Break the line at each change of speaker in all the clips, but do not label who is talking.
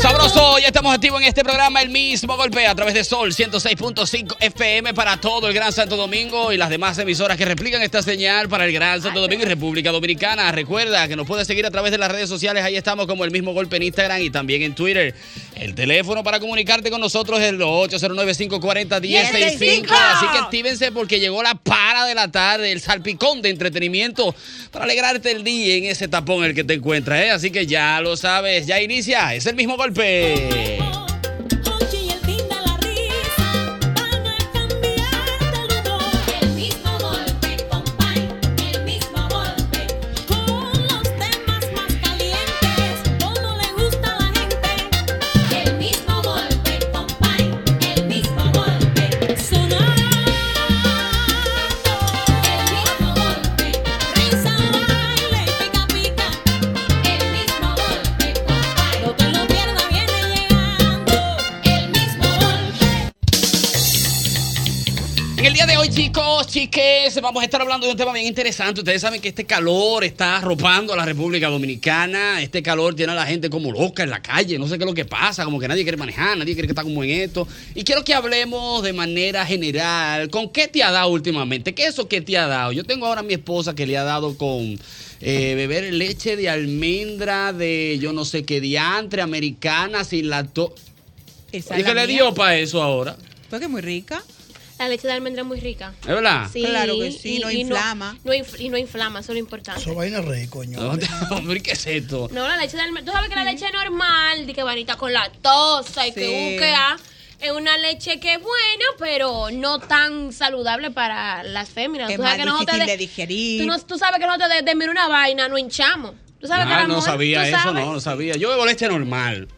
Sabroso, ya estamos activos en este programa El mismo golpe a través de Sol 106.5 FM para todo el Gran Santo Domingo y las demás emisoras que replican esta señal para el Gran Santo Domingo y República Dominicana. Recuerda que nos puedes seguir a través de las redes sociales, ahí estamos como El mismo golpe en Instagram y también en Twitter. El teléfono para comunicarte con nosotros es el 809-540-1065. Así que actívense porque llegó la para de la tarde, el salpicón de entretenimiento para alegrarte el día en ese tapón en el que te encuentras. ¿eh? Así que ya lo sabes, ya inicia, es el mismo golpe. Golpe.
El mismo golpe, compay, el mismo golpe. Con los temas más calientes, como le gusta a la gente. El mismo golpe, compay, el mismo golpe. Sonando. El mismo golpe, risa, baile, pica, pica. El mismo golpe, compay. No te lo pierdas, viene llegando. El mismo golpe.
En el día de hoy, chicos, chiques, vamos a estar hablando de un tema bien interesante. Ustedes saben que este calor está arropando a la República Dominicana. Este calor tiene a la gente como loca en la calle. No sé qué es lo que pasa, como que nadie quiere manejar, nadie quiere que está como en esto. Y quiero que hablemos de manera general. ¿Con qué te ha dado últimamente? ¿Qué es eso que te ha dado? Yo tengo ahora a mi esposa que le ha dado con eh, beber leche de almendra de yo no sé qué diantre americana sin lacto.
Esa
¿Y
es
qué
la
le
mía.
dio para eso ahora?
Porque es muy rica.
La leche de almendra es muy rica.
¿Es verdad?
Sí,
Claro que sí, no inflama.
No, inf- y no inflama, eso es lo importante.
Eso vaina rey, coño.
No, hombre, ¿qué es esto?
No, la leche de almendra. Tú sabes que la leche normal, de que vanita con lactosa y
Sí.
que UKA, es una leche que es buena, pero no tan saludable para las féminas.
Es
tú sabes
más
que nosotros
difícil de
Tú,
digerir.
no- tú sabes que nosotros de, de mirar una vaina no hinchamos. Tú sabes que
Ah,
la
no
mujer-
sabía
tú
eso,
sabes.
no, no sabía. Yo bebo leche normal.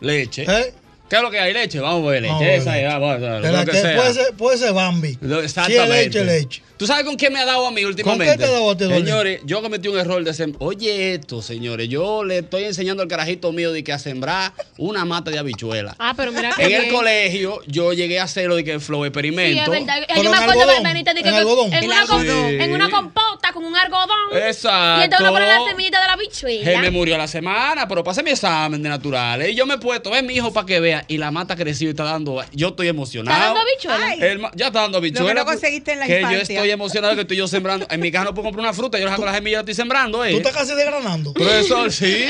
Leche.
¿Eh?
¿Qué es lo que hay? Leche. Vamos a beber leche.
Vamos a beber
Esa es,
leche.
vamos a beber,
De
lo
la
que
que
sea.
puede ser, puede ser Bambi.
Lo-
Si
Exactamente.
es leche, leche.
¿Tú sabes con qué me ha dado a mí últimamente?
qué te ha dado a ti, Dolly?
Señores, yo cometí un error de sem- Oye esto, señores. Yo le estoy enseñando al carajito mío de que a sembrar una mata de habichuela.
Ah, pero mira que.
En el
bien.
colegio yo llegué a hacerlo de que flow
Sí,
experimento.
es verdad. Ay,
Pero
Yo
en
me acuerdo,
algodón,
Benita, de que
en
que-
algodón.
en
El
una com-
algodón.
en una compota con un algodón. Y entonces
Exacto.
uno pone la semillita de la
Él me
bichuela.
murió la semana, pero pasé mi examen de naturales. Y yo me he puesto, ven mi hijo para que vea. Y la mata ha crecido y está dando. Yo estoy emocionado.
¿Está dando bichuela?
Ay.
El ma- ya está dando bichuela.
no conseguiste en la
Que yo
infancia.
estoy emocionado que estoy yo sembrando. En mi casa no puedo comprar una fruta, yo las las semillas las estoy sembrando,
Tú
eh.
estás casi desgranando.
Profesor, sí.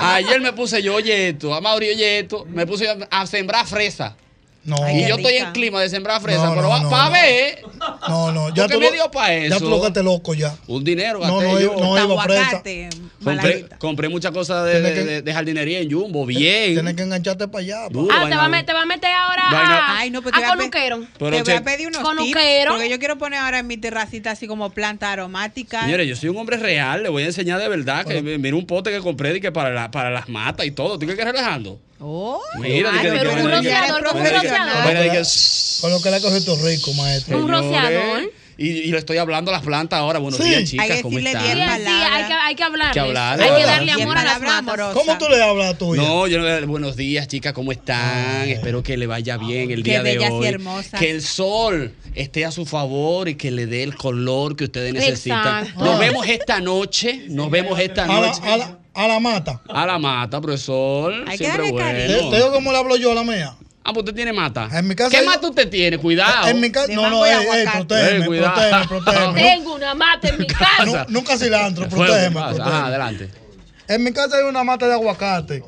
Ayer me puse yo, oye esto, a Mauri, oye esto, me puse yo a sembrar fresa.
No.
Ay,
Y
qué
yo estoy
rica.
en clima de sembrar fresa,
No,
pero
no,
va-
no,
pa'
no.
ver
No, no. Ya
¿Por qué
tú
me
lo-
dio pa' eso?
Ya tú lo que te loco ya.
un dinero.
No,
gasté
no,
yo.
no iba presa.
Aguacate,
Compré,
malaguita.
compré muchas cosas de,
Tienes que-
de- de jardinería en Jumbo, bien.
Tienes que engancharte para allá. pa.
Duro,
Ah, te
vaina
va, a
dura.
met- te va a meter ahora
Vaina-
a,
Ay, no, pues te
a
voy a pe-
conuquero.
Pero,
Te voy
che-
a pedir unos
Con
tips,
uquero.
porque yo quiero poner ahora en mi terracita así como planta aromática.
Señores, yo soy un hombre real, le voy a enseñar de verdad que mi- mira un pote que compré y que para, la- para las matas y todo. ¿Tú qué quieres relajando?
Oh,
Mira,
Ay,
dije,
pero
dije,
un
dije,
bronceador, un
dije,
bronceador.
bueno, dije,
Con lo que le cogió rico, maestro.
Un
señores,
bronceador.
Y, y le estoy hablando a las plantas ahora. Buenos
Sí.
días,
Hay
chicas,
que
¿cómo
decirle
están?
Sí,
bien.
sí,
palabras.
hay que, hay que hablarles.
Hay que hablarles.
Hay que
Palabras.
darle
Bien
amor a las
palabras
matas.
amorosas.
¿Cómo tú le hablas a tuya?
No, yo no- buenos días, chicas, ¿cómo están? Espero que le vaya bien el
Qué
día de
bellas y
hoy.
hermosas.
Que el sol esté a su favor y que le dé el color que ustedes necesitan.
Exacto.
Nos vemos esta noche, nos vemos esta
A la,
noche.
a la, a la mata.
A la mata, profesor.
Hay que
Siempre
darle
bueno.
Te,
cariño.
te digo cómo le hablo yo a la mía.
Ah, pues usted tiene mata.
En mi casa
¿Qué
yo-
mata usted tiene? Cuidado.
En mi casa.
De
No,
mango
no,
y
ey, ey,
aguacate.
Ey,
protégeme,
cuidado.
protégeme, protégeme.
Tengo una mata en mi casa.
pasa?
Nu- Nunca cilantro,
Fue lo que
protégeme,
pasa.
protégeme.
Ajá, adelante.
En mi casa hay una mata de aguacate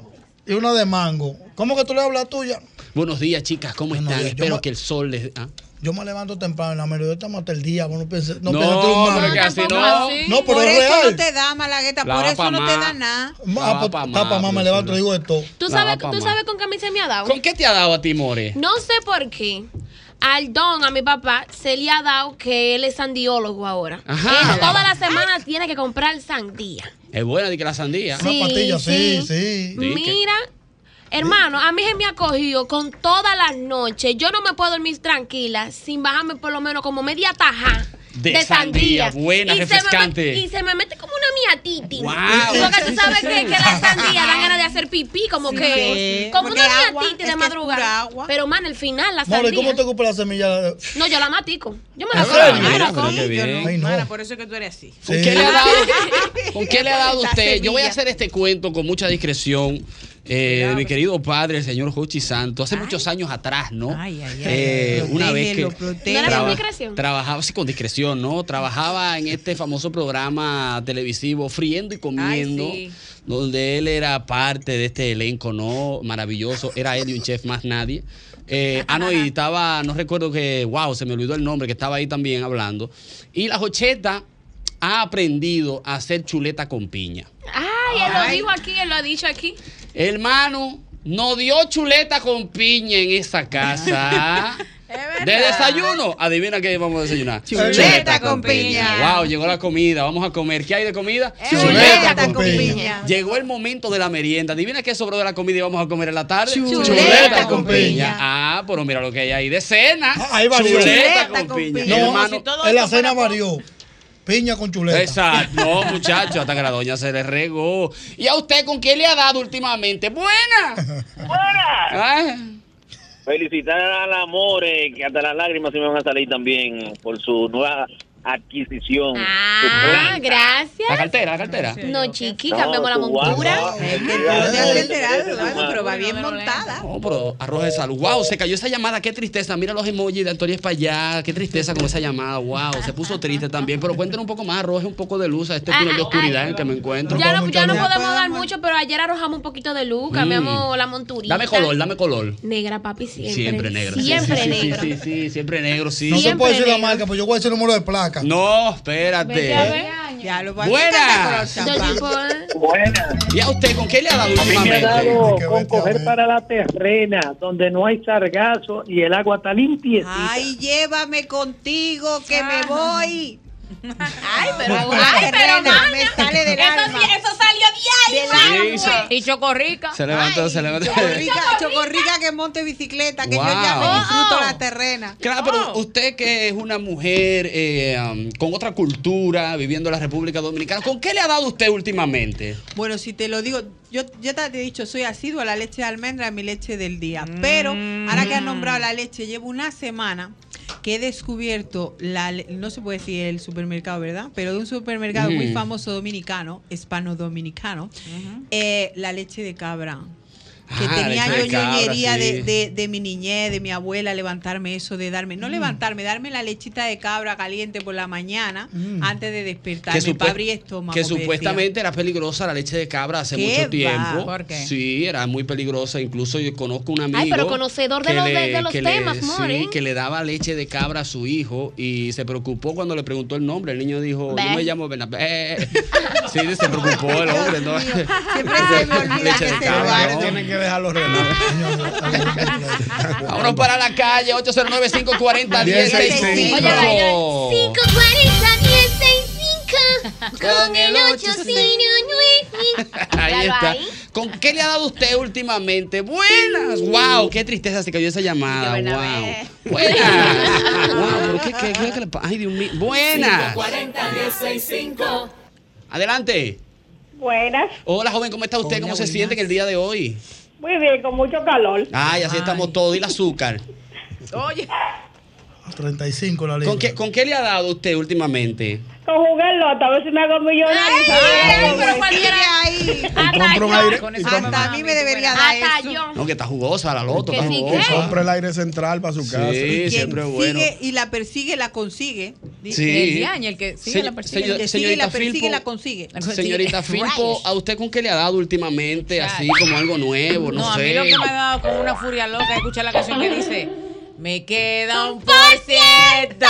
y una de mango. ¿Cómo que tú le hablas a tuya?
Buenos días, chicas. ¿Cómo
Buenos
están?
días. Yo
Espero
me-
que el sol les... ah.
Yo me levanto temprano en la mediodía estamos hasta el día. vos No pensé, no,
No,
pensé que era un
pero
mango.
que así
tampoco
no.
así.
No, pero
por
es
eso
real.
no te da malagueta,
La
por
va
eso
pa'
no te
más.
da nada.
La
Ma, pues,
papa
tapa,
madre,
mamá, me levanto,
sí.
digo esto.
¿Tú
La
sabes,
papa
¿Tú
más.
sabes con qué a mí se me ha dado?
¿Con qué te ha dado a ti, More?
No sé por qué. Al don, a mi papá, se le ha dado que él es sandiólogo ahora.
Ajá. Ah.
Él todas las semanas tiene que comprar sandía.
Es buena, di que la sandía.
Una pastilla, sí, sí.
Sí,
Mira, hermano, a mí se me ha cogido con todas las noches. Yo no me puedo dormir tranquila sin bajarme por lo menos como media taja
De sandía, buena,
se me
refrescante.
met- y se me mete como una eating.
Wow.
Porque tú sabes que, que la sandía dan ganas de hacer pipí, como
Sí.
que. Como
Porque
una
agua,
diatite de
es que es pura
madrugada.
agua.
Pero, man, al final, la
Mole, ¿cómo
sandía.
te ocupa la semilla? de-
No, yo la matico. Yo me
Ah,
la como,
mira,
yo me la
pero
como.
qué bien.
Ay, no.
Mana, por eso es que tú eres así.
¿Con
Sí.
qué le ha dado, con qué le ha dado
La
usted? Yo voy a
semilla.
hacer este cuento con mucha discreción. eh, de mi querido padre, el señor Jochi Santo, hace muchos años atrás, ¿no?
Ay, ay, ay.
Eh,
Protégelo,
una vez que
protégelo.
¿No era con
traba-
discreción?
trabajaba sí, con discreción, ¿no? Trabajaba en este famoso programa televisivo Friendo y comiendo,
Ay, sí.
donde él era parte de este elenco, ¿no? Maravilloso, era él y un chef más nadie. Eh, ah, no, y estaba, no recuerdo que, wow, se me olvidó el nombre, que estaba ahí también hablando. Y la Jocheta ha aprendido a hacer chuleta con piña.
Ay, él Ah, lo
Ay.
dijo aquí, él lo ha dicho aquí.
Hermano, no dio chuleta con piña en esa casa.
verdad.
De desayuno, adivina qué vamos a desayunar.
Chuleta con piña.
Wow, llegó la comida, vamos a comer. ¿Qué hay de comida?
Chuleta
Chuleta
con
con
piña.
piña.
Llegó el momento de la merienda. Adivina qué sobró de la comida y vamos a comer en la tarde.
Chuleta
con piña.
Ah, pero mira lo que hay ahí de cena.
Ah, ahí varió.
Chuleta
Chuleta
con
con
piña.
piña.
No,
Hermano,
si todo
en la
esto
cena
fuera con-
varió. Piña con chuleta.
Exacto, no, muchacho, hasta que la doña se le regó. ¿Y a usted con qué le ha dado últimamente? Buena.
¡Fuera!
Ah,
Felicitar al Amore, que hasta las lágrimas se me van a salir también por su nueva adquisición. Su
Ah,
planta.
La
gracias.
cartera, la cartera.
Ah, No, chiqui,
No,
cambiamos la
su
montura.
guagua.
Es que tú
Cuidado,
te has enterado,
cuidado,
Eduardo, pero va
Bueno,
bien
pero
montada.
No, pero arroz de salud. Wow, se cayó esa llamada. Qué tristeza. Mira los emojis de Antonio para allá. Qué tristeza con esa llamada. Wow, se puso triste también. Pero cuéntenos un poco más, arroz, un poco de luz a este túnel de oscuridad en el que me encuentro.
Ah, Ya no, ya no
Mucho
podemos
amor.
dar mucho, pero ayer arrojamos un poquito de luz, cambiamos la monturita.
Dame color, dame color.
Negra, papi, siempre.
Siempre negro. Sí,
Siempre
sí, sí,
negro.
Sí, sí, sí, siempre negro,
No
sí.
se
Siempre
puede decir la
negro.
marca, pero yo voy a decir el número de placa.
No,
Vete a ver.
espérate.
Ya lo
Buenas.
Yo tipo, eh,
Buena.
¿Y a usted con qué le ha dado
A mí me ha
últimamente?
dado
Hay que
con
verte a
coger
ver.
para la terrena, donde no hay sargazo y el agua está limpiecita.
Ay, llévame contigo que me
Ah.
voy. Ay, pero,
ay, pero maña.
me sale del
Eso,
alma.
sí- eso salió de ahí,
Del
mano, pues.
alma.
güey.
Sí,
Y Chocorrica.
Se levantó, se levantó.
Chocorrica, Chocorrica que monte bicicleta, que yo ya
Wow.
me disfruto
Oh, oh.
la terrena.
Claro, pero usted que es una mujer eh, um, con otra cultura, viviendo en la República Dominicana, ¿con qué le ha dado usted últimamente?
Bueno, si te lo digo, yo ya te he dicho, soy asidua a la leche de almendra, mi leche del día. Pero
Mm.
ahora que han nombrado la leche, llevo una semana que he descubierto la le- no se puede decir el supermercado, ¿verdad? Pero de un supermercado muy
Mm.
famoso dominicano, hispano dominicano, la leche de cabra. Que
Ah,
tenía
leche
yo
de cabra,
ñoñería de,
sí.
de- de mi niñez, de mi abuela, levantarme eso, de darme,
Mm.
no levantarme, darme la lechita de cabra caliente por la mañana
Mm.
antes de despertarme,
supuest-
para abrir estómago.
que
me decía.
supuestamente era peligrosa la leche de cabra hace
¿Qué
mucho
va?
tiempo.
¿Por qué?
Sí, era muy peligrosa. Incluso yo conozco un amigo.
pero conocedor de
que
los- de- de los
que
temas, ¿eh?
sí,
More.
que le daba leche de cabra a su hijo y se preocupó cuando le preguntó el nombre. El niño dijo,
Beh.
yo me llamo Bernabé. Eh, eh, eh. sí, se preocupó el hombre. ¿no?
Siempre se me olvida
Leche
que
de
se
cabra,
guarde.
¿no?
Tienen que dejarlo relajar.
Vámonos para la calle, 809-540-1065.
Oye,
1065.
oye,
540-1065
Con
Con
el
el
ocho,
8
sí. Ahí
Claro,
está.
ahí.
¿Con qué le ha dado usted últimamente? Buenas. Wow, qué tristeza se cayó esa llamada.
Yo,
Wow.
Bernabé.
Buenas. wow, pero qué, qué- qué- qué le pa- Ay, Dios mío. Buenas. Adelante.
Buenas.
Hola, joven, ¿cómo está usted? ¿Cómo se siente en el día de hoy?
Muy bien, con mucho calor.
Ay, así estamos todos. ¿Y el azúcar?
Oye,
35 la ley.
¿Con qué, ¿Con qué le ha dado usted últimamente?
Con jugar loto, a ver si me hago millonario.
Ay, pero cualquiera.
ahí.
Hasta
compra un
yo.
aire- y
Pues, Hasta a mí me debería dar
Hasta
eso.
yo.
No, que está jugosa la loto,
Que
está
sí,
jugosa.
Compra el aire central para su casa.
Sí,
Quien
siempre es bueno.
sigue y la persigue, la consigue.
Sí.
el que sigue
Se-
la persigue.
señor-
El que sigue,
señorita
la persigue,
Filpo,
la consigue.
La consigue.
Señorita Filpo, ¿a usted con qué le ha dado últimamente? Así como algo nuevo, no,
No, a mí
sé.
lo que me ha dado como una furia loca es escuchar la canción que dice: Me queda un por ciento.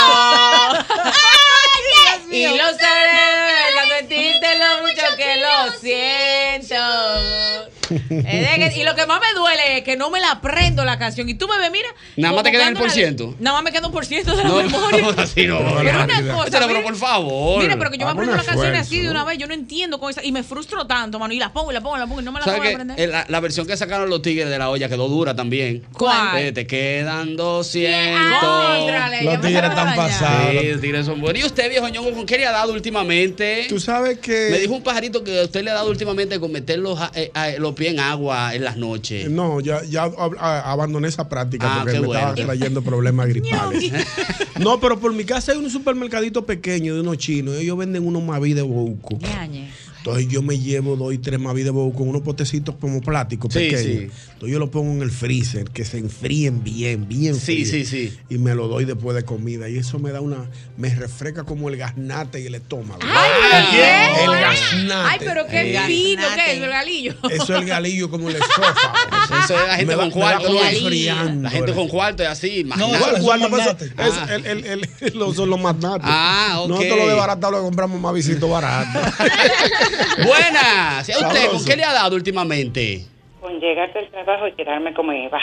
y lo celebro, sentirte Eh, lo mucho que lo siento.
Es de que- y lo que más me duele es que no me la aprendo la canción. Y tú me ves, mira.
Nada más te queda el por
buscándola-
ciento.
Nada más me queda un por ciento de la
No,
memoria.
no, así no.
Pero
no.
una cosa,
Pero, pero
mira.
por favor.
Mira, pero que yo me
Hago un
aprendo las canciones así
esfuerzo.
de una vez, yo no entiendo con esa, y me frustro tanto, mano, y las pongo y las pongo y las pongo y no me las
¿Sabes
puedo
qué?
aprender.
Eh, La, la versión que sacaron los tigres de la olla quedó dura también.
¿Cuál?
Eh, te quedan
Contrale,
200.
ya
Los
me
tigres
sacaron
están
allá.
pasados.
Sí, los tigres son buenos. ¿Y usted, viejo ñongo, con qué le ha dado últimamente?
Tú sabes que.
Me dijo un pajarito que a usted le ha dado últimamente con meter los, a- eh, a- los pies en agua en las noches.
No, ya, ya ab- a- abandoné esa práctica
Ah,
porque
qué
me
bueno.
estaba trayendo problemas gripales. no, pero por mi casa hay un supermercadito pequeño de unos chinos. Ellos venden unos maví de bouco.
Ñañe.
Entonces yo me llevo dos y tres maví de bouco, unos potecitos como plásticos
Sí,
pequeños.
sí.
Entonces yo los pongo en el freezer, que se enfríen bien, bien
Sí,
fríos.
sí, sí.
Y me lo doy después de comida. Y eso me da una. Me refresca como el gasnate y el estómago.
Ah,
¿Qué?
El gasnate.
Ay, pero qué
El
fino
gaznate.
que es, el galillo.
Eso es el galillo como el esófago.
Eso es la gente
Me va-
con
me va
cuarto.
como
¿no?
enfriando,
La gente
¿verdad?
con cuarto es así,
No,
imagínate.
¿cuál?
Igual,
Son
igual, no pasa-
magnates.
es
Ah.
el, el, el- los, son los magnates.
Ah, ok.
Nosotros los de barato lo compramos más visito barato.
Buenas. ¿Y a usted con
Sabroso.
qué le ha dado últimamente?
Con llegar del trabajo y quedarme como Eva.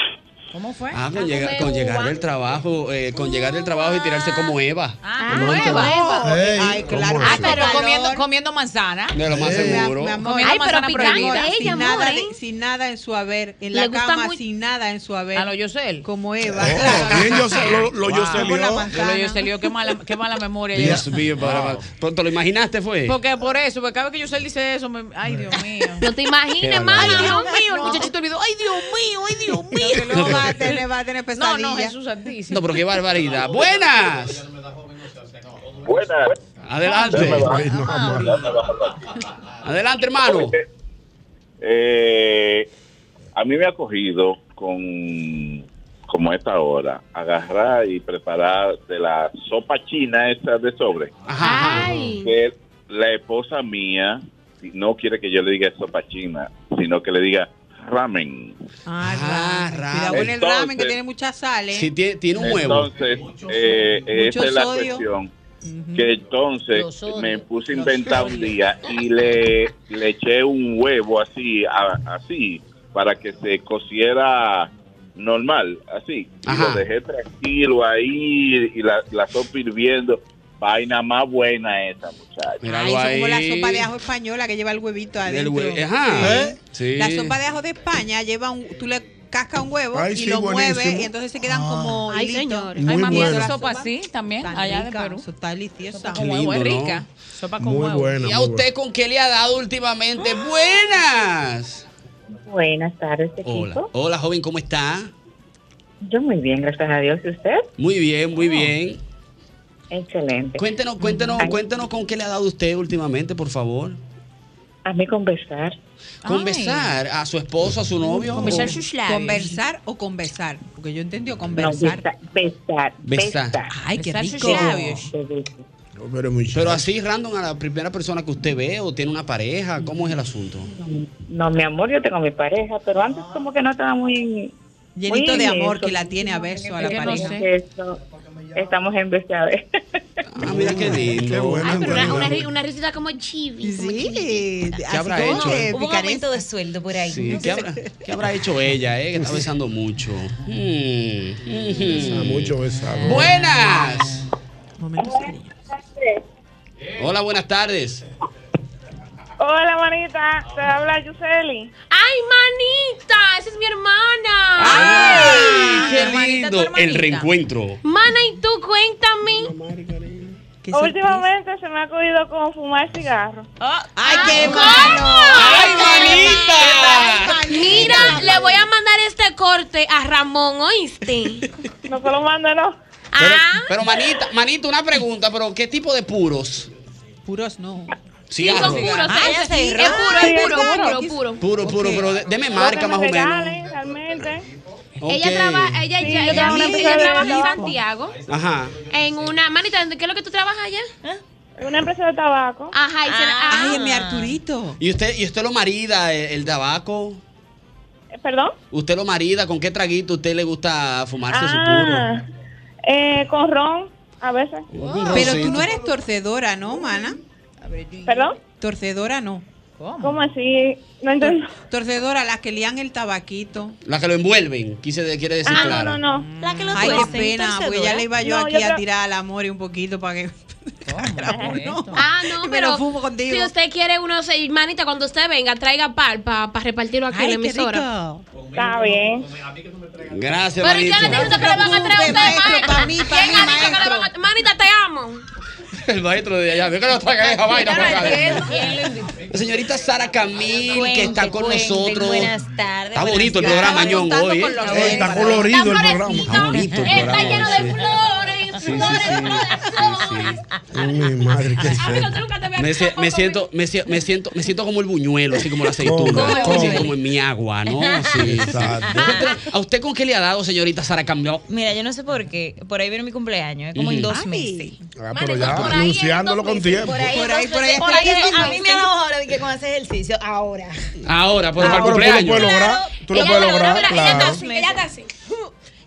¿Cómo fue?
Ah, con,
Ah,
llegar-
comer
con llegar
uva.
del trabajo, eh, con llegar del trabajo y tirarse como Eva.
Ah,
No,
nueva.
nueva.
Ey,
Ay, claro.
¿cómo
Ah,
hace
pero
calor.
comiendo, comiendo manzana.
De lo más
Eh.
seguro.
Mi amor,
Comiendo
Ay, pero
manzana
picante,
prohibida.
ella,
sin,
amor,
nada de-
¿eh?
sin nada en su haber, en
Le
la
gusta
cama
muy- Ah,
sin nada en su haber.
A lo Yosel.
como Eva.
Oh, bien, yo se- lo, lo yo
Ah,
Wow.
se
Como la
lió.
Yo
manzana.
lo Yosel, yo, qué mala, qué mala memoria.
Dios
yo.
mío, para- para- ¿Pero ¿Te lo imaginaste fue?
Porque por eso, porque cada vez que Yosel dice eso, me- ay, Dios mío.
No te imagines,
Qué
mano.
barbaridad.
Dios
Dios mío, el muchachito olvidó. Ay, Dios mío, ay, Dios
Que
mío.
luego va a tener, va a tener
No,
pesadilla.
no, Jesús Santísimo.
No, pero qué barbaridad. Buenas.
Buenas.
Adelante.
Ay, no, amor.
Adelante, hermano.
Eh, a mí me ha cogido con como a esta hora, agarrar y preparar de la sopa china esa de sobre,
Ajá. ajá.
Ay.
que la esposa mía si no quiere que yo le diga sopa china, sino que le diga ramen.
Ah,
ramen.
ramen.
Cuidado con el ramen que
Entonces-
tiene mucha sal, ¿eh?
Sí, tiene, tiene un huevo.
Entonces, eh, esa
Mucho
es la
sodio.
cuestión.
Ujú.
Que entonces
Los odios,
me puse a
los
inventar un
odios.
día y le, le eché un huevo así, a- así, para que se cociera normal, así. Y
Ajá.
lo dejé tranquilo ahí y la, la sopa hirviendo. Vaina más buena esa, muchacha.
Ay,
Míralo
eso es como la
ahí.
sopa de ajo española que lleva el huevito
Del
adentro.
hue- Ajá.
¿Eh?
Sí.
La sopa de ajo de España lleva un, tú le cascas un huevo
Ay,
y
sí,
lo mueves
buenísimo.
y entonces se quedan
Ah.
como
Ay,
hilitos.
señor.
Ay,
Muy
mami,
bueno.
esa sopa así también,
Tan
allá
rica,
de Perú.
Eso está deliciosa.
Sopa con
Qué
huevo, es
lindo, ¿no?
rica. Sopa con
Muy
huevo.
buena.
¿Y a
muy buena.
usted con qué le ha dado últimamente? Buenas.
Buenas tardes,
Hola. Hola, joven, ¿cómo está?
Yo muy bien, gracias a Dios. ¿Y usted? Oh.
Muy bien, muy bien.
Excelente.
Cuéntenos, cuéntenos,
Ay.
cuéntenos con qué le ha dado usted últimamente, por favor.
A mí conversar.
Conversar a su esposo, a su novio.
Besar
o-
sus labios.
¿Conversar o conversar? Porque yo entendí
No,
conversar.
besar. Besar.
Besar.
Besar.
Ay, qué
Besar sus
rico.
labios.
Te dije.
No, pero muchacho.
Pero así random a la primera persona que usted ve o tiene una pareja, ¿cómo es el asunto?
No, mi amor, yo tengo mi pareja, pero antes como que no estaba muy...
Llenito
muy
de
en
amor
eso.
que la tiene a verso a la
que no
pareja.
sé.
Eso, Estamos en vez de a ver.
Ah, mira qué lindo.
Qué
Ah,
bueno.
Ay, pero una,
Bueno,
una, ri-
bueno.
una risita como chibi. como chibi.
Sí,
¿Qué habrá hecho?
que
Hubo un
picaresca.
aumento de sueldo por ahí.
Sí, ¿qué habrá, qué habrá hecho ella, eh? Que está besando mucho. Hmm,
Besa
mhm.
mucho besado.
Buenas.
Momentos cariñosos.
Hola, buenas tardes.
Hola, manita. Te habla Yuseli.
Ay, manita, esa es mi hermana.
Ah. ¡Ay!
tu hermanita, tu
El
hermanita.
reencuentro.
Mana, ¿y tú cuéntame?
Qué
Últimamente se me ha cogido con fumar cigarro.
Ah,
sorpresa. ¡Ay, qué
¿Cómo?
malo!
¡Ay, manita!
Mira, le voy a mandar este corte a Ramón, ¿oíste?
No se lo mando, no.
Pero,
Ah,
pero, manita, manita, una pregunta, pero ¿qué tipo de puros?
Puros no.
sí,
Cigarros.
son puros.
Ah,
es,
ella se
es
derrama.
puro,
Sí,
es puro,
claro.
puro, puro.
Puro, puro,
Ok.
pero de- deme marca más
Lo
o
que me
menos.
regalen, realmente.
Ok.
Ella trabaja, ella,
Sí,
ella-
yo trabajo en una
ella
empresa de
trabaja en
tabaco.
Santiago.
Ajá.
En una manita, ¿qué es lo que tú trabajas allá?
Una empresa de tabaco.
Ajá, y se- ah,
¡Ay, es mi Arturito!
¿Y usted, y usted lo marida, el, el tabaco?
Eh, ¿Perdón?
¿Usted lo marida? ¿Con qué traguito usted le gusta fumarse
Ah, eh, con ron, a veces.
su puro? Un
Pero tú
roncito.
no eres torcedora, ¿no, mana?
¿Perdón?
Torcedora no.
¿Cómo así? No entiendo.
Torcedora, las que lían el tabaquito.
La que lo envuelven, quise de- quiere decir
Ah, no,
claro.
no, no.
La que lo
Ay, qué
tuerce,
pena, porque
torcedora.
ya le iba yo
No,
aquí
yo
a
creo-
tirar al amor y un poquito para que.
¿Cómo
pues.
es esto?
Ah, no,
Me lo
pero
fumo contigo.
si usted quiere unos hermanita, cuando usted venga, traiga par para repartirlo aquí en la emisora.
Está bien.
Gracias,
Pero yo le
manito.
dije que le van a traer
Preocupe,
ustedes,
maestro,
manita.
pa' mí, pa'
¿Quién
mí,
ha dicho que le van a
maestro.
Manita, te amo.
El maestro de allá. Yo que no traiga esa vaina para acá.
Él-
La señorita Sara Camil, que está
Cuente,
con
cuente,
nosotros.
Buenas tardes.
Está
buenas
bonito el
tardes.
programa, Ñongo,
gustando
hoy.
con
¿eh?
los
Oye, está
Está
colorido el
Está
programa.
florecito,
bonito el
Está
programa,
lleno de
sí.
flores,
Sí, sí,
flores,
sí.
flores,
Ay, mi madre, qué
flores. Amigo,
feo.
tú nunca te habías
Me, se-
casado
me
con-
siento, me, sie- me siento, me siento como el buñuelo, así como la aceituna,
Como,
así
como.
como en mi agua, ¿no? Sí.
Exacto.
¿A usted con qué le ha dado, señorita Sara Camil?
Mira, yo no sé por qué. Por ahí viene mi cumpleaños. Es como en
Ujú.
dos meses.
Ah,
Manito,
pero ya,
por ahí,
anunciándolo
entonces,
con tiempo.
Por ahí,
Por
dos
ahí, por
meses.
ahí.
Por ahí,
Por ahí,
a mí me han ahora de que con hacer ejercicio. Ahora.
Ahora, por
Ah,
el
pero tú lo
cumpleaños.
puedes lograr. Tú lo
Ella
puedes
lo logró,
lograr,
mira, ella está
claro.
así, ella está así.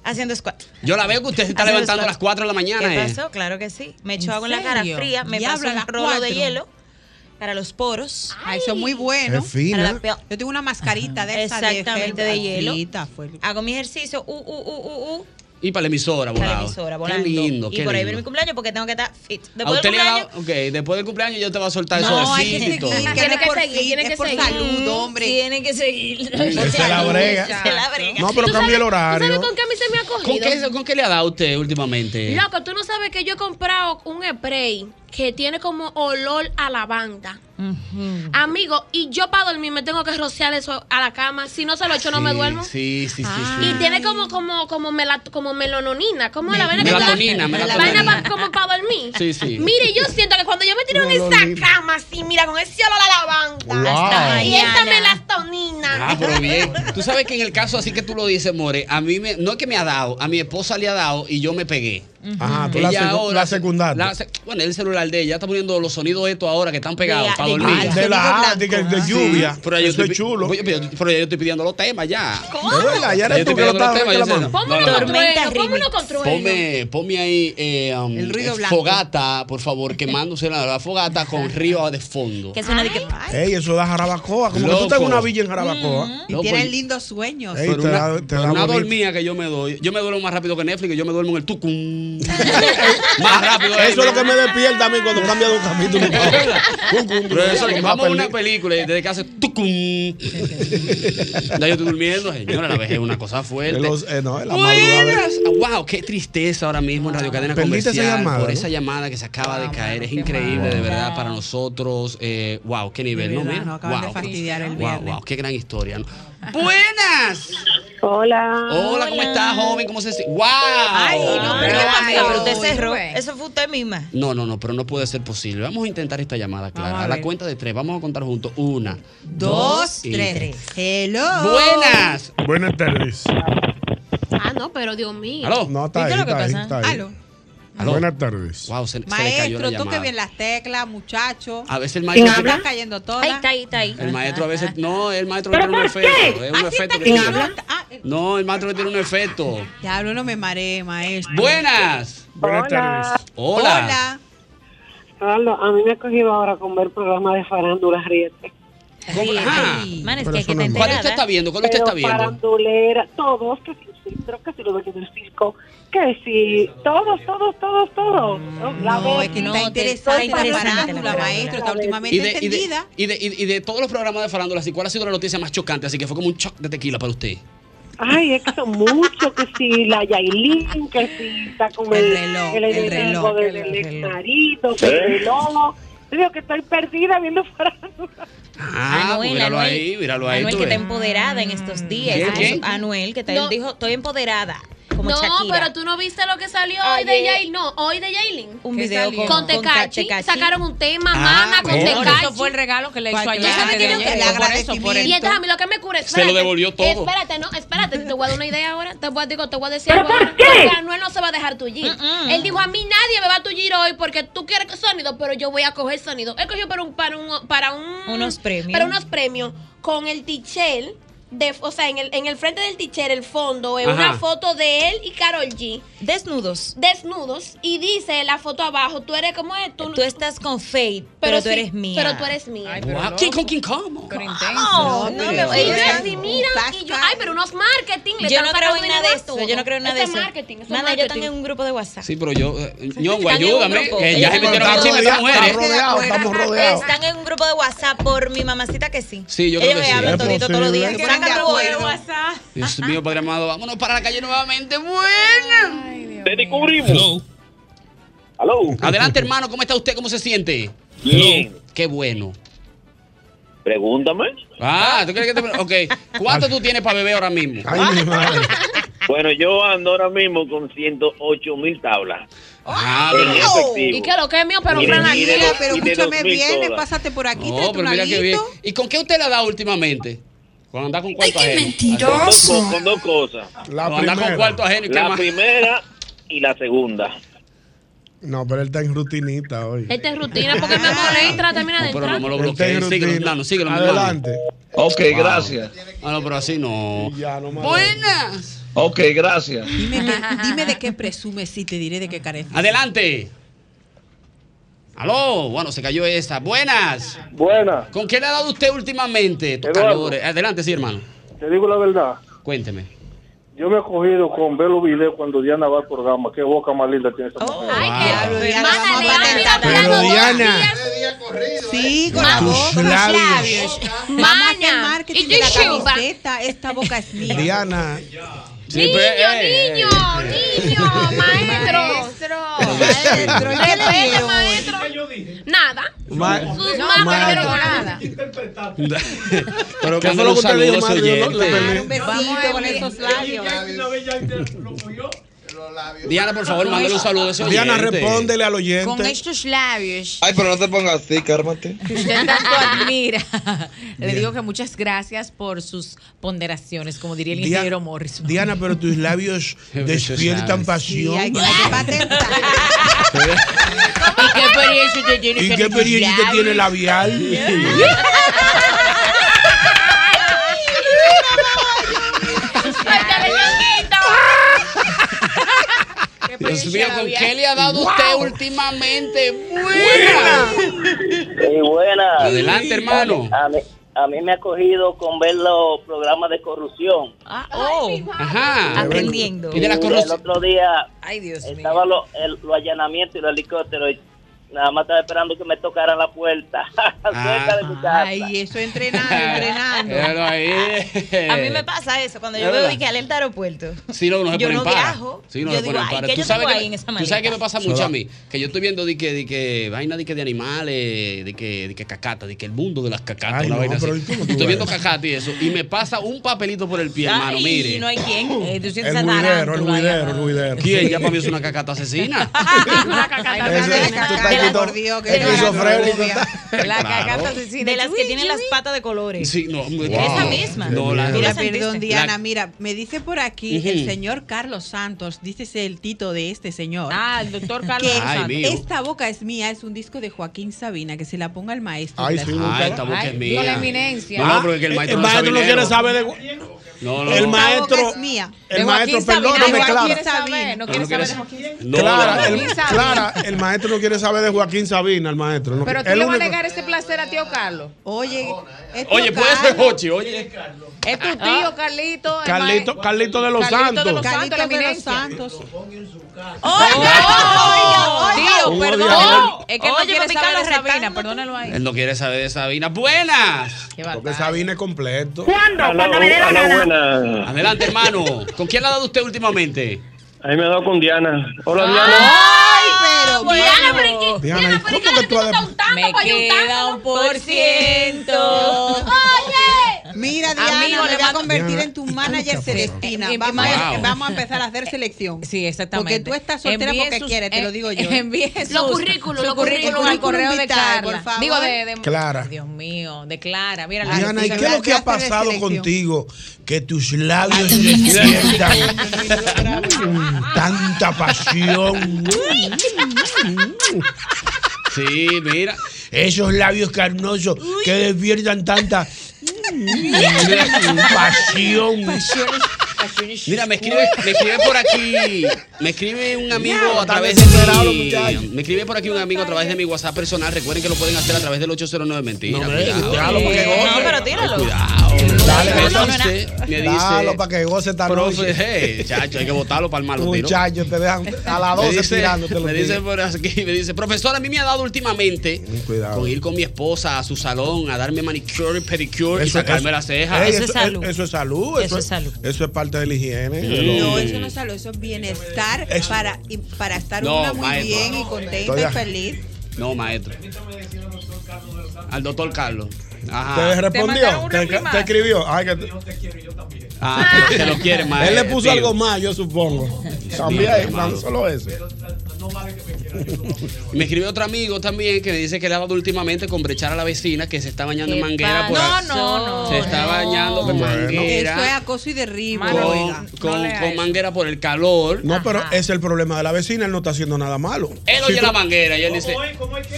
Haciendo squat.
Yo la veo que usted se está
Haciendo
levantando a
squat.
las 4 de la mañana.
¿Qué
eh.
pasó? Claro que sí. Me echo
¿En
agua en la cara
serio?
fría, me
Diablo,
paso
a
un
las
rolo de
cuatro.
hielo para los poros.
Ay, eso es muy
Es
bueno.
Para
fina.
la piel.
Yo tengo una mascarita de esa de
Exactamente,
gel
de hielo.
frita, fue-
Hago mi ejercicio. Uh, uh, uh, uh, uh.
Y para la emisora,
para
volado.
la emisora,
Qué
volando.
lindo,
y
qué
por ahí viene mi
lindo.
cumpleaños porque tengo que estar fit.
A
Después del
usted le ha
cumpleaños,
dado, ok, después del cumpleaños yo te voy a soltar
No,
eso
hay que
así.
seguir, que no
Tiene
es
que
por
seguir,
fin,
tiene que
es por
seguir.
salud, hombre.
tienen que seguir.
Esa es la brega.
Se la brega.
No, pero
¿Tú
cambia
sabes-
el horario.
¿Tú sabes con qué a mí se me ha cogido?
¿Con qué, ¿Con qué le ha dado a usted últimamente?
Loco, tú no sabes que yo he comprado un spray que tiene como olor a lavanda. Amigo, y yo para dormir me tengo que rociar eso a la cama. Si no se lo echo, no me
Sí,
duermo.
Sí, sí, sí. sí.
Y tiene como como como melat- como melononina, como la vaina
Melatonina,
que te da-
melatonina.
vaina pa- como para dormir.
Sí, sí.
Mire, yo siento que cuando yo me tiro en esa
Melononina.
cama así, mira, con ese olor a lavanda
Wow.
y esa
Mañana.
melatonina.
Ah, pero bien. Tú sabes que en el caso así que tú lo dices, More, a mí me, no es que me ha dado, a mi esposa le ha dado y yo me pegué.
Ajá, tú la,
Ella
secu-
ahora-
la secundaria.
la sec- bueno, el celular de ella está poniendo los sonidos estos ahora que están pegados
De-
para
de
dormir.
lluvia.
de la de, que-
Ah,
de lluvia.
Pero ya yo
Eso
estoy
es
pi-
chulo.
voy- pero yo- pero ya yo estoy pidiendo los temas ya.
De verdad, ya
Ya yo
eres tú
estoy
que lo
pidiendo los
estabas
temas. yo sé,
reclamando.
no, no,
Pómelo
no.
con
Tormenta
trueno, pómelo
rítmica.
con trueno.
Ponme, ponme ahí eh, um,
El ruido
eh,
blanco.
fogata, por favor, quemándose la, la fogata con río de fondo.
Que es una de que.
Ey, eso da jarabacoa. Como que tú estás en
Loco.
una villa en jarabacoa.
Y
No,
tienen
pues-
lindos sueños.
Ey,
Pero
te
una,
da- te
pero
da
una
bonito.
dormida que yo me doy. Yo me duermo más rápido que Netflix, yo me duermo en el tucum. más rápido.
Eso es lo que me despierta a mí cuando cambia de un capítulo. para otro. Cum, cum,
Pero eso,
cum,
que
cum,
vamos a una
papel.
película y desde que hace tucum. ya yo estoy durmiendo, señora, la vejez es una cosa fuerte.
Los- eh, no, en la madrugada.
Buenas. Wow, qué tristeza ahora mismo en Radio Cadena
Perdiste esa
Comercial
llamada,
por
¿no?
esa llamada que se acaba de
Ah,
caer.
mano,
es
qué
increíble,
mal.
de verdad, para nosotros. Eh, wow, qué nivel,
De
¿no?
verdad,
Mira,
nos acaban de
wow.
fastidiar el
wow,
viernes.
wow, qué gran historia. ¿no? Buenas.
Hola.
Hola, ¿cómo estás, joven? ¿Cómo se siente? ¡Wow!
Ay, no, pero ¿qué
Ay, pero usted
Ay,
cerró.
pues.
Eso fue usted misma.
No, no, no, pero no puede ser posible. Vamos a intentar esta llamada, Clara.
Vamos
A,
a
la
ver.
cuenta de tres. Vamos a contar juntos. Una,
Dos,
y
tres. Hello.
¡Buenas!
Buenas tardes.
Ah, no, pero Dios mío.
¿Aló?
No, está ahí,
¿Viste lo que
está ahí,
pasa?
está ahí.
Aló.
Aló.
Buenas tardes.
Wow, se, se le cayó la
Maestro,
llamada.
toque bien las teclas, muchacho.
A veces el
Se me
maestro...
están cayendo todas.
Ahí está, ahí está, ahí.
El maestro a veces... No, el maestro le
¿Pero
tiene un
por qué?
efecto. Es un
Así
efecto
está
que
que
tiene.
yo- Ah, eh,
No, el maestro le tiene un efecto.
Diablo, no me mareé, maestro.
¡Buenas!
Buenas tardes.
¡Hola!
Carlos, a mí me ha cogido ahora con ver programa de farándula riete.
¿Cómo- ah,
Man, es
Pero
que hay
eso
que
no
estar
es
¿Cuál usted está
enterada.
viendo? ¿Cuál usted
Pero
está viendo?
Farandulera, todos, que si el centro, que si los dueños del circo, que si todos, todos, todos, todos. La
No,
vez-
es que
no,
está
te-
interesante
está
la
interesante la
farándula,
farándula.
maestro. Está
La vez.
Y de,
últimamente
y, de,
entendida.
y de- y de- y de todos los programas de farándula, así, ¿cuál ha sido la noticia más chocante? Así que fue como un shock de tequila para usted.
Ay, es que son muchos, que si la Yailin, que si está con
El
el,
reloj,
el,
el
enemigo
reloj,
del
el
ex marido, que el reloj. Te digo que estoy perdida viendo farándula.
Ah,
Anuel,
míralo
Anuel.
ahí, míralo ahí.
Anuel
tú
que está
ves.
empoderada en estos días.
¿Quién,
Eso-
quién?
Anuel, que está,
No.
él dijo, estoy empoderada. Como
no,
Shakira.
pero tú no viste lo que salió hoy de
Ayer.
Yailin. No, hoy de Yailin.
Un
¿Qué
video
salió?
con,
Con
con
Tecachi.
Tecachi.
Sacaron un tema,
Ah,
mana, con
¿cómo?
Bueno,
Tecachi.
Eso fue el regalo que le hizo
Cuatro.
ayer.
¿Tú
sabes
antes de
que yo-
ayer.
el
Por eso, por
agradecimiento.
Y
esto.
entonces a mí lo que me cura es.
Se lo devolvió todo.
Espérate, no, espérate. Te voy a dar una idea ahora. Te voy a, digo, te voy a decir algo. ahora,
qué?
Porque Anuel no se va a dejar tullir.
Mm-mm.
Él dijo: A mí nadie me va a tullir hoy porque tú quieres sonido, pero yo voy a coger sonido. Él cogió para un. Para, un, para un-
Unos premios.
Para unos premios con el Tichel de, o sea, en el, en el frente del teacher, el fondo, es
Ajá.
una foto de él y Carol G.
Desnudos.
Desnudos. Y dice la foto abajo, tú eres como es, tú,
estás con Faith, pero, tú
sí,
eres mía.
Pero tú eres mía.
Guau.
¿Quién con quién como?
No, no, me voy
Y yo
a
así, mira, y yo, ay, pero unos marketing. le
Yo
están
no creo
sacando
en nada de
dinero a
eso.
todo.
Yo no creo en nada de
Eso
eso.
es marketing, eso es
Nada, yo
marketing.
tengo un grupo de WhatsApp.
Sí, pero yo, eh, ñongo,
Están en un
ayúdame,
grupo.
que ya se
Ellos
metieron
están
en chisme esas
rodeados,
mujeres.
están rodeados,
estamos
Están en un grupo de WhatsApp por mi mamacita que sí.
Sí, yo creo que
Ellos me
sí.
hablan
Es
todito todos los días.
posible.
Saca el grupo de WhatsApp.
Dios mío, Padre amado, vámonos para la calle nuevamente. Bueno.
Te descubrimos.
Adelante, hermano, ¿cómo está usted? ¿Cómo se siente?
Bien.
Qué bueno.
Pregúntame.
Ah, ¿tú crees que te... Ok. ¿Cuánto tú tienes para beber ahora mismo?
Bueno, yo ando ahora mismo con 108 mil tablas.
Ah,
En
pero-
efectivo.
Y que lo que es mío, pero
Miren,
Fran,
miren,
aquí-
los-
pero
y de
escúchame
2000
bien,
todas.
pásate por aquí,
No,
tráete
pero
un
mira qué bien.
alguito.
¿Y con qué usted la da últimamente? Cuando anda con cuarto ajeno.
Con dos co- Con dos cosas.
La
Cuando anda con
primera.
cuarto ajeno y qué
La
más.
primera y la segunda.
No, pero él está en rutinita hoy.
Esta es rutina porque mi amor entra, termina de
Pero no
entrar.
me lo
Él está en
bloquees. Síguelo,
rutina.
plano, síguelo, mi hermano.
Adelante.
Ok,
Wow.
gracias.
Ah, no, pero así no.
Buenas.
Ok, gracias.
Dime, que- dime de qué presumes y te diré de qué careces.
Adelante. Aló, bueno, se cayó esa. Buenas.
Buenas.
¿Con qué le ha dado usted últimamente? estos
Eduardo.
calores? Adelante, sí, hermano.
Te digo la verdad.
Cuénteme.
Yo me he cogido con ver los videos cuando Diana va al programa. Qué boca más linda tiene esa mujer.
Pero Diana,
Sí, con la
tus
boca, los
labios.
labios. Mamá, que el
Mana,
marketing
y
de la
tu chupa.
camiseta, esta boca es mía.
Diana.
Sí,
pues,
pero, eh, eh,
Niño, niño, maestro.
Maestro, ¿y qué le
Respete,
dieron?
maestro. Nada.
Ma-
Sus
No,
manos
ma-
no quiero nada.
Pero
¿Qué
que
fue lo que usted dijo, madre? Yo no-
Claro,
Vamos
un besito
a
con
ver.
esos labios.
Diana, por favor, mándale un saludo a ese
Diana,
oyente.
respóndele al oyente.
Con estos labios
Ay, pero no te pongas así, cármate.
que usted tanto admira, le digo que muchas gracias por sus ponderaciones, como diría el
Dia-
ingeniero Morrison.
Diana, pero tus labios despiertan
Sí, hay
pasión.
que hay que patentar.
¿Y qué experiencia usted tiene
¿Y
con
qué
estos
experiencia
labios?
tiene labial?
Suéltale, ñonguito.
Dios mío, ¿con
Xavier.
qué le ha dado usted últimamente? Buena.
Sí, buenas.
Adelante, hermano.
A mí, a mí me ha cogido con ver los programas de corrupción.
Oh,
Ajá.
Aprendiendo.
Y de la
Sí,
corrupción.
El otro día
Ay, Dios mío.
estaba lo, el, los allanamientos y los helicópteros. y nada más estaba esperando que me tocaran la puerta. Cerca
Ah.
de mi casa.
Ay, eso entrenando, entrenando.
Pero ahí.
A mí me pasa eso cuando yo
Es
veo
verdad.
y que alerta aeropuerto.
Sí, no, no se
Yo
ponen
no
para.
viajo.
Sí, no
Yo
se
digo,
ponen
ay,
para.
¿qué
¿Tú
yo
sabes,
tengo
que,
ahí en
me-
esa
tú sabes que me
maleta?
pasa mucho
Soda.
a mí. Que yo estoy viendo de que, de que vaina de, que de animales, de que, de que cacata, de que el mundo de las cacatas.
Ay,
una
no,
vaina
pero
así.
¿y cómo tú
Estoy viendo
ves?
cacata y eso. Y me pasa un papelito por el pie, hermano.
Ay,
Mire.
no hay quien. Eh, tú sientes
El
esa
juidero, el
tarántula,
juidero, el
llamada.
juidero.
¿Quién? Ya para mí es una cacata asesina.
Ese- tú estás
De la-
esquizofrénico,
Dios, que
esquizofrénico.
La
Claro.
cagata asesina.
De las que tienen las patas de colores.
Sí, no.
Esa misma.
No, la,
Mira,
la sentiste.
perdón, Diana,
La-
mira, me dice por aquí
Ujú.
el señor Carlos Santos, dice el tito de este señor.
Ah, el doctor Carlos
que
Ay,
Santos.
mío.
Esta boca es mía, es un disco de Joaquín Sabina, que se la ponga el maestro.
Ay,
Gracias.
sí,
Ay,
nunca.
esta boca es
Ay,
mía.
no, la eminencia.
No, no, pero es que el maestro,
el Eh, maestro no
sabe
quiere
leer.
saber de.
No, no,
El
no.
ma- maestro-
Esta boca es mía.
El
De
maestro, perdón,
Joaquín Sabina.
no me
Ay,
clara.
quiere saber,
No,
no quiere
no quiere
saber de Joaquín.
No,
Clara,
la-
el,
Joaquín Sabina.
Clara, el maestro no quiere saber de Joaquín Sabina, el maestro. no-
Pero tú
el
le vas a
único-
negar ese placer a tío Carlos.
Oye, es
Oye,
tu
puede ser
Carlos.
Hochi, oye.
Es tu tío Carlito. el
Carlito,
ma-
Carlito de los
Carlito de
Santos.
los-
Carlitos
Santo, la
de los
eminencia.
Santos.
¡Oh! Tío,
Un
perdón.
odiador.
Es que él no
Oye,
quiere
papi,
saber de
Carlos
Sabina.
retándote.
Perdónalo ahí.
Él no quiere saber de Sabina. ¡Buenas!
Qué
Porque
batalla.
Sabina es completo.
¿Cuándo? Cuando me dé la
Hola,
gana.
buenas.
Adelante, hermano. ¿Con quién la ha dado usted últimamente?
A mí me ha dado con Diana.
Ah,
Hola, Diana.
Ay, pero
Diana,
bueno.
pero ¿y qué?
Diana,
Diana,
¿y
pero ¿y
cómo que
qué tú
tú
no estás
adem-
untando
Me
para
queda
untarlo?
un por ciento.
¡Oye!
Mira, Diana,
Amigo,
me
le
voy a
mando-
convertir
Diana,
en tu manager
escucha,
Celestina.
pero-
Vamos, a- em,
Wow.
vamos a empezar a hacer selección.
Eh, Sí, exactamente.
Porque tú estás soltera
Envíe
porque
sus-
quieres, te lo digo yo.
eh, Envíe sus,
Los currículos,
su
los
currículum
currículum
al correo de
vitae,
Carla.
por favor.
Digo de, de-
Clara.
Dios mío, de Clara. Mira la
Diana, ¿y
la-
qué es lo que ha
clase de
pasado
selección.
contigo? Que tus labios despiertan mm, tanta pasión.
Sí, mira.
Esos labios carnosos que despiertan tanta Pasión.
Mira, me escribe, me escribe por aquí, me escribe un amigo
Ya,
a través
están desesperados
de
los
mi,
muchachos.
me escribe por aquí un amigo a través de mi WhatsApp personal. Recuerden que lo pueden hacer a través del 809 mentira.
No, hombre,
cuidado.
déjalo porque goce.
No, pero tíralo.
Dale,
No, no,
entonces, me dice,
Dalo para que goce esta
profe,
noche.
hey, chacho, hay que botarlo para el malo tiro.
Muchachos, te dejan a las 12
me dice,
tirándote los
me dice
tiros.
por aquí, me dice, profesor, a mí me ha dado últimamente con ir con mi esposa a su salón a darme manicure y pedicure y sacarme las cejas.
Ey, eso- Eso es salud. Eso es salud. Eso es parte de la higiene.
No, eso no es salud, eso es bienestar para, y para estar
No,
una muy
maestro.
bien y contenta
Estoy a-
y feliz.
No, maestro. Al doctor Carlos.
Te
Ajá.
respondió, te, te escribió. Ay, que te-
Ah, que lo quiere, maestro.
Él le puso
Tío.
algo más, yo supongo.
Dios,
También,
hermano.
tan solo eso.
Y Me escribió otro amigo también que me dice que le ha dado últimamente con brechar a la vecina que se está bañando en
¿Qué
manguera. por
pasó?
ahí.
No, no,
Se está
no.
bañando con manguera.
Eso es acoso y derribo.
con,
oiga.
con- con manguera por el calor.
No, pero ese es el problema de la vecina. Él no está haciendo nada malo.
Él
Si
oye
tú-
la manguera y él dice.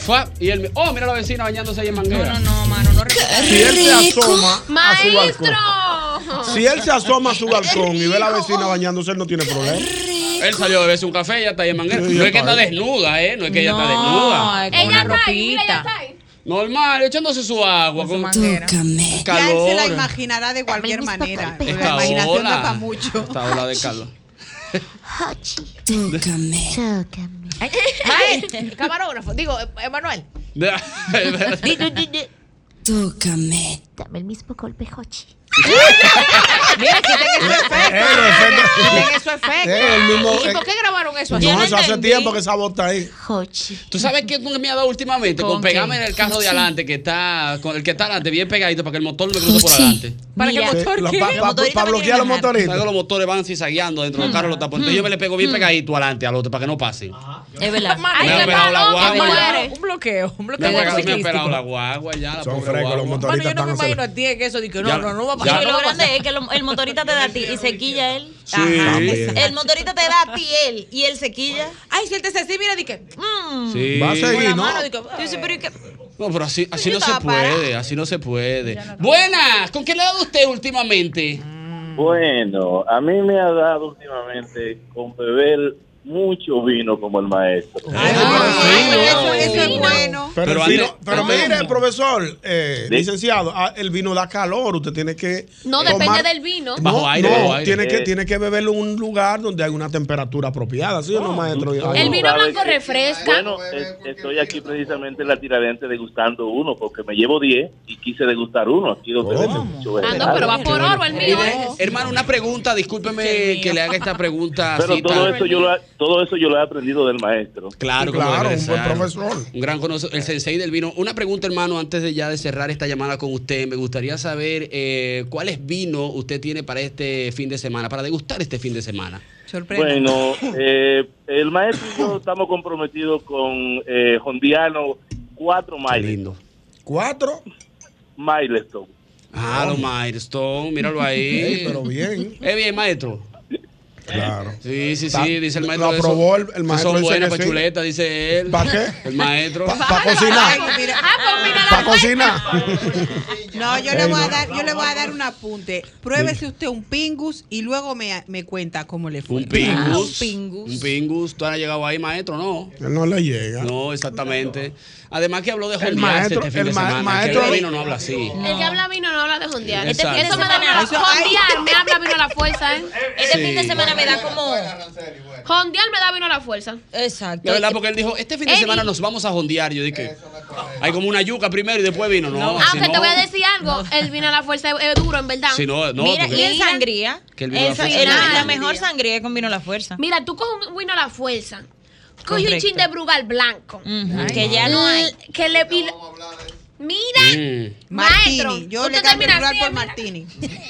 "Fua", Y él, oh, mira la vecina bañándose ahí en manguera. No,
no,
Si él se asoma a su balcón.
¡Maestro!
Si él se asoma a su balcón y ve a la vecina bañándose, él no tiene problema.
Él salió a beberse un café y ya está ahí en manguera.
Sí,
No es que
está
está
ahí.
desnuda, ¿eh? No es que ella está
No,
desnuda.
es con una ropita.
Normal, echándose su agua con,
Ya él
calor.
se la imaginará de cualquier manera. porque La
Esta
imaginación
ola.
da para mucho.
Esta ola de calor.
Ay, Mael, camarógrafo, digo, Emanuel.
Tócame. Dame el mismo golpe, Hochi.
Mira, quiten eso efecto. Quiten eso efecto.
Eh, el mismo-
¿Y por qué grabaron eso
No,
así?
eso hace tiempo que esa bota ahí.
¿Tú sabes qué tú me has dado últimamente? Con,
¿Con qué?
pegarme en el carro de
Sí.
adelante, que está, con el que está adelante, bien pegadito, para que el motor no me cruce por adelante.
¿Para qué Mira. motor Los qué? pa- pa- Los motoristas pa- no bloquear quieren los bajar. motoristas.
Sabes que los motores van cizagueando dentro de los
Mm.
carros, los tapones. Entonces yo me le pego bien pegadito adelante al otro para que no pase.
Es verdad.
Me han pelado la guagua.
Un bloqueo, un
Me
bloqueo.
han pegado- me han
ciclístico.
pelado la guagua ya.
Son
pobre
frescos, los
guagua.
Bueno, yo no me imagino a ti que eso de que no,
Ya-
no, no va a
ya-
pasar.
Y
no
lo
va a pasar.
grande es que lo- el motorista te da a ti y se quilla él.
Sí. También.
El motorista te da a ti él y él se quilla.
Ay, si él te hace así, mira, di que. mm.
Sí.
Va a seguir,
Con la
¿no?
mano, di que, eh. yo sé, pero ¿y qué?
No, pero así, así no
Yo
se
estaba parada.
puede, así no se puede. Buenas, ¿con qué le ha dado usted últimamente?
Mm.
Bueno, a mí me ha dado últimamente con beber mucho vino como el maestro.
Pero,
Pero
el vino-
antes-
pero
antes-
mire, profesor, eh, licenciado, ah, el vino da calor, usted tiene que.
No, depende del vino.
No,
Bajo aire,
no,
bajo aire.
Tiene, que,
Eh.
tiene que beberlo en un lugar donde hay una temperatura apropiada, ¿sí o
Ah,
no, maestro?
El vino
¿Sabes
blanco
qué?
refresca.
Bueno, eh. es- estoy aquí precisamente en la tiradente degustando uno porque me llevo 10 y quise degustar uno. Aquí donde venden mucho vegetal.
¿eh?
Mire, Hermano, una pregunta, discúlpeme que le haga esta pregunta.
Pero
así
todo
tan-
eso, yo lo, ha- todo eso yo lo he aprendido del maestro.
Claro, como debe ser.
profesor.
Un gran conocedor, el sensei del vino. Una pregunta, hermano, antes de ya de cerrar esta llamada con usted, me gustaría saber eh, cuáles vinos usted tiene para este fin de semana, para degustar este fin de semana.
Bueno, eh, el maestro y yo estamos comprometidos con eh, Jondiano cuatro milestones.
¿Cuatro?
Milestone.
Ah, los milestone, míralo ahí.
Ey, pero bien.
Es bien, maestro.
Claro.
Sí, sí,
Ta-
sí, dice el
lo
maestro.
aprobó el- el
eso. Que
maestro,
Son
dice
buenas
que sí.
pachuletas, dice él.
¿Para qué?
El maestro.
Para cocinar.
Ah, pues,
Para cocinar.
No, yo le
Ey,
voy a
no.
dar, yo le voy a dar un apunte. Pruébese usted un pingus y luego me, me cuenta cómo le fue.
Un pingus.
Un pingus.
Un pingus. ¿Tú has llegado ahí, maestro? No.
Él no le llega.
No, exactamente. Además que habló de
El
jondearse
maestro-
este fin
el
de
ma-
semana.
maestro-
que el vino no habla así.
El que habla vino no habla de jondear. Este,
Exacto.
eso me da una
Eso hay.
Jondear me habla vino a la fuerza, ¿eh?
Este
Sí.
fin de semana me da como.
Jondear me da vino a la fuerza.
Exacto.
La verdad, porque él dijo, este fin de
Eddie.
semana nos vamos a jondear. Yo dije, hay como una yuca primero y después vino. No, si
Aunque
no,
te voy a decir algo, el vino a la fuerza es, es duro, en verdad.
Si no, no,
Mira,
porque-
y en sangría.
Que el vino a la
En
fuerza.
sangría,
Ah,
La
el
mejor sangría es con vino a la fuerza.
Mira, tú coges un vino a la fuerza. Coge un
Correcto.
chin de brugal blanco.
Ay, que ya no hay.
Que le y- Mira, maestro.
Martini. Yo
usted
le cambio
termina
el rural
así,
por
mira.
Martini.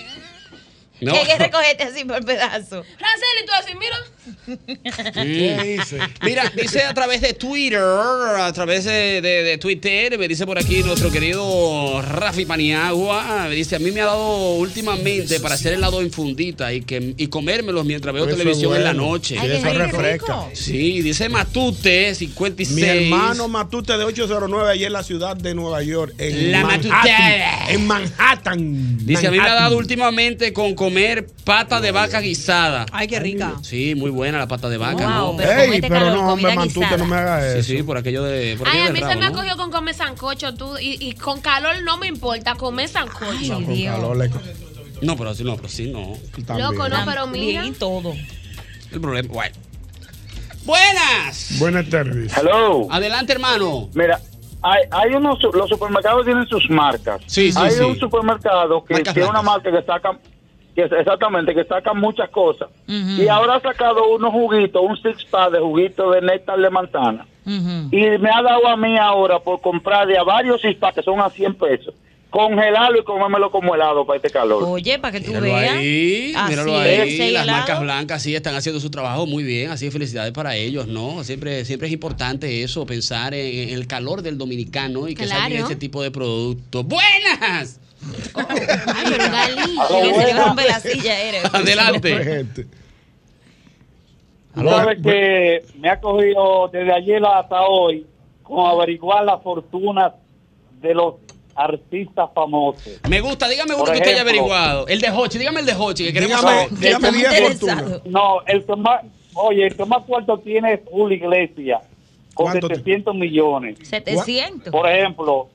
No.
Que hay que recogerte así por pedazo.
Raceli, tú así, mira.
¿Qué dice? Mira, dice a través de Twitter, a través de, de- de Twitter, me dice por aquí nuestro querido Rafi Paniagua, me dice, a mí me ha dado últimamente para hacer helado en fundita y, que, y comérmelos mientras veo
Eso es
televisión en la
bueno.
noche.
Sí, eso Ay, qué refresca. rico.
Sí, dice Matute, 56.
Mi hermano Matute de 809 ayer en la ciudad de Nueva York. En
La
Manhattan,
Matutada.
En Manhattan.
Dice, a mí me ha
Manhattan.
dado últimamente con comer pata de vaca guisada.
Ay, qué rica.
Sí, muy buena la pata de vaca.
Wow,
¿no?
pero Ey, comete pero calor, no, hombre, comida Matute, guisada. no me haga
Sí, sí, por aquello de... Por
Ay,
aquello
a
del
mí se
rabo,
me ha
¿no?
cogido con comer sancocho, tú, y, y con calor no me importa comer sancocho.
Con calor, le- No, pero sí, no, pero sí, no.
Loco, no, pero mira.
Bien y todo.
El problema, bueno. Buenas.
Buenas tardes.
Hello.
Adelante, hermano.
Mira, hay, hay unos, su- los supermercados tienen sus marcas.
Sí, sí,
Hay
sí.
un supermercado que
Marcas
tiene una marca que saca, que es- exactamente, que saca muchas cosas. Y ahora ha sacado unos juguitos, un six pack de juguito de néctar de manzana. Y me ha dado a mí ahora por comprar de a varios six pack que son a 100 pesos. Congelarlo y comérmelo como helado para este calor.
Oye, para que tú
Míralo
veas. Ah,
ahí,
Así
míralo
es,
ahí.
ese
Las
helado.
marcas blancas sí están haciendo su trabajo muy bien, así que felicidades para ellos, ¿no? Siempre, siempre es importante eso, pensar en, en el calor del dominicano y que
Claro.
saquen ese tipo de productos. ¡Buenas!
Ay, pero Gali.
Aló,
Que se le
buenas.
rompe la silla, eres.
Adelante.
Tú sabes que me ha cogido desde ayer hasta hoy con averiguar las fortunas de los artistas famosos.
Me gusta, dígame uno
Por
que usted haya
ejemplo.
averiguado. El de Hochi, dígame el de Hochi, que queremos
No,
saber.
el que- No, el que más, oye, el que más cuarto tiene es Julio Iglesias, con 700 millones.
700.
Por ejemplo,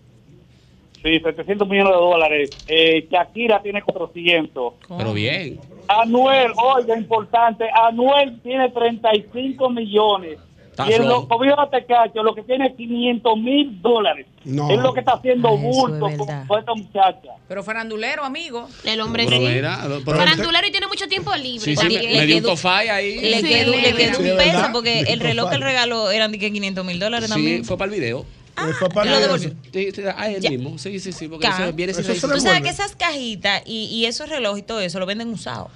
sí, 700 millones de dólares. Eh, Shakira tiene 400.
Pero bien.
Anuel, oiga, importante, Anuel tiene 35 millones.
Está
y el
flojo.
loco vio a Tecacho, lo que tiene es 500 mil dólares.
No.
Es lo que está haciendo
Ay, eso es
bulto
verdad.
con, con esta muchacha.
Pero farandulero, amigo.
El hombre
Pero
sí.
mira, pero-
Farandulero y tiene mucho tiempo libre.
Sí, sí, me,
también.
me dio un tofay ahí.
Le quedó, le quedó
Sí,
un
¿verdad?
peso porque el
Dijo,
reloj que
"Vale".
él regaló eran de que 500 mil dólares
Sí,
también.
fue para el video. Ah,
fue para el video.
Sí, sí, Ah, es el mismo. Sí, sí, sí, porque
Ca-
eso viene sin registro.
Tú sabes que esas cajitas y, y esos relojes y todo eso lo venden usado.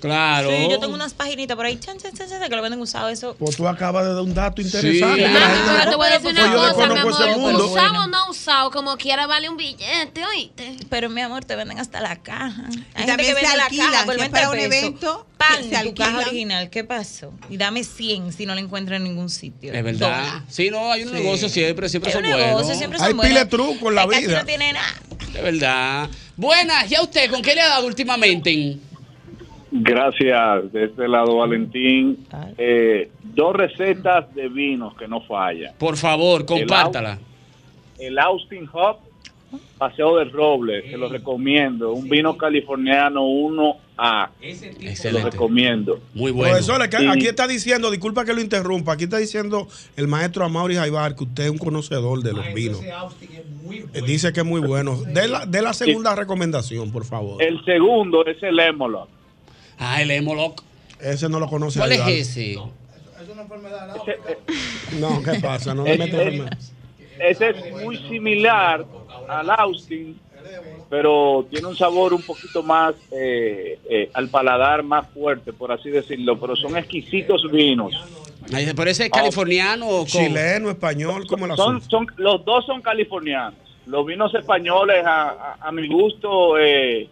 Claro.
Sí, yo tengo unas paginitas por ahí chan, chan, chan, chan, que lo venden usado. Eso
Pues tú acabas de dar un dato interesante.
Ah,
Mami,
que la gente
Pero
no
te voy a decir
conoce. Pues
una
yo
cosa, mi
desconozco ese
amor.
mundo.
Usado o no usado, como quiera vale un billete, oíste.
Pero mi amor, te venden hasta la caja. Hay gente
también
que
se
vende la
alquilan,
caja por
si es
20
para un
pesos.
evento,
Pan,
se
tu caja
alquilan.
original, ¿qué pasó? Y dame 100 si no la encuentro en ningún sitio.
Es verdad.
Dólar.
Sí, no, hay un
Sí.
negocio siempre, siempre
Hay
son
un negocio,
buenos.
siempre son Hay buenos. pila de trucos en la Casi vida. no tiene nada.
De verdad. Buenas, ¿y a usted con qué le ha dado últimamente?
Gracias, de este lado Valentín. Eh, dos recetas de vinos que no fallan.
Por favor, compártala.
El Austin Hop, Paseo del Roble, se lo recomiendo. Un vino californiano 1A. Se lo recomiendo.
Muy
Profesor, es que aquí está diciendo, disculpa que lo interrumpa, aquí está diciendo el maestro Amaury Jaibar que usted es un conocedor de los vinos. Eh, Dice que es muy bueno. De la, de la segunda recomendación, por favor.
El segundo es el Emolo.
Ah, el Emoloc.
Ese no lo conoce.
¿Cuál es
Jaibar.
ese?
No, ¿qué pasa? No me
Ese-
meto en el-
Ese es muy similar al Austin, pero tiene un sabor un poquito más eh, eh, al paladar más fuerte, por así decirlo. Pero son exquisitos vinos.
Ay, Pero ese es californiano o con-
Chileno, español, como la
Son, son, los dos son californianos. Los vinos españoles, a, a- a mi gusto, eh,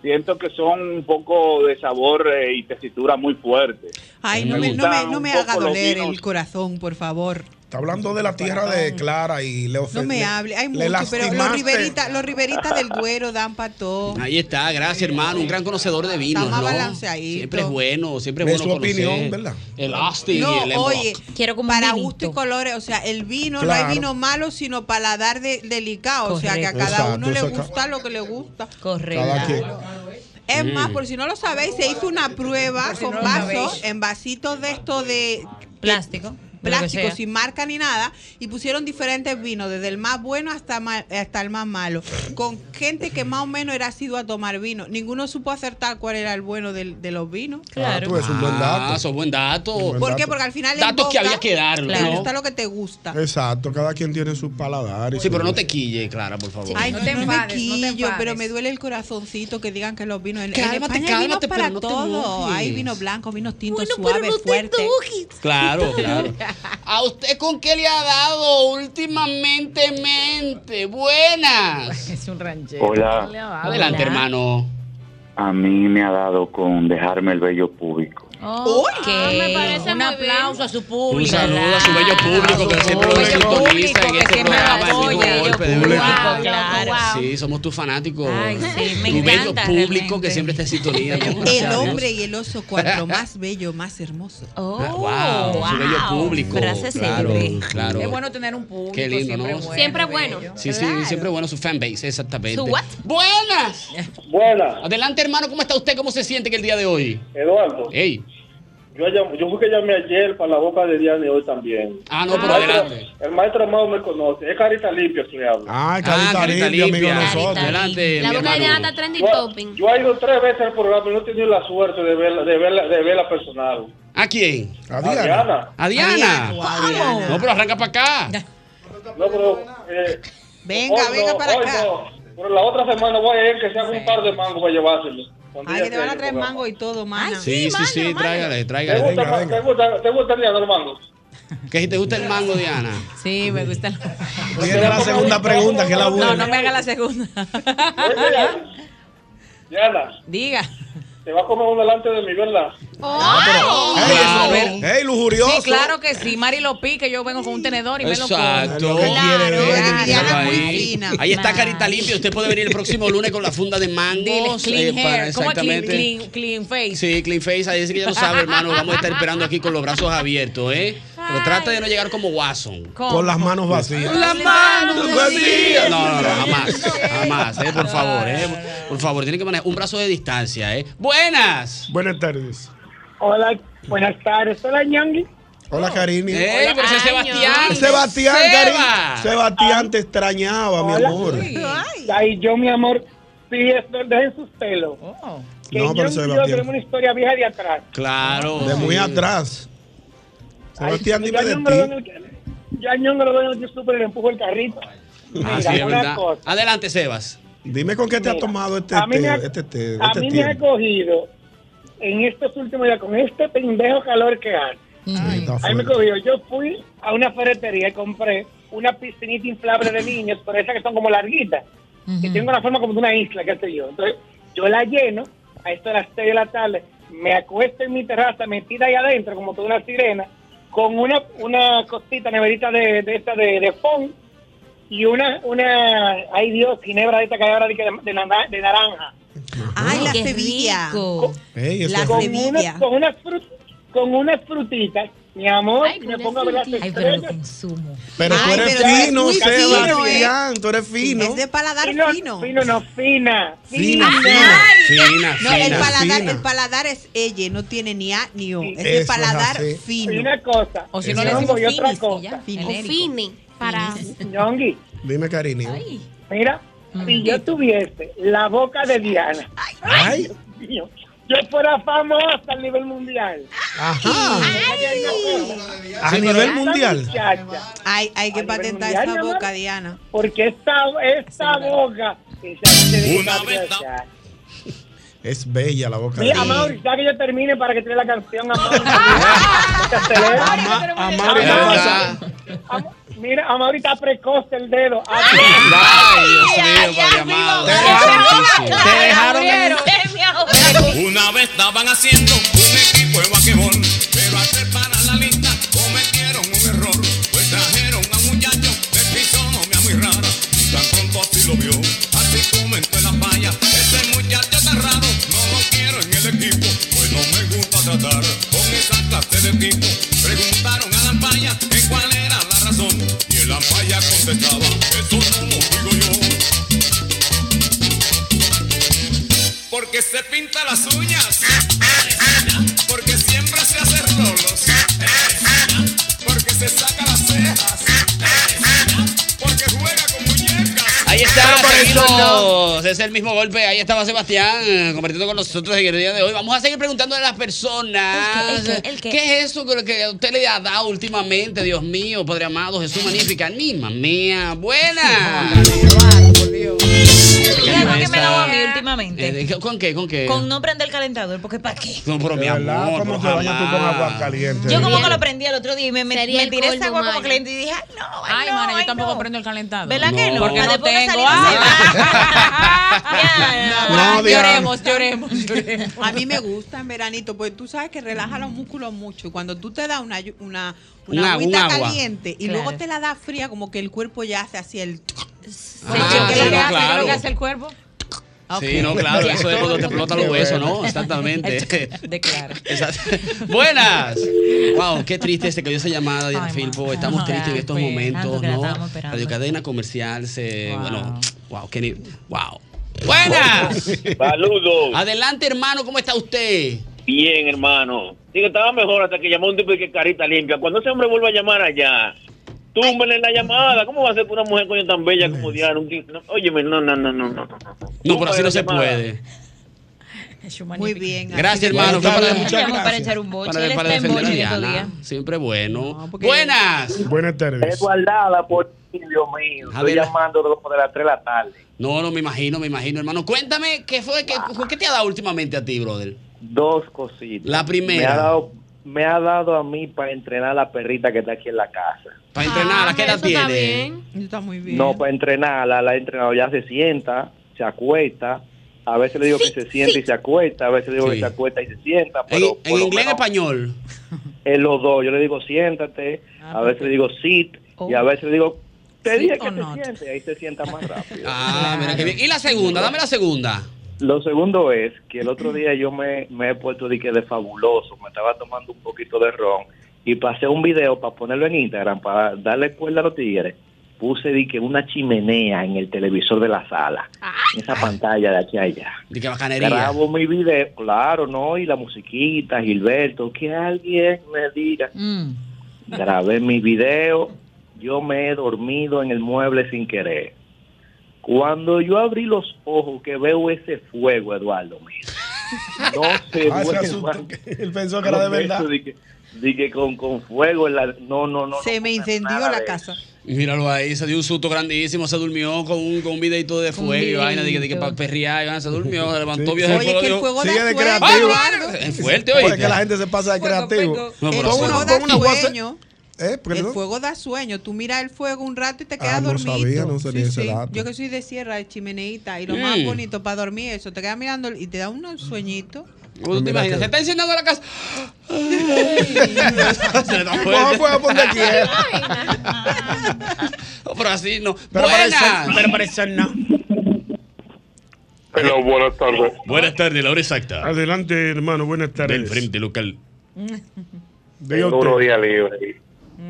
siento que son un poco de sabor eh, y tesitura muy fuerte.
Ay, no me, no me, no me haga doler el corazón, por favor.
Está hablando de la tierra de Clara y Leo
No me hable. Hay
le
mucho, pero los
lastimaste.
riberitas los riberitas del Duero dan para todo.
Ahí está, gracias hermano, un gran conocedor de vinos,
Está más
¿no?
balanceadito.
Siempre es bueno, siempre es
Es
bueno
su
conocer
opinión, ¿verdad?
El Austin y el
No,
Emoloc.
oye, quiero para gusto y colores, o sea, el vino, no
Claro.
hay vino malo, sino paladar de, delicado, o sea, que a
Correcto.
cada uno le
Exacto, eso ca-
gusta lo que le gusta.
Cada quien.
Es
Mm.
más, por si no lo sabéis, se hizo una prueba con
lo
vasos,
sabéis.
en vasitos de esto de
Plástico.
plástico,
sea.
sin marca ni nada, y pusieron diferentes vinos, desde el más bueno hasta, ma- hasta el más malo, con gente que más o menos era asiduo a tomar vino. Ninguno supo acertar cuál era el bueno del- de los vinos.
Claro.
tú, es un buen dato.
Ah, eso es buen dato.
¿Por qué? Porque al final. en
Datos que
boca,
había que darlo,
Claro,
¿no?
está lo que te gusta.
Exacto, cada quien tiene sus paladares.
Sí, pero no te quille, Clara, por favor.
Ay, no, te enfades,
no te enfades.
pero me duele el corazoncito que digan que los vinos en, en
Cálmate,
España hay vino
cálmate,
para
pero no te
todo.
enojes.
Hay vino blanco, vino tinto suave,
no te
fuerte.
Claro, claro. ¿A usted con qué le ha dado últimamente mente? Buenas.
Es un ranchero.
Hola.
Adelante, hermano.
A mí me ha dado con dejarme el vello público.
Ok. Ah, un aplauso a su público.
Un saludo a su bello público que siempre lo sintoniza en este programa. el mismo golpe de verdad. Sí, somos tus fanáticos.
sí, me
tu bello
encanta
público que siempre está en sintonía. ¿no?
El
Gracias a
hombre
Dios.
y el oso, cuanto más bello, más hermoso.
Ah, wow, su bello público.
Frase
claro,
célebre.
claro.
Es bueno tener un público.
Qué lindo, ¿no?
Siempre bueno.
Sí, sí, siempre bueno su fanbase, exactamente.
¿Su what?
Buenas.
Buenas.
Adelante, hermano, ¿cómo está usted? ¿Cómo se siente que el día de hoy?
Eh. Eduardo,
Ey.
yo, llam- yo fui que llamé ayer para la boca del día de hoy también.
Ah, no,
por
pero adelante.
El maestro Amado me conoce, es Carita Limpia quien le habla.
Ah,
Carita Carita Limpia, amigo de Limpia. nosotros. Adelante,
La
mi
boca de
hermano.
Diana está trending topping.
Yo he ido tres veces al programa y no he tenido la suerte de verla, de verla, de verla personal.
¿A quién?
A
Diana.
A Diana.
A Diana.
Vamos. No, pero arranca para acá.
No, pero, eh,
Venga,
hoy no,
venga para
hoy
acá.
no. pero la otra semana voy a ir que sea con un par de mangos para llevárselo. Cuando
Ay,
ella
que te
esté ahí
van a
en el
traer
programa.
mango y todo, mana.
Sí, sí, sí, tráigale,
¿Te
tráigale.
gusta, ¿te gusta, te gusta el día del mango?
¿Qué si te gusta el mango, Diana?
Sí, me gusta. el-
Viene la segunda pregunta, que es la
No, no
buena.
me haga la segunda.
Diana.
Diga.
Te va a comer uno delante de mí, ¿verdad?
¡Ey, ey, lujurioso!
Sí, claro que sí. Mari lo pique, yo vengo con un tenedor y me lo como.
Exacto. Míralo ahí. Ahí está Carita Limpia. Usted puede venir el próximo lunes con la funda de mango.
Dile clean hair. ¿Cómo es clean, clean, clean face?
Eh, Sí, clean face. Ahí sí que ya lo sabe, hermano. Vamos a estar esperando aquí con los brazos abiertos, ¿eh? Pero trata de no llegar como Watson.
Con las manos vacías.
No, no, no, jamás. Jamás, ¿eh? Por favor, ¿eh? Por favor, tiene que manejar un brazo de distancia, ¿eh? Buenas.
Buenas tardes.
Hola, buenas tardes. Hola, Ñangui.
Hola, Karini.
Ey, Eh, pero ese es Sebastián.
Sebastián,
Seba.
Karini. Sebastián te extrañaba, mi amor.
Ay, yo, mi amor, sí, es- dejen sus pelos.
Oh.
Que
No, pero
Ñangui y yo
Sebastián.
tenemos una historia vieja de atrás.
Claro.
De muy atrás. Sebastián,
Ay, yo
dime
a
de
Ñongo lo veo
ti.
en el- Yo a Ñongo lo veo en el súper y le empujo el carrito.
Ah,
Mira,
Así es
una
verdad.
cosa.
Adelante, Sebas.
Dime con qué te ha
Mira,
tomado este
a mí me
té,
ha-
este té,
A
este
mí me ha
tiempo.
cogido en estos últimos días, con este pendejo calor que hace.
está
Ahí me
fuerte.
cogió. Yo fui a una ferretería y compré una piscinita inflable de niños, pero esas que son como larguitas, que tienen una forma como de una isla, qué sé yo. Entonces, yo la lleno a esto de las 6 de la tarde, me acuesto en mi terraza, metida ahí adentro, como toda una sirena, con una, una cosita, neverita de, de esta de, de fond y una, una, ay Dios, ginebra de esta que hay ahora de, que- de nana- de naranja.
Ay, la cebilla.
Ey, eso
La
fue-
Con, una, con, unas frut- con unas frutitas, mi amor, y me pongo a ver las estrellas.
Pero tú
Ay,
eres
pero es
fino,
muy fino, ¿eh?
Sebastián. Tú eres fino.
Es de paladar
Fino,
fino.
fino, no, fina.
Fina,
fina.
fina.
Fina,
No, el
fina.
paladar,
fina.
el paladar es ella, no tiene ni A ni O. Es
Eso
el
es
paladar
así.
fino.
Y una cosa.
O
si
y
no le
yo
decimos
voy a otra
finis y
cosa.
ya,
O fini. Para.
Ñongui,
Dime, Karini.
mira, si yo tuviese la boca de Diana,
Mm. Ay,
Dios mío, yo fuera famosa a nivel mundial.
ajá. A
Sí,
nivel
pero-
mundial.
Esa muchacha,
Ay, hay que patentar
mundial,
esa
mi amor.
boca, Diana.
Porque esta, esta boca. Una vez.
Es bella la boca. de
Mira,
ella.
Mauri, ya que yo termine para que te dé la canción, Amaury.
A Mauri le
Amaury.
pasa-
Mira, Amaury está precoz el dedo.
Ay, Dios mío, Padre amado. Santísimo.
Una vez estaban haciendo un equipo de vaquebol, pero al preparar la lista cometieron un error. Pues trajeron a un muchacho de fisonomía muy rara, y tan pronto así lo vio, así comentó en la falla. Ese muchacho está raro, no lo quiero en el equipo, pues no me gusta tratar con esa clase de tipo. Preguntaron a la ampalla que cuál era la razón, y el ampalla contestaba, eso no lo digo yo. Porque se pinta las uñas. Porque siempre se hace rolos. Porque se
Mm,
Ahí está,
Ah, por eso
seguimos.
no.
Es el mismo golpe. Ahí estaba Sebastián eh, compartiendo con nosotros en el día de hoy. Vamos a seguir preguntando a las personas.
¿El qué, el qué, el qué?
es eso que, que a usted le ha dado últimamente? Dios mío, Padre amado, Jesús magnífica. Ni mía. Buena.
¿Qué es lo que me daba a mí últimamente?
Eh, ¿Con qué? ¿Con qué?
Con no prender el calentador, porque ¿para qué?
No, pero mi
De verdad,
amor,
¿cómo
pero
te bañas tú con
jamás.
agua caliente?
Yo como que lo prendí el otro día y me, me,
Sería
me
el
tiré esa
colmo,
agua como
Mayra.
caliente y dije, ay, no,
Ay, mana, yo tampoco prendo el calentador.
¿Verdad que no?
Porque
Para
no
después no
tengo
salir a
agua.
Ah,
No, Diana.
lloremos, lloremos, lloremos.
A mí me gusta en veranito, porque tú sabes que relaja los músculos mucho. Y cuando tú te das una, yu- una, una
Un agua,
agüita
un agua.
caliente y
Claro.
luego te la das fría, como que el cuerpo ya hace así el.
Ah,
¿Qué
sí,
es lo que
no,
hace? ¿Qué es lo
claro.
que hace el cuerpo? Ah,
Sí,
ok.
no, claro, eso es cuando te explotan los huesos, ¿no? Exactamente. Exacto. Buenas. Wow, qué triste este se cayó esa llamada, Diana Filpo. Estamos tristes en estos momentos,
pues, que la
¿no?
estábamos esperando.
Radio cadena comercial se. Bueno, wow, qué ni- Wow. Buenas.
Saludos.
Adelante, hermano, ¿cómo está usted?
Bien, hermano. Digo, estaba mejor hasta que llamó un tipo y que carita limpia. Cuando ese hombre vuelva a llamar allá, túmbele la llamada. ¿Cómo va a ser que una mujer coño tan bella como Diana? un tipo- no, óyeme, no, no, no, no, no.
Pues. No, pero así no se
Llamada.
puede.
Muy
bien.
Gracias, hermano. Fue para, muchas
Llamo para
gracias.
echar un boche.
Para,
Él
para
está en
defender a
boche en estos
Diana.
días.
Siempre bueno. Buenas.
Buenas tardes.
guardada por Dios mío. Estoy
Adela-
llamando de como de las 3 de la tarde.
No, no, me imagino, me imagino, hermano. Cuéntame, ¿qué fue? ¿Qué, qué te ha dado últimamente a ti, brother?
Dos cositas.
La primera.
Me ha dado, me ha dado a mí para entrenar a la perrita que está aquí en la casa.
Para entrenarla, ¿qué edad tiene?
Ah, Está muy bien.
No, para entrenarla, la entrenadora ya se sienta, se acuesta. A veces le digo que se sienta y se acuesta, a veces le digo que se acuesta y se sienta. Pero
en inglés, en español?
En los dos, yo le digo siéntate,
Ah,
a veces le digo sit y a
Oh.
veces le digo te
Sit
dije
or
que
not.
te sientes, ahí se sienta más rápido.
Ah, mira qué bien. Y la segunda, dame la segunda.
Lo segundo es que el otro día yo me, me he puesto de, que de fabuloso, me estaba tomando un poquito de ron y pasé un video para ponerlo en Instagram, para darle cuerda a los tigres. Puse de que una chimenea en el televisor de la sala,
Ah.
en esa pantalla de aquí a allá.
De que bacanería.
Grabo mi video, claro, ¿no? Y la musiquita, Gilberto, que alguien me diga. Grabé mi video, yo me he dormido en el mueble sin querer. Cuando yo abrí los ojos que veo ese fuego, Eduardo, mira. No se
Ah, se
duerma.
asustó. Él pensó que era de
Con
verdad.
eso de que- de que con, con fuego en la... No, no, no.
Se
no,
me
no,
incendió
nada
la
de
casa.
Y Míralo ahí, se dio un susto grandísimo, se durmió con un, con un videito de
Con un
fuego y vaina, de que, de que
videíto.
para perrear, y vaina, se durmió, se levantó, vio
Oye,
el fuego.
que el
dijo,
fuego Sigue da Ah, de sueño, creativo.
"Ay, bueno". Es fuerte, oye.
Porque la gente se pasa de creativo.
No, pero
el
eso-
fuego da sueño.
Eh,
perdón.
El fuego da sueño. Tú miras el fuego un rato y te quedas
Ah, no
dormido.
sabía, no sabía
Sí,
ese
sí.
dato.
Yo que soy de sierra, de chimeneita, y lo
Mm.
más bonito para dormir eso, te quedas mirando y te da un sueñito.
¿Tú te imaginas? Se está encendiendo la casa. Se da
Coja fuego eh. por donde
eh.
quiera.
Pero así no.
Pero para el
Buenas.
sol- pero para el sol no.
Hello, buenas tardes.
Buenas tardes, la hora exacta.
Adelante, hermano, buenas tardes.
Del Frente Local.
Diga
Tengo
usted.
unos días libres.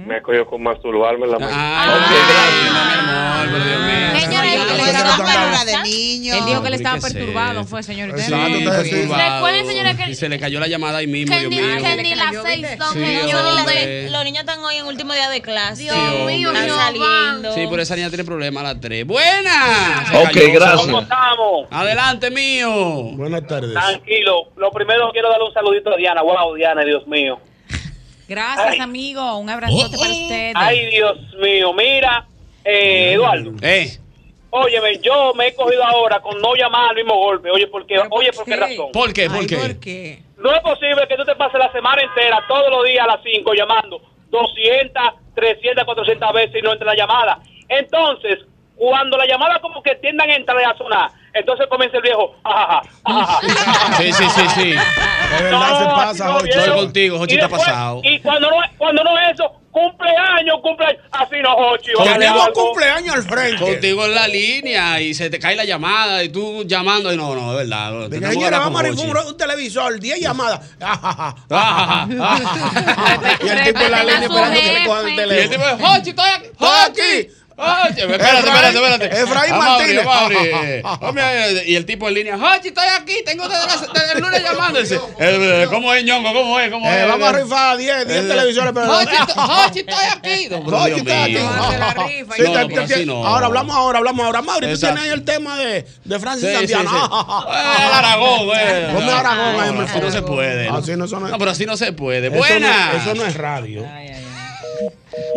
Me he cogido con masturbarme en
Ah,
la mañana.
de niños.
Él dijo que le estaba
Ubríquese.
perturbado, fue, señor.
Sí,
Usted no.
está
Recuerden, señores,
perturbado.
que-
Y se le cayó la llamada ahí mismo,
Que
Dios
ni,
mío.
que ni las seis son
Sí,
que yo
hombre.
ni
Hombre.
las-
Eh.
Los niños están hoy en último día de clase.
Dios mío,
están
Jehová.
saliendo.
Sí, por esa niña tiene problemas a las tres. ¡Buenas!
Ok, gracias.
¿Cómo
estamos?
Adelante, mío.
Buenas tardes.
Tranquilo, lo primero quiero darle un saludito a Diana. Wow, Diana, Dios mío.
Gracias, amigo. Un abrazote
Oh,
para ustedes.
Ay, Dios mío, mira, eh, Eduardo.
Eh.
Óyeme, yo me he cogido ahora con no llamar al mismo golpe. Oye, porque, oye, ¿por qué razón?
¿Por qué? ¿Por qué?
No es posible que tú te pases la semana entera, todos los días a las 5 llamando 200, 300, 400 veces y no entre la llamada. Entonces, cuando la llamada como que tiendan a entrar y a sonar, entonces comienza el viejo. "Ah, Ajá, ajá, ajá.
Sí, sí, sí, sí.
De
No, así no, viejo.
Estoy contigo, Jochi,
Y
está
después-
pasado.
Y cuando no, cuando no es eso, cumpleaños, cumpleaños. Así no, Jochi. vale
Contigo
algo.
cumpleaños al frente.
Contigo en la línea y se te cae la llamada y tú llamando y no, no, de verdad. no,
De
tenemos que
que, Señora,
hablar
vamos a
con
rifar un, un televisor, 10 llamadas.
Ah, ah, ah, ah, ah.
y el tipo en la línea esperando que le cojan
Y
el
el
teléfono.
tipo, Jochi, estoy aquí. Estoy aquí. Oye, espérate, espérate, espérate.
Efraín
Vamos a abrir,
Martínez.
vamos a abrir. Eh, vamos a abrir. Y el tipo en línea, ¡Jochi, estoy aquí! Tengo desde, la- desde el lunes llamándose. eh, ¿Cómo es, ñongo? ¿Cómo es? ¿Cómo
Eh,
es?
vamos a rifar 10, 10
Eh,
televisores. Pero...
Jochi, estoy- Jochi, estoy aquí. No, pero
Jochi,
Dios
está aquí.
mío.
Sí,
No,
te-
no,
te-
pero así no.
Ahora hablamos, ahora hablamos, ahora. Mauri, tú
Exacto.
tienes ahí el tema de, de Francis
Sí, sí,
Santiago.
sí.
Ah,
El Aragón, eh.
Ponme Aragón ahí,
No,
por
así no
favor.
se puede. No,
Así no son-
No, pero así no se puede.
Eso no-
Pues Buenas.
Eso no es radio.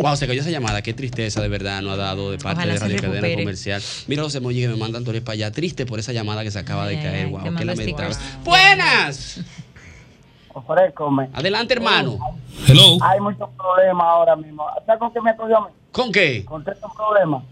Wow, se cayó esa llamada. Qué tristeza de verdad no ha dado de parte
Ojalá
de
se
Radio Cadena
recupere.
Comercial. Mira los emojis que me mandan Torres para allá. Triste por esa llamada que se acaba de caer. Wow, qué lamentable. ¡Buenas!
Ofrécome.
Adelante, hermano.
Hello. Hay muchos problemas ahora mismo. ¿Sabes con qué me cogió a mí?
¿Con qué?
Con tres problemas.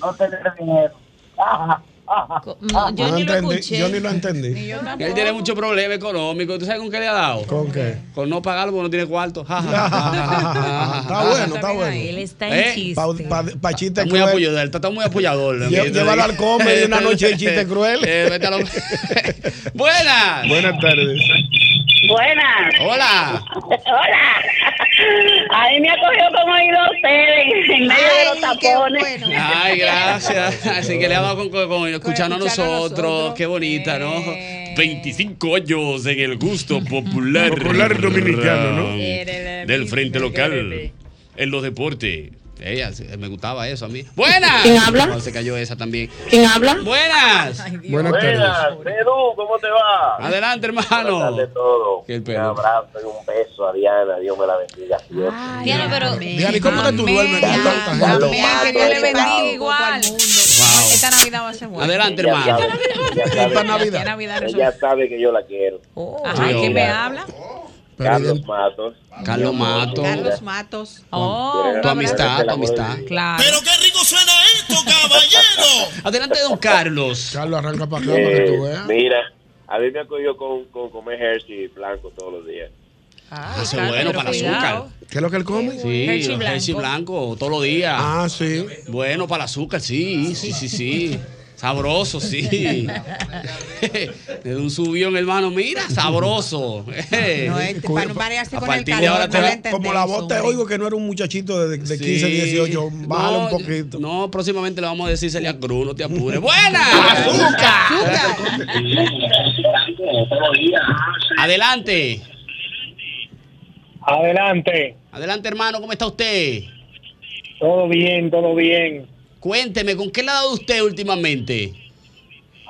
No tener dinero. Ajá, ajá, ajá.
mm, yo ni lo Ah, entendí, escuché. yo ni lo entendí.
Él tiene mucho problema económico. ¿Tú sabes con qué le ha dado? ¿Con
qué?
Con no pagar porque no tiene cuarto.
Está bueno, está bueno.
Él está
en
chiste. Eh, Pa, pa- pa chiste
Está muy
cruel.
apoyador, está, está muy apoyador.
Lle- llévalo al comedy una noche de chiste cruel.
Eh, vete a lo- Buenas.
Buenas tardes.
Buenas.
Hola.
Hola. Ahí me ha cogido como ha ido ustedes en medio de los tapones.
Ay, gracias. Así que le ha dado con, con- con escuchando a nosotros. Qué bonita, ¿no? 25 años en el gusto popular.
Popular dominicano, ¿no?
Del frente local. En los deportes. Ella, sí, me gustaba eso a mí.
Buena.
¡Buenas! No, se cayó esa también.
¿Quién habla?
¡Buenas!
Buenas
tardes.
Edu, ¿cómo te va?
Adelante, hermano.
Buenas tardes a todos.
Un
abrazo y un beso a Diana. Dios me la bendiga siempre.
Diana, pero.
Diana, ¿y cómo que tú duermes con tanta gente?
que Dios le bendiga igual.
Wow.
Esta Navidad va a ser buena.
Adelante, hermano.
Esta
Navidad.
Navidad
Ella sabe que yo la quiero.
Ay, ¿quién me habla?
Carlos Matos.
Carlos Matos.
Carlos Matos.
Oh.
tu amistad, tu amistad.
Claro.
Pero qué rico suena esto, caballero.
Adelante, don Carlos.
Carlos, arranca para acá para que
Eh,
tú veas.
mira, a mí me acogió con, con comer Hershey blanco todos los días.
Ah,
Ah,
Eso
claro,
es bueno
pero
para el
cuidado.
azúcar.
¿Qué es lo que él come?
Sí, Hershey blanco. todos los días.
Ah, sí.
Bueno para el azúcar, sí, sí, sí, sí. Sabroso, sí. De un subión, hermano, mira, sabroso. Eh.
No, este, para no marearse
A
con el
partir
calor.
de ahora te
no
va-
la
como
entendéis,
Como la voz te
hombre.
oigo que no era un muchachito de, de
Sí.
15, 18. Bájale un
No,
poquito.
No, próximamente le vamos a decir Celia Cruz, no te apures. ¡Buena! Adelante.
Adelante.
Adelante, hermano, ¿cómo está usted?
Todo bien, todo bien.
Cuénteme, ¿con qué le ha dado usted últimamente?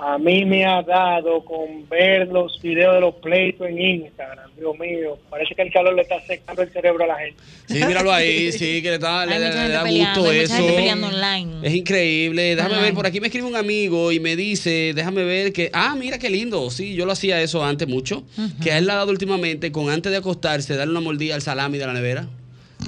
A mí me ha dado con ver los videos de los pleitos en Instagram, Dios mío. Parece que el calor le está secando el cerebro a la gente.
Sí, míralo ahí, sí, que le, está, le- le-
mucha
le
gente
da
peleando,
gusto
hay mucha gente peleando
eso.
online.
Es increíble. Déjame
Online.
ver, por aquí me escribe un amigo y me dice, déjame ver que, ah, mira qué lindo. Sí, yo lo hacía eso antes mucho, que a él le ha dado últimamente con antes de acostarse, darle una mordida al salami de la nevera.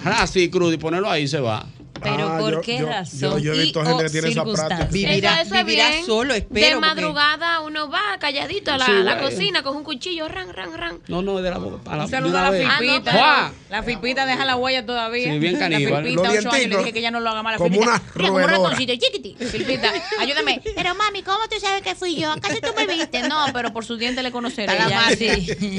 Ah, sí, crudo, y ponerlo ahí se va.
Pero
Ah,
¿por
yo-
qué
yo-
razón?
yo- yo he visto
y
gente
o
que tiene esa práctica.
circunstancias?
Vivirá,
Eso es
vivirá
bien.
solo,
De
espero. porque-
madrugada uno va calladito a la,
Sí,
a la
va, eh.
cocina, coge un cuchillo, ran, ran, ran.
No, no, de la boca.
Un saludo a la
Ah,
Fipita.
Ah,
¡Guau!
la Fipita deja la huella todavía.
Sí, bien caníbal.
La
Los
Fipita, ocho años, le
dienticos,
dije que ya no lo haga más. La
como
Fipita,
una
mira, como un
roedora.
ratoncito, chiquiti. Fipita, ayúdame. Pero mami, ¿cómo tú sabes que fui yo? ¿Acaso tú me viste? No, pero por su diente le conoceré.
Está la
ya,
marca.
sí.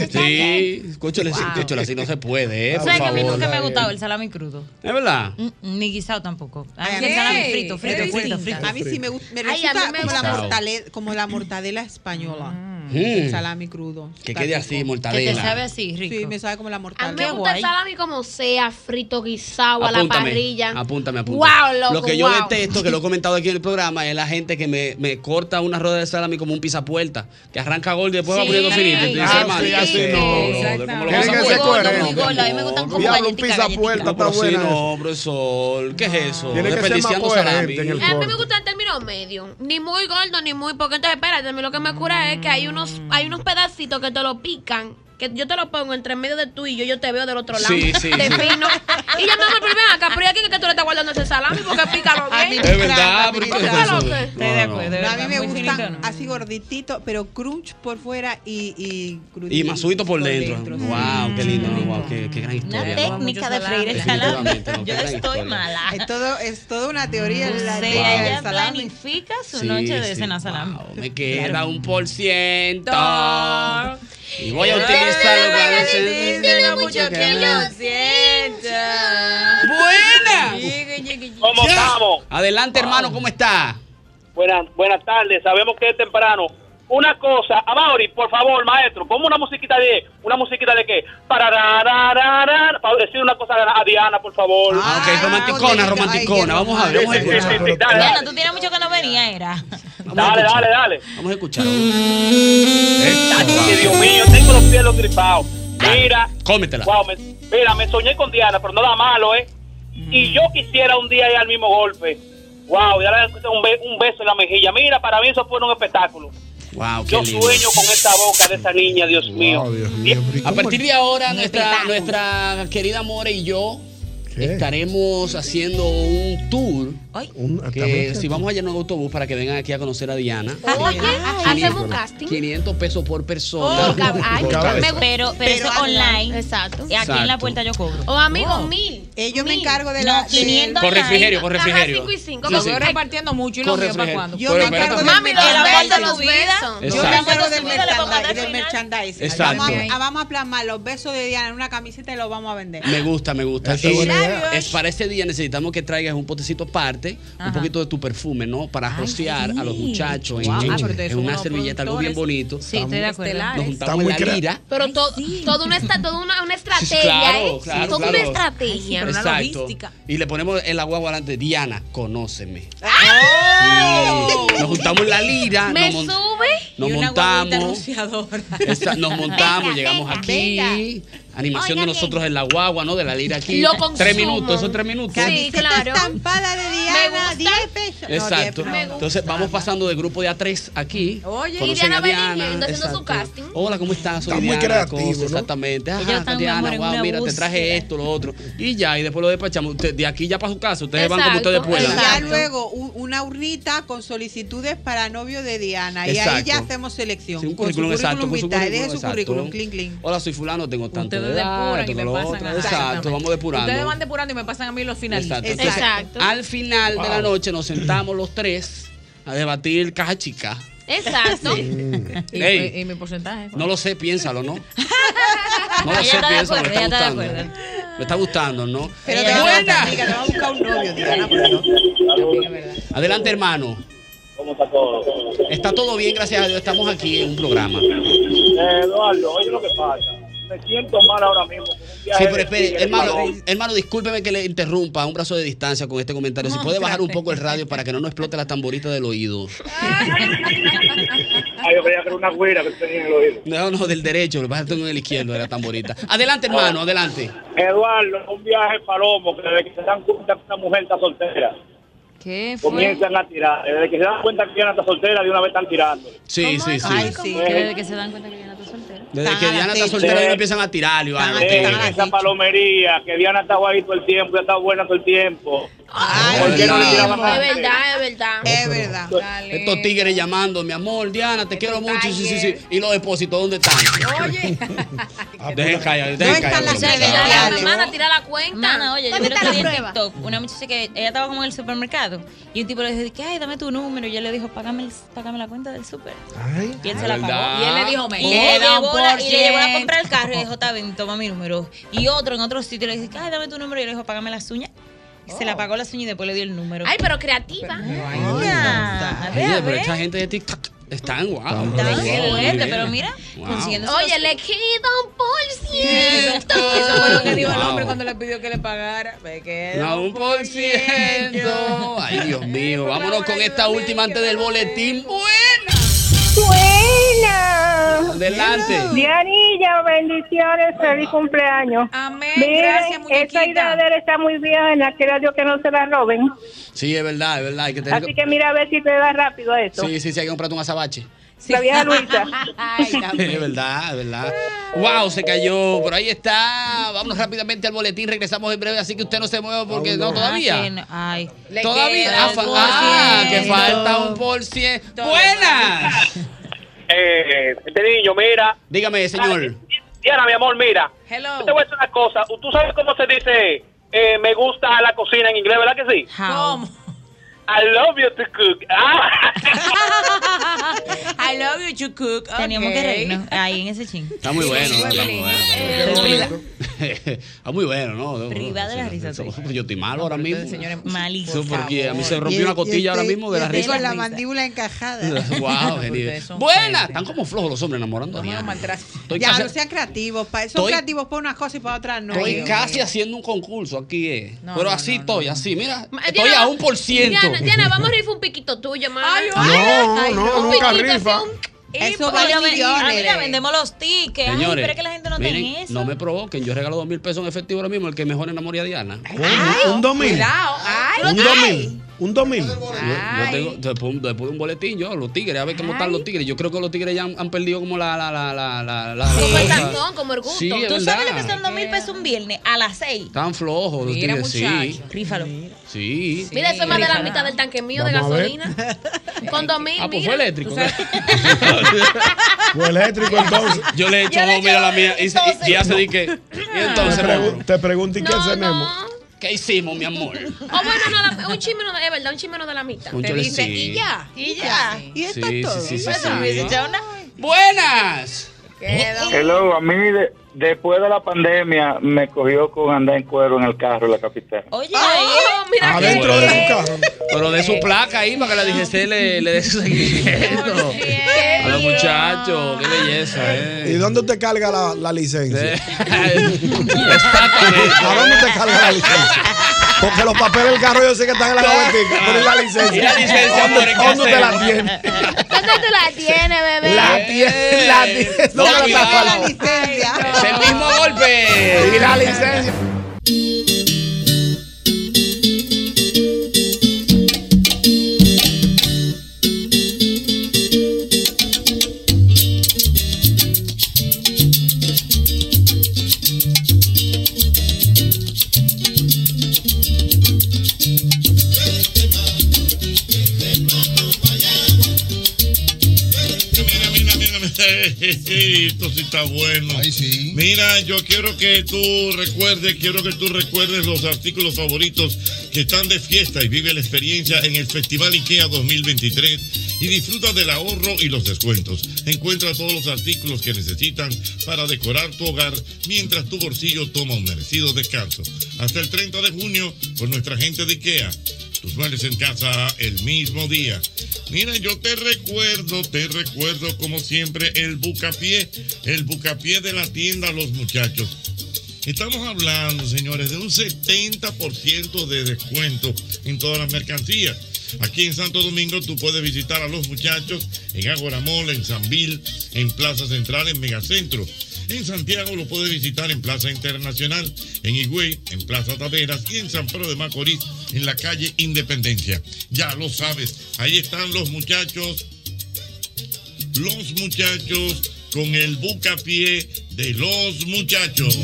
Sí, escúchale, sí, escúchale, así no se puede, eh, por
¿Sabes que a mí
favor.
nunca me ha gustado el salami crudo?
¿Es verdad?
Mm, mm, Ni guisado tampoco. A mí
Ay,
el salami
sí,
frito,
es
frito, frito,
distinta.
frito.
A mí sí me, gu- me
Ay,
resulta
a mí me
como, la
gusta.
mortale- como la mortadela española.
Mm.
El salami crudo.
Que
Está
quede
rico.
así, mortadela.
así,
rico. Sí, me sabe como la
A
mortadela.
mí me gusta el salami como sea, frito, guisado, a la parrilla.
Apúntame, apúntame.
Wow, loco,
Lo que yo
wow.
detesto, que lo he comentado aquí en el programa, es la gente que me, me corta una rueda de salami como un pisapuerta, que arranca gol y después va
Sí.
poniendo finito. Y tú dices,
Ah,
hermano,
sí, así
¿qué?
no.
Brother, ¿cómo lo vas
Tiene
a
que ser
poner?
coherente.
No,
gordo, a mí me gustan como
Diablo, un
galletica,
pizza
galletica.
puerta
No,
está
pero sí,
buena.
no, profesor, ¿qué es eso?
Tiene que ser más
Desperdiciando salami.
coherente en el
A mí me gusta el término medio, ni muy gordo ni muy porque entonces espérate, a mí lo que me cura es que hay unos hay unos pedacitos que te lo pican, que yo te lo pongo entre medio de tú y yo, yo te veo del otro lado,
Sí, sí,
de
sí.
fino. Y ya me hago el primer acá, pero ¿y aquí que tú le estás guardando ese salami porque pícalo bien.
Es verdad, pero ¿qué es
Claro
eso?
que-
No, no, no.
No, a mí me gustan así gorditito, pero crunch por fuera y, y crudito.
Y masuito por dentro. Wow, qué lindo, ¿no? Wow, qué, qué gran historia. ¿no?
técnica de freír el
Definitivamente,
salami.
no,
Yo
qué gran
estoy
historia.
mala.
Es todo, es toda una teoría.
O
la
sea,
teoría del
ella
salami.
planifica su
Sí,
noche
sí,
de cena salami.
Me queda
Claro.
un por ciento. Y voy a utilizarlo para decir.
mucho que lo sienta.
Buena.
Llegue, llegue, llegue.
¿Cómo estamos?
Adelante, hermano, ¿cómo está?
Buenas, buenas tardes, sabemos que es temprano. Una cosa, Amaury, por favor, maestro, ponme una musiquita de. ¿Una musiquita de qué? Pararararara, Para decir una cosa a Diana, por favor.
Ah, ok, romanticona, romanticona. Vamos a ver, vamos a
Sí, sí, sí, sí,
escuchar.
dale, dale.
Diana, tú tienes mucho que no venía, era.
Dale, dale, dale.
Vamos a escuchar.
Ay, Dios mío, tengo los pies los gripados. Mira.
Cómetela.
Wow, me- mira, me soñé con Diana, pero nada malo, ¿eh? Y yo quisiera un día ir al mismo golpe. Wow, y ahora un, be- un beso en la mejilla. Mira, para mí eso fue un espectáculo.
Wow, qué
Yo
lindo.
sueño con esa boca de esa niña, Dios mío.
A partir de ahora, nuestra, nuestra querida More y yo estaremos haciendo un tour. Que si vamos a llenar un autobús para que vengan aquí a conocer a Diana.
Oh.
Oye, hacemos un casting.
500 pesos por persona.
Oh, cab- ay,
Por
me
cabeza.
gusta.
Pero, pero eso es online.
Exacto.
Y aquí en la
Exacto.
puerta yo cobro.
O amigo,
Wow.
mil.
Eh, yo me
mil.
encargo de
No,
la. de-
500
Con refrigerio, con
Ajá,
refrigerio.
cinco y cinco,
Sí,
con
sí.
Estoy repartiendo mucho y no
Con
sé para
refrigerio.
cuándo.
Yo Pero me espérate. encargo
del
Mami, los
mercado.
besos, los
besos.
Yo
Exacto.
me encargo del,
Yo le pongo
merchandise,
del
del merchandising.
Exacto.
Vamos, a, vamos a plasmar los besos de Diana en una camiseta y los vamos a vender.
Me gusta, me gusta.
Esa es
Y
buena idea.
es para ese día necesitamos que traigas un potecito aparte,
Ajá.
un poquito de tu perfume, ¿no? Para rociar a los muchachos en-
Wow.
en,
Ah, pero ustedes
en
son
una
unos
servilleta, algo bien bonito.
Sí, estoy de acuerdo.
Nos juntamos en
muy
la
crea-
lira.
Pero todo, toda una, esta- toda una, una estrategia,
claro,
¿eh?
claro,
toda una
claro.
estrategia.
Y le ponemos el agua delante. Diana, conóceme. Sí. Nos juntamos en la lira.
Me
nos mon-
sube.
nos montamos, esa- nos montamos, llegamos aquí, animación de nosotros en la guagua, ¿no? De la lira aquí.
Lo
tres
consumo.
minutos, esos tres minutos.
Sí, claro.
Estampada de Diana, 10 pesos. No,
Exacto.
10 no.
Entonces vamos pasando de grupo de a tres aquí.
Oye, y
Conocen
Diana
a
Berenguer, haciendo su casting.
Hola, ¿cómo estás? Soy
Está muy
Diana,
creativo,
cosa,
¿no?
Exactamente.
Ellos
Ajá,
están, mi amor,
Diana,
en
wow,
una
mira, te traje
búsqueda.
esto, lo otro. Y ya, y después lo despachamos. Ustedes- De aquí ya para su casa, ustedes van como ustedes puedan.
Ya luego u- una urnita con solicitudes para novio de Diana. Y ahí
Exacto.
ya hacemos selección.
Sí, un
con su
currículum exacto, con su
vitae, deje su
currículum,
currículum,
exacto.
clink, clink.
Hola, soy fulano, tengo tanto
Ustedes
de edad,
depuran y
tengo
me
lo
pasan
otro.
a-
Exacto, vamos depurando.
Ustedes van depurando y me pasan a mí los finalistas.
Exacto. Entonces, ah, Al final de la noche nos sentamos los tres a debatir caja chica.
Exacto.
Y,
Ey.
y mi porcentaje.
No lo sé, piénsalo, ¿no? No lo
Ella
sé,
está de
piénsalo, me está
acuerdo, ella está de
gustando. Me está gustando, ¿no?
Pero te va a gustar, amiga, te va a buscar un novio, Diana.
Adelante, hermano.
¿Cómo está todo?
Está todo bien, gracias a Dios. Estamos aquí en un programa.
Eh, Eduardo, oye lo que pasa. Me siento mal ahora mismo. con un viaje
Sí, pero
de
espere,
tigre,
hermano,
varón.
hermano, discúlpeme que le interrumpa a un brazo de distancia con este comentario. Si puede bajar un poco el radio para que no nos explote la tamborita del oído.
Ay, Ah, yo creía que era una güera que tenía en el oído.
No, no, del derecho, lo que pasa es que tengo en el izquierdo de la tamborita. Adelante, hermano, adelante.
Eduardo, un viaje palomo, que desde que se dan cuenta que una mujer está soltera,
¿Qué fue?
comienzan a tirar. Desde que se dan cuenta que Diana está soltera, de una vez están tirando. Eh,
Sí, sí, sí.
Que desde que se dan cuenta que ya no está soltera.
Desde que Diana está soltera, ellos empiezan a tirar y van.
Eh, esa palomería, que Diana está guay todo el tiempo, ya está buena todo el tiempo. ¿Por qué no le tiraban
Es
antes?
verdad, es verdad.
Es verdad.
Estos tigres llamando, mi amor, Diana, te quiero mucho. Sí, sí, sí. ¿Y los depósitos dónde están?
Oye.
Ah, Dejen callar, dejen callar.
las redes
Ah,
sociales?
bueno.
Hermana,
tira la cuenta.
Mana, oye, yo vi
¿Dónde
el
está
otro
la
día en
prueba?
TikTok una muchacha que ella estaba como en el supermercado y un tipo le dijo, que, ay, dame tu número. Y ella le dijo, págame, el- págame la cuenta del super. y él se la
¿verdad?
pagó.
Y él le dijo, me
y le
queda un
llevó la- Y le llevó a
porciento.
comprar el carro y le dijo, está bien, toma mi número. Y otro en otro sitio le dijo, ay, dame tu número. Y le dijo, págame las uñas. Y se la pagó las uñas y después le dio el número.
Ay, pero creativa.
Oye, pero esta gente de TikTok están guau.
Está
Wow, muy
excelente,
bien.
pero mira, consiguiendo su-
Oye, le queda un por ciento.
Eso fue lo que dijo el
Wow.
hombre cuando le pidió que le pagara. Me quedo.
A un por ciento. Ay, Dios mío. Vámonos con esta última antes del boletín.
Buena.
Adelante.
Dianilla, bendiciones, feliz cumpleaños.
Amén.
Miren,
Gracias,
esa idea de él está muy bien, quiera Dios que no se la roben.
Sí, es verdad, es verdad. Hay que tener...
Así que mira a ver si te da rápido eso.
Sí, sí, sí, hay que comprarte un azabache.
La vieja Luisa.
Es verdad, es verdad. Wow, se cayó. Por ahí está. Vámonos rápidamente al boletín. Regresamos en breve. Así que usted no se mueva porque no,
Ah, que
todavía.
no. Ay.
Todavía. Ah, fa- ah, que falta un por ciento. Buenas.
Eh, este niño, mira.
Dígame, señor.
Diana, mi amor, mira.
Hello.
Yo te voy a decir una cosa. ¿Tú sabes cómo se dice eh, me gusta la cocina en inglés, verdad que sí?
¿Cómo?
I love you to cook. Ah,
I love you, you cook.
Teníamos
Ok.
que reírnos ahí en ese ching.
Está muy bueno. está muy bueno. ah, muy bueno, ¿no?
Privada de la risa,
Eso- Yo estoy malo ahora mismo.
malísimo.
Eso porque a mí se rompió
Y-
una
y
costilla ahora
estoy-
mismo de la
estoy
risa.
Con la mandíbula encajada.
wow, genial.
Ustedes son
Buena, están como flojos los hombres enamorando a Diana. Estoy
ya,
casi-
no sean creativos. pa- son
Estoy-
creativos para una cosa y para otra no.
Estoy casi haciendo un concurso aquí, eh.
No,
Pero
no,
así estoy, así, mira.
Ma-
Estoy
Diana,
a un por ciento.
Diana, Diana, vamos a rifar un piquito tuyo, mamá.
No, no, nunca rifa.
Eso
vale millones.
Mira, vendemos los tickets. Ay, pero es que la gente no
miren,
tiene eso.
no me provoquen. Yo regalo dos mil pesos en efectivo ahora mismo. El que mejor enamore a Diana.
un dos mil.
Cuidado. Ay,
Un dos mil. Un dos mil.
Yo, yo tengo, después, un- después un boletín, yo, los tigres, a ver cómo están los tigres. Yo creo que los tigres ya han, han perdido como la. la, la, la, la, la-
Como
la
el
cosa.
tazón, como el gusto.
Sí, es
¿Tú sabes
verdad.
lo que son dos mil pesos un viernes? A las seis.
Están flojos los
Mira,
tigres, sí.
muchacho, Rífalo.
Sí.
Mira, eso es más de la mitad del tanque mío de
Vamos a ver.
gasolina. Con dos mil,
Ah, pues
mira.
fue eléctrico.
Fue eléctrico entonces.
Yo le he hecho dos mil a la mía. Y, se- y- y hace di que. Y entonces,
Te
amor,
pregun- te pregunto, ¿y qué
No,
cenemos?
¿qué hicimos, mi amor?
Oh, bueno, no, la- un chimeno, es verdad, un chimeno de la mitad.
Un
Te
chole-
dice,
sí.
y ya, y ya.
ya.
Y
esto es Sí, sí, todo. sí, sí, sí.
Buenas.
Hello, a mí de- después de la pandemia me cogió con andar en cuero en el carro en la capital.
Oye,
Oh, mira
Adentro de su carro. Pero de su placa ahí para que la DGC le, le dé su seguimiento. A los muchachos, qué belleza, eh.
¿Y dónde te carga la, la licencia? ¿A dónde
Exactamente.
te carga la licencia? Porque los papeles del carro yo sé que están en la gavetica, pero ¿y la licencia?
Ah, ¿Y la licencia, amor, qué
¿Dónde te la
hacemos?
tienes?
¿Dónde tú la tienes, bebé?
La tienes, la tienes. ¿Dónde
No,
la
cuidado.
tapas?
Ese Eh, mismo golpe.
Y la licencia.
Mira, mira, mira, mira. Esto sí está bueno. Mira, yo quiero que tú recuerdes, quiero que tú recuerdes los artículos favoritos que están de fiesta y vive la experiencia en el Festival IKEA 2023 y disfruta del ahorro y los descuentos. Encuentra todos los artículos que necesitan para decorar tu hogar mientras tu bolsillo toma un merecido descanso. Hasta el 30 de junio con nuestra gente de IKEA tus muebles en casa el mismo día. Mira, yo te recuerdo, te recuerdo como siempre el bucapié, el bucapié de la tienda Los Muchachos. Estamos hablando, señores, de un 70% de descuento en todas las mercancías. Aquí en Santo Domingo tú puedes visitar a los muchachos en Agora Mall, en Sanvil, en Plaza Central, en Megacentro. En Santiago lo puedes visitar en Plaza Internacional, en Higüey, en Plaza Taveras y en San Pedro de Macorís, en la calle Independencia. Ya lo sabes, ahí están los muchachos los muchachos con el bucapié de los muchachos.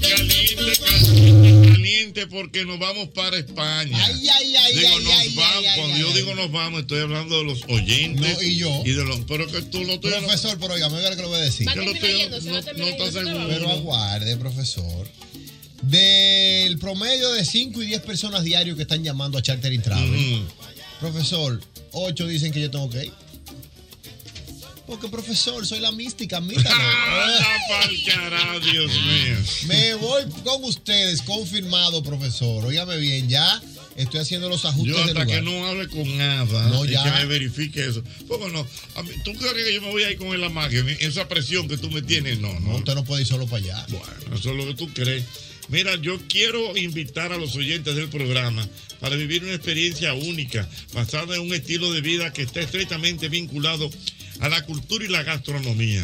Caliente, caliente, caliente, porque nos vamos para España. digo, nos vamos, cuando yo digo nos vamos, estoy hablando de los oyentes.
No, y yo.
de los, pero que tú lo estoy
Profesor, pero oiga, oiga lo que le voy a decir.
Va a Yo lo terminar estoy- yéndose, va a no- terminar no está yéndose, seguro.
Pero aguarde, profesor. Del promedio de 5 y 10 personas diarios que están llamando a Chartering Travel, profesor, 8 dicen que yo tengo que ir. Porque, profesor, soy la mística, admítalo.
pa'l carajo, Dios mío.
Me voy con ustedes, confirmado, profesor. Óigame bien, ya estoy haciendo los ajustes
Yo hasta
del lugar.
que no hable con nada
No,
y
ya.
que me verifique eso. Porque no, a mí- ¿tú crees que yo me voy a ir con el amague? Esa presión que tú me tienes, no, no.
Usted no puede ir solo para allá.
Bueno, eso es lo que tú crees. Mira, yo quiero invitar a los oyentes del programa para vivir una experiencia única, basada en un estilo de vida que está estrechamente vinculado a la cultura y la gastronomía.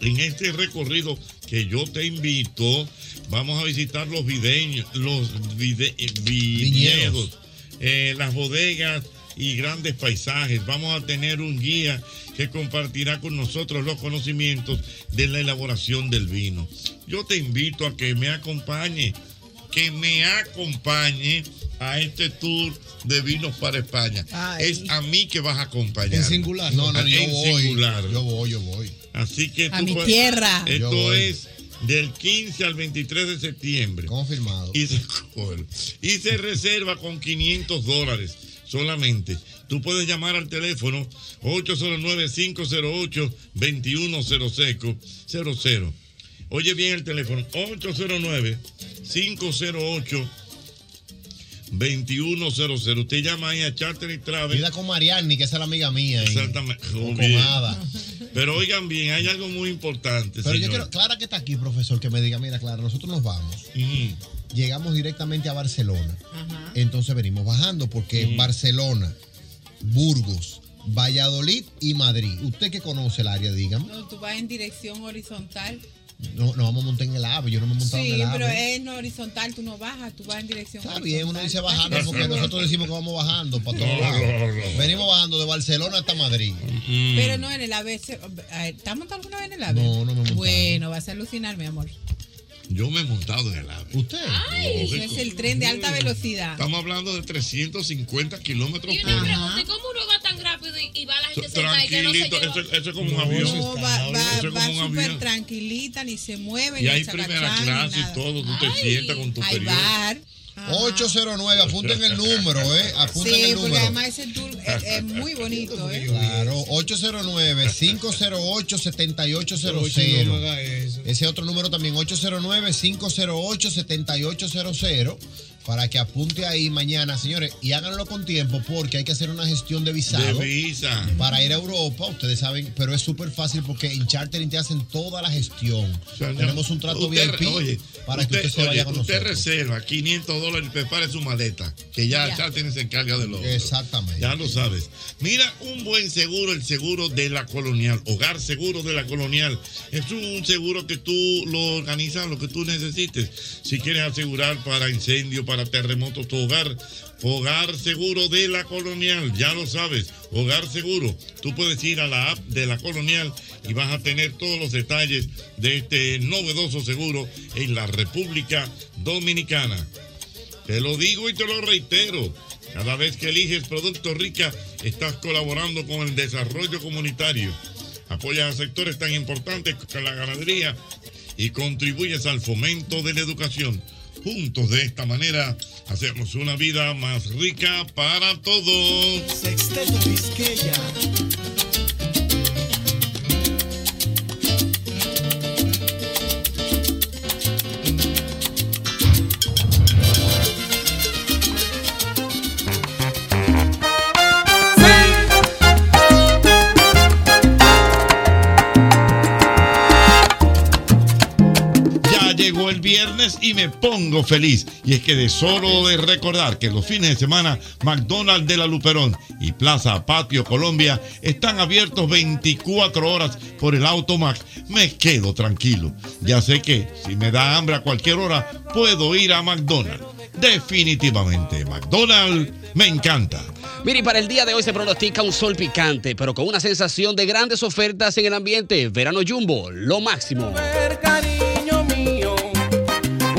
En este recorrido que yo te invito, vamos a visitar los videños, los vide- eh, viñedos, eh, las bodegas y grandes paisajes. Vamos a tener un guía que compartirá con nosotros los conocimientos de la elaboración del vino. Yo te invito a que me acompañe, que me acompañe a este tour de vinos para España.
Ay.
Es a mí que vas a acompañar.
En singular. No, no, yo
En
voy.
singular.
Yo voy, yo voy.
Así que
A
tú
mi
puedes-
tierra. Yo
Esto
voy.
es del 15 al 23 de septiembre.
Confirmado.
Y se, y se reserva con 500 dólares. solamente. Tú puedes llamar al teléfono 809-508-2100. Oye bien el teléfono, 809-508-2100. Usted llama ahí a Charter y Travel.
Vida con Mariani, que esa es la amiga mía. en-
Exactamente.
o
Muy
con
bien.
Ada.
Pero oigan bien, hay algo muy importante.
Pero yo
señores.
quiero, Clara que está aquí, profesor, que me diga, mira, Clara, nosotros nos vamos. Llegamos directamente a Barcelona. Entonces venimos bajando porque Barcelona, Burgos, Valladolid y Madrid. Usted que conoce el área, dígame.
No, tú vas en dirección horizontal.
No, no vamos a montar en el AVE, yo no me he montado en
Sí,
el AVE.
pero es no horizontal, tú no bajas, tú vas en dirección
¿eh? Está
horizontal.
bien, uno dice bajando porque nosotros decimos que vamos bajando para todos No, lados.
no, no. Mm.
Venimos bajando de Barcelona hasta Madrid.
Pero no en el AVE. se- eh, a ver, ¿Te has montado alguna vez en el AVE?
No, no me he montado.
Bueno, vas a alucinar, mi amor.
Yo me he montado en el AVE.
¿Usted?
Ay, eso es el tren de alta velocidad.
Estamos hablando de 350 kilómetros
Y
por
una
hora.
pregunta, ¿y cómo uno va tan rápido y, y va la gente sentada y que no se
Tranquilito,
lleva?
eso, eso es como un avión.
No, va,
eso es
Ah, va,
como
va
un
súper
avión.
tranquilita, ni se mueve,
Y
ni
hay
se
primera
agachan,
clase
nada.
y todo. Tú te sientas con tu
Hay
periodo.
bar.
809, apunten el número, ¿eh? Apunten
Sí,
el
porque
número.
además ese tour es, es muy bonito, ¿eh?
Claro, 809-508-7800.
No haga eso.
Ese otro número también, 809-508-7800, para que apunte ahí mañana, señores, y háganlo con tiempo porque hay que hacer una gestión de visado.
De visa.
Para ir a Europa, ustedes saben, pero es súper fácil porque en Chartering te hacen toda la gestión.
Señor,
Tenemos un trato
usted-
VIP
oye,
para que usted se
oye,
vaya con
usted
nosotros.
reserva 500 dólares y prepare su maleta, que ya
Ya.
Charter se encarga de lo otro.
Exactamente.
Ya lo sabes. Mira, un buen seguro, el seguro de la colonial, hogar seguro de la colonial. Es un seguro que tú lo organizas, lo que tú necesites. Si quieres asegurar para incendio, para terremoto, tu hogar. Hogar Seguro de la Colonial, ya lo sabes, Hogar Seguro. Tú puedes ir a la app de la Colonial y vas a tener todos los detalles de este novedoso seguro en la República Dominicana. Te lo digo y te lo reitero. Cada vez que eliges Producto Rica, estás colaborando con el desarrollo comunitario. Apoyas a sectores tan importantes como la ganadería y contribuyes al fomento de la educación. Juntos de esta manera hacemos una vida más rica para todos. Ya llegó el viernes y me pongo feliz. Y es que de solo de recordar que los fines de semana, McDonald's de la Luperón y Plaza Patio Colombia están abiertos 24 horas por el Automax, me quedo tranquilo. Ya sé que si me da hambre a cualquier hora, puedo ir a McDonald's. Definitivamente, McDonald's me encanta.
Mire, y para el día de hoy se pronostica un sol picante, pero con una sensación de grandes ofertas en el ambiente. Verano Jumbo, lo máximo.
cariño mío.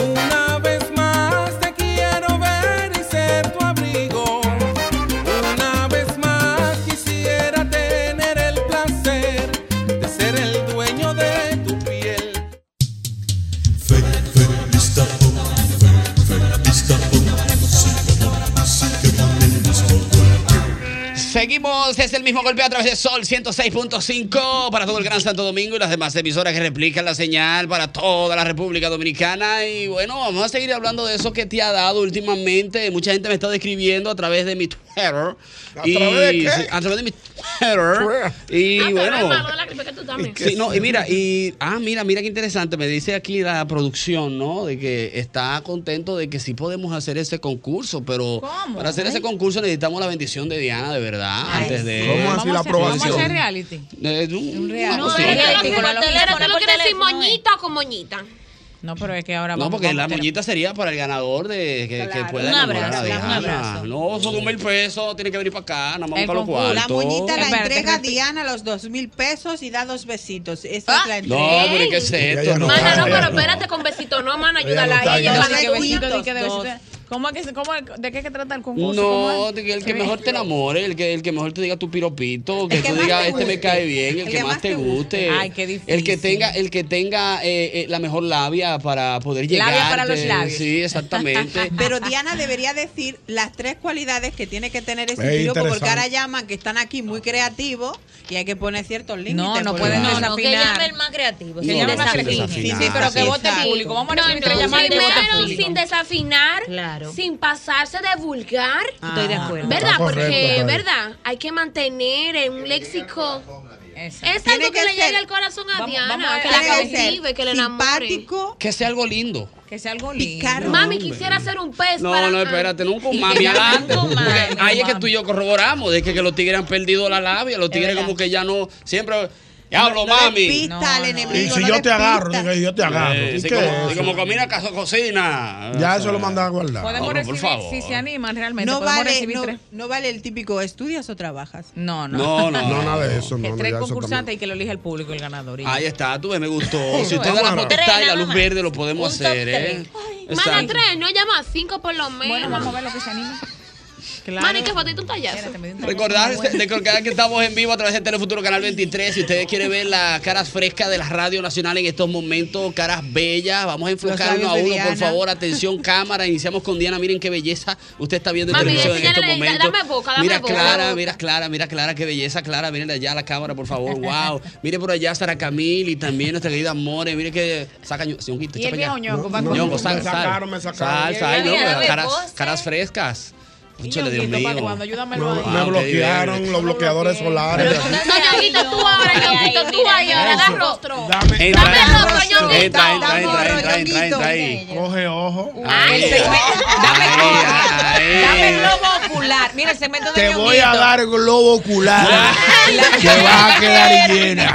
Una vez más te quiero ver y ser tu abrigo. Una vez más quisiera tener el placer de ser el dueño de tu piel.
Seguimos, es el mismo golpe a través de Sol 106.5 para todo el Gran Santo Domingo y las demás emisoras que replican la señal para toda la República Dominicana. Y bueno, vamos a seguir hablando de eso que te ha dado últimamente. Mucha gente me está describiendo a través de mi Twitter.
¿A través de qué?
A través de mi Twitter. Y
Ah, pero es
bueno.
malo de la que- porque tú también.
Sí, no, y mira, y ah, mira, mira qué interesante. Me dice aquí la producción, ¿no? De que está contento de que sí podemos hacer ese concurso, pero
¿Cómo?
para hacer ese concurso necesitamos la bendición de Diana, de verdad. antes de
¿Cómo así la
aprobación?
¿Vamos a hacer reality?
Eh, un-
No,
sí.
es que
con la
la
loquita,
telera, ¿tú
con
lo
la
quieres
telera,
decir moñita o con moñita?
No, pero es que ahora
No,
vamos.
porque la
vamos,
moñita sería para el ganador de que, que
Claro.
pueda
Un
enamorar a
abrazo, un
Diana.
abrazo.
No, son un mil pesos, tiene que venir para acá, nada más
El
para los
concurso.
cuartos.
La moñita la
Espérate,
entrega
espérate.
Diana los dos mil pesos y da dos besitos. Esa
Ah.
es la
No,
entrega.
pero ¿qué es esto?
Mana, no,
Ah,
Ella
pero
no.
espérate con besito, no, mana,
Ella no
ayúdala
está
a ella.
bien.
para
Así
que
que
besito,
besito,
di que
dos.
besito.
¿Cómo es que, se- cómo, ¿De qué que trata el concurso? ¿Cómo
No,
es?
de que el que mejor te enamore, el que, el que mejor te diga tu piropito, que
que
tú
más
digas,
te
este me
guste.
cae bien, el, que, más te guste.
Ay, qué difícil.
El que tenga, el que tenga eh, eh, la mejor labia para poder llegar.
Labia para los labios.
Sí, exactamente.
Ah, Pero Diana debería decir las tres cualidades que tiene que tener ese
Es
piropo, porque
interesante.
ahora llaman que están aquí muy creativos y hay que poner ciertos límites.
no
porque
pueden
van a
desafinar.
desafinar.
Que llame el más creativo.
Que llame el más creativo.
Sí,
Sí,
sí,
sí,
pero que
sí,
vote
exacto.
público. Vamos a
No,
recibir tres llamadas y que vote
primero,
público.
sin desafinar,
Claro. Ah,
sin pasarse de vulgar.
Estoy de acuerdo.
¿Verdad?
Está correcto,
Porque,
Javi.
¿verdad? Hay que mantener en un léxico. Es
Tiene
algo que,
que
le llegue
ser-
al corazón a
Vamos-
Diana,
vamos a-
que la
tiene que ser
cautive, que le enamore. Simpático.
Que sea algo lindo.
Que sea algo lindo.
Mami, quisiera ser un pez para...
No, no, espérate, no con
Y
mami
que
adelante.
tampoco
Porque
mami,
ahí es que tú y yo corroboramos de que, que los tigres han perdido la labia. Los tigres como que ya no, siempre. Ya hablo,
no
mami.
despista No, al no. enemigo, Y si no yo te despista. agarro, digo, yo te agarro.
Eh,
¿Y
sí,
qué
como,
es eso?
sí, como comida, caso, cocina.
Ya eso lo mandaba a guardar.
Podemos
Ahora, Ah, por
recibir,
favor.
si se animan realmente,
No
podemos
vale,
recibir
no,
tres.
no vale el típico estudias o trabajas.
No,
No, no, no,
nada de eso.
no, no,
tres
ya eso
concursantes y que lo elija el público, el ganador. y-
Ahí está, tú ves, me gustó.
Eso
Si
es.
usted da la
Vamos a
potestad y la
tres,
luz
nada
verde, lo podemos hacer, ¿eh?
Mana
Exacto.
tres, no llama a cinco por lo menos.
Bueno, vamos a ver lo que se anima.
Mana, ¿y qué fue? ¿Te diste un tallazo?
Recordar, recordar que estamos en vivo a través de Telefuturo Canal 23. Si ustedes quieren ver las caras frescas de la Radio Nacional en estos momentos, caras bellas, vamos a enfocar
Los
uno a
labios de
uno, por
Diana.
favor. Atención, cámara. Iniciamos con Diana. Miren qué belleza usted está viendo en
Mami,
televisión en
enséñale
estos
la isla.
momentos.
Dame boca, dame
mira
boca, dame
Clara,
boca.
mira Clara, mira Clara, qué belleza, Clara. Miren allá a la cámara, por favor. Wow. Mire por allá Sara Camil y también nuestra querida More. Mire que saca ño- ñonguito,
Y el
echa pa' allá.
viejo ñongo,
No,
va
no,
con-
ñongo, sal,
Me
sal.
sacaron, me sacaron.
Sal, sal,
Y el
ñongo,
viejo de
caras,
Bose.
caras frescas. Púchale, Dios
ñonguito, pa'
mío.
cuando ayúdame
No,
Wow,
me
qué
bloquearon
divertido.
los bloqueadores solares.
No, Ñonguito, tú ahora, Ñonguito, tú ahí ahora, da rostro.
Entra,
Dame
entra,
rostro, Ñonguito.
Entra, entra, entra, entra, entra, entra ahí.
Coge ojo.
Ay, ay,
Dame
ay.
el globo ocular. Mira, el segmento de
Te voy a
Ñonguito.
dar globo ocular. Te vas a quedar llena.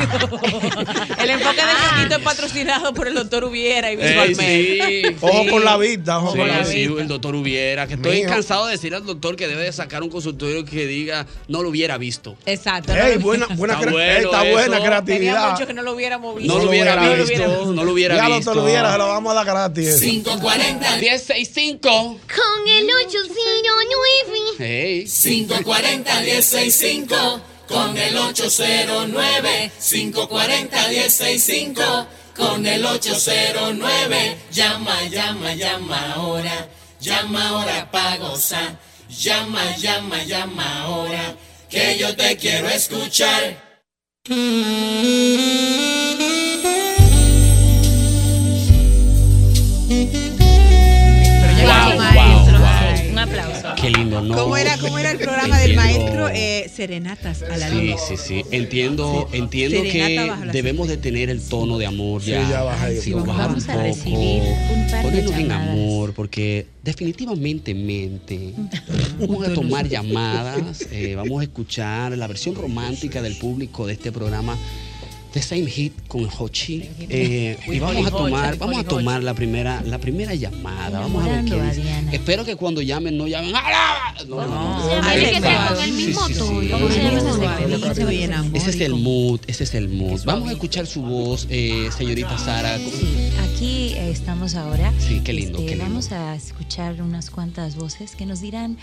El enfoque de Ñonguito es patrocinado por el doctor Hubiera y
Ah. Ey,
visualmente.
sí,
Ojo
sí.
con la vista, ojo
Sí,
con la
sí,
vista.
el doctor hubiera. Que estoy
Mijo.
cansado de decir al doctor que debe de sacar un consultorio que diga no lo hubiera visto.
Exacto.
Ey, buena, buena,
Está
cre-
bueno
ey, está buena
eso.
Tenía
creatividad.
mucho que no lo hubiéramos visto.
No lo hubiera visto, no lo hubiera
ya
visto.
Ya lo tuviera, se lo vamos a dar gratis. eh.
540 1065
Con el 809.
Hey.
540-165 con el 809. 540-165 con el 809. Llama, llama, llama ahora. Llama ahora pa' gozar. Llama, llama, llama ahora.
Eh,
Que yo te quiero escuchar.
Wow, wow, wow.
Un aplauso.
Qué lindo, ¿no?
¿Cómo era, cómo era el programa del
Entiendo.
maestro? Eh, serenatas a la
Sí,
luz.
sí, sí. Entiendo, entiendo
Serenata bajo
que
la
debemos de tener el tono de amor
Sí,
ya.
ya baja
Sí,
el tono.
baja
Vamos
un
a
poco.
recibir un par de
Ponernos en
llamadas.
amor, porque definitivamente mente. Vamos a tomar llamadas, eh, vamos a escuchar la versión romántica del público de este programa. The same hit con Hochi. Eh, y vamos a tomar, vamos a tomar la primera, la primera llamada. Vamos a ver qué dice. Espero que cuando llamen no llamen. "¡Ah!". No, no, no.
Tiene que ser con el
Sí,
mismo
sí, sí.
tono. ¿Cómo se llama ese segmento?
Ese es el mood, ese es el mood. Vamos a escuchar su voz, eh, señorita Sara.
Aquí eh, estamos ahora.
Sí, qué lindo,
Este,
qué lindo.
Vamos a escuchar unas cuantas voces que nos dirán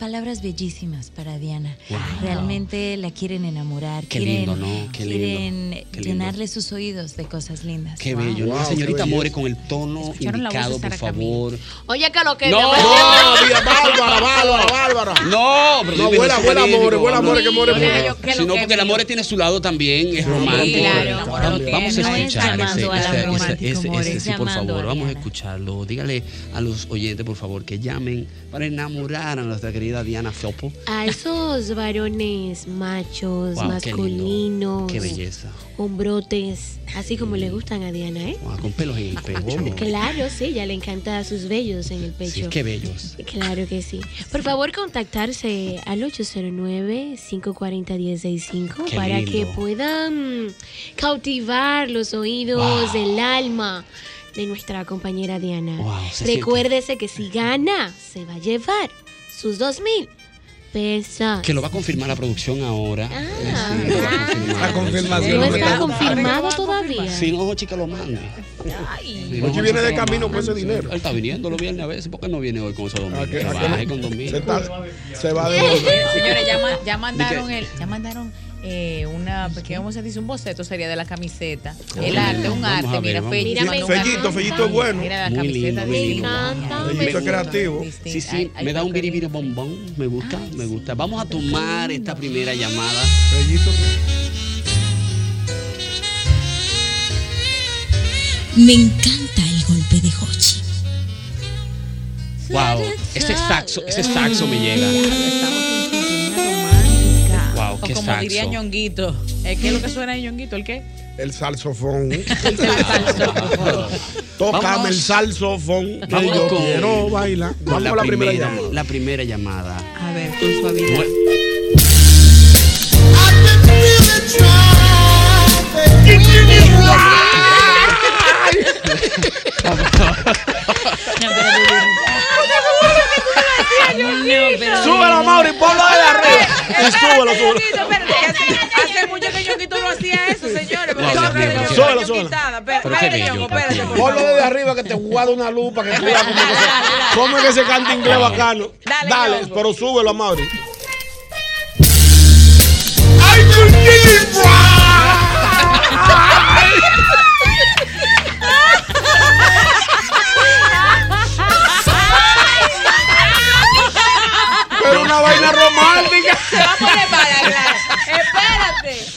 palabras bellísimas para Diana.
Wow.
Realmente la quieren enamorar,
Qué
quieren,
lindo, ¿no? Qué lindo,
quieren
qué lindo.
llenarle sus oídos de cosas lindas.
Qué bello. ¿no?
Wow,
señorita
qué
More con el tono
¿Escucharon la voz de
indicado, por
Sara Camil?
favor.
Oye, que lo que...
No,
no, Dios, Bárbara, Bárbara, Bárbara.
No, pero
No,
dime,
buena,
eso
buena
magnífico,
More, buena
vamos.
More, que More es buena.
Sino
que lo que
porque el amor tiene su lado también, es romántico.
claro, el amor lo tiene.
vamos a
No es
escuchar ese,
llamando al
ese-
amor
ese-
romántico,
ese-
More,
ese,
es
sí, por
llamando
favor,
a
vamos a
Diana.
escucharlo. Dígale a los oyentes, por favor, que llamen para enamorar a nuestra querida Diana Fiopo.
A esos varones machos,
Wow, qué lindo,
masculinos,
Qué belleza.
hombrotes, así como le gustan a Diana, ¿eh?
Wow, con pelos en
Ah,
el pecho. amor.
Claro, sí, ya le encanta sus vellos en el pecho.
Sí, qué bellos.
Claro que sí. Por favor, contactarse al 809-540-1065
Qué
para
lindo.
que puedan cautivar los oídos, el alma de nuestra compañera Diana.
Wow, se
Recuérdese que si gana, se va a llevar sus 2000 pesas.
Que lo va a confirmar la producción ahora.
Ah,
Sí, lo va a confirmar.
La confirmación.
No está confirmado todavía.
Si no, chica, lo manda. Si no,
Ochi viene de
chica, lo
camino con
manda.
ese dinero.
Él está viniendo los viernes a veces. ¿Por qué no viene hoy con esos domingos?
que-
Que
a que
baje
no-
con domingos.
se está- se va de
Señores, ya, ma- ya mandaron
Di
el, ya mandaron eh, una, ¿qué vamos a decir? Un boceto sería de la camiseta.
Ah,
El arte, un
vamos a
arte.
ver,
Mira,
vamos
Fellito.
a ver.
mandó un
Fellito,
arte.
Fellito es bueno.
Mira la
Muy
camiseta
lindo, muy
divina.
lindo.
Fellito
creativo.
distinto.
Sí, sí,
Ay, ay,
me da un biribiri bombón. Me gusta, me gusta. Vamos a tomar esta primera llamada.
Me encanta el golpe de Hochi.
Wow, este saxo, este saxo me llega. Wow,
O
qué
como diría
saxo.
Ñonguito. Eh, ¿Qué es lo que suena ahí, Ñonguito? ¿El qué?
El salsofón.
Vamos.
Tócame el salsofón. Que
Vamos
yo
con-
quiero bailar.
con
Vamos a la primera llamada.
La primera llamada.
A ver, con suavidad.
Súbelo, Mauri, ponlo ahí arriba. Súbelo, súbelo.
Ñonguito, espérate, que hace, hace mucho que Ñonguito no hacía eso, señores.
Wow,
porque
Dios
ahora
mío,
yo-
Dios mío. Súbelo,
yo
súbelo.
quitada.
Pero
Espérate,
qué
espérate,
bello,
Ñongo,
está
espérate,
bien.
por
Ponlo
favor.
desde arriba que te guarda una lupa que tú veas cómo que se- cómo es que se canta inglés bacano.
Dale,
Dale,
Ñongo.
pero súbelo, Mauri. Pero una vaina romántica.
Se va a poner mala, Clara. Espérate.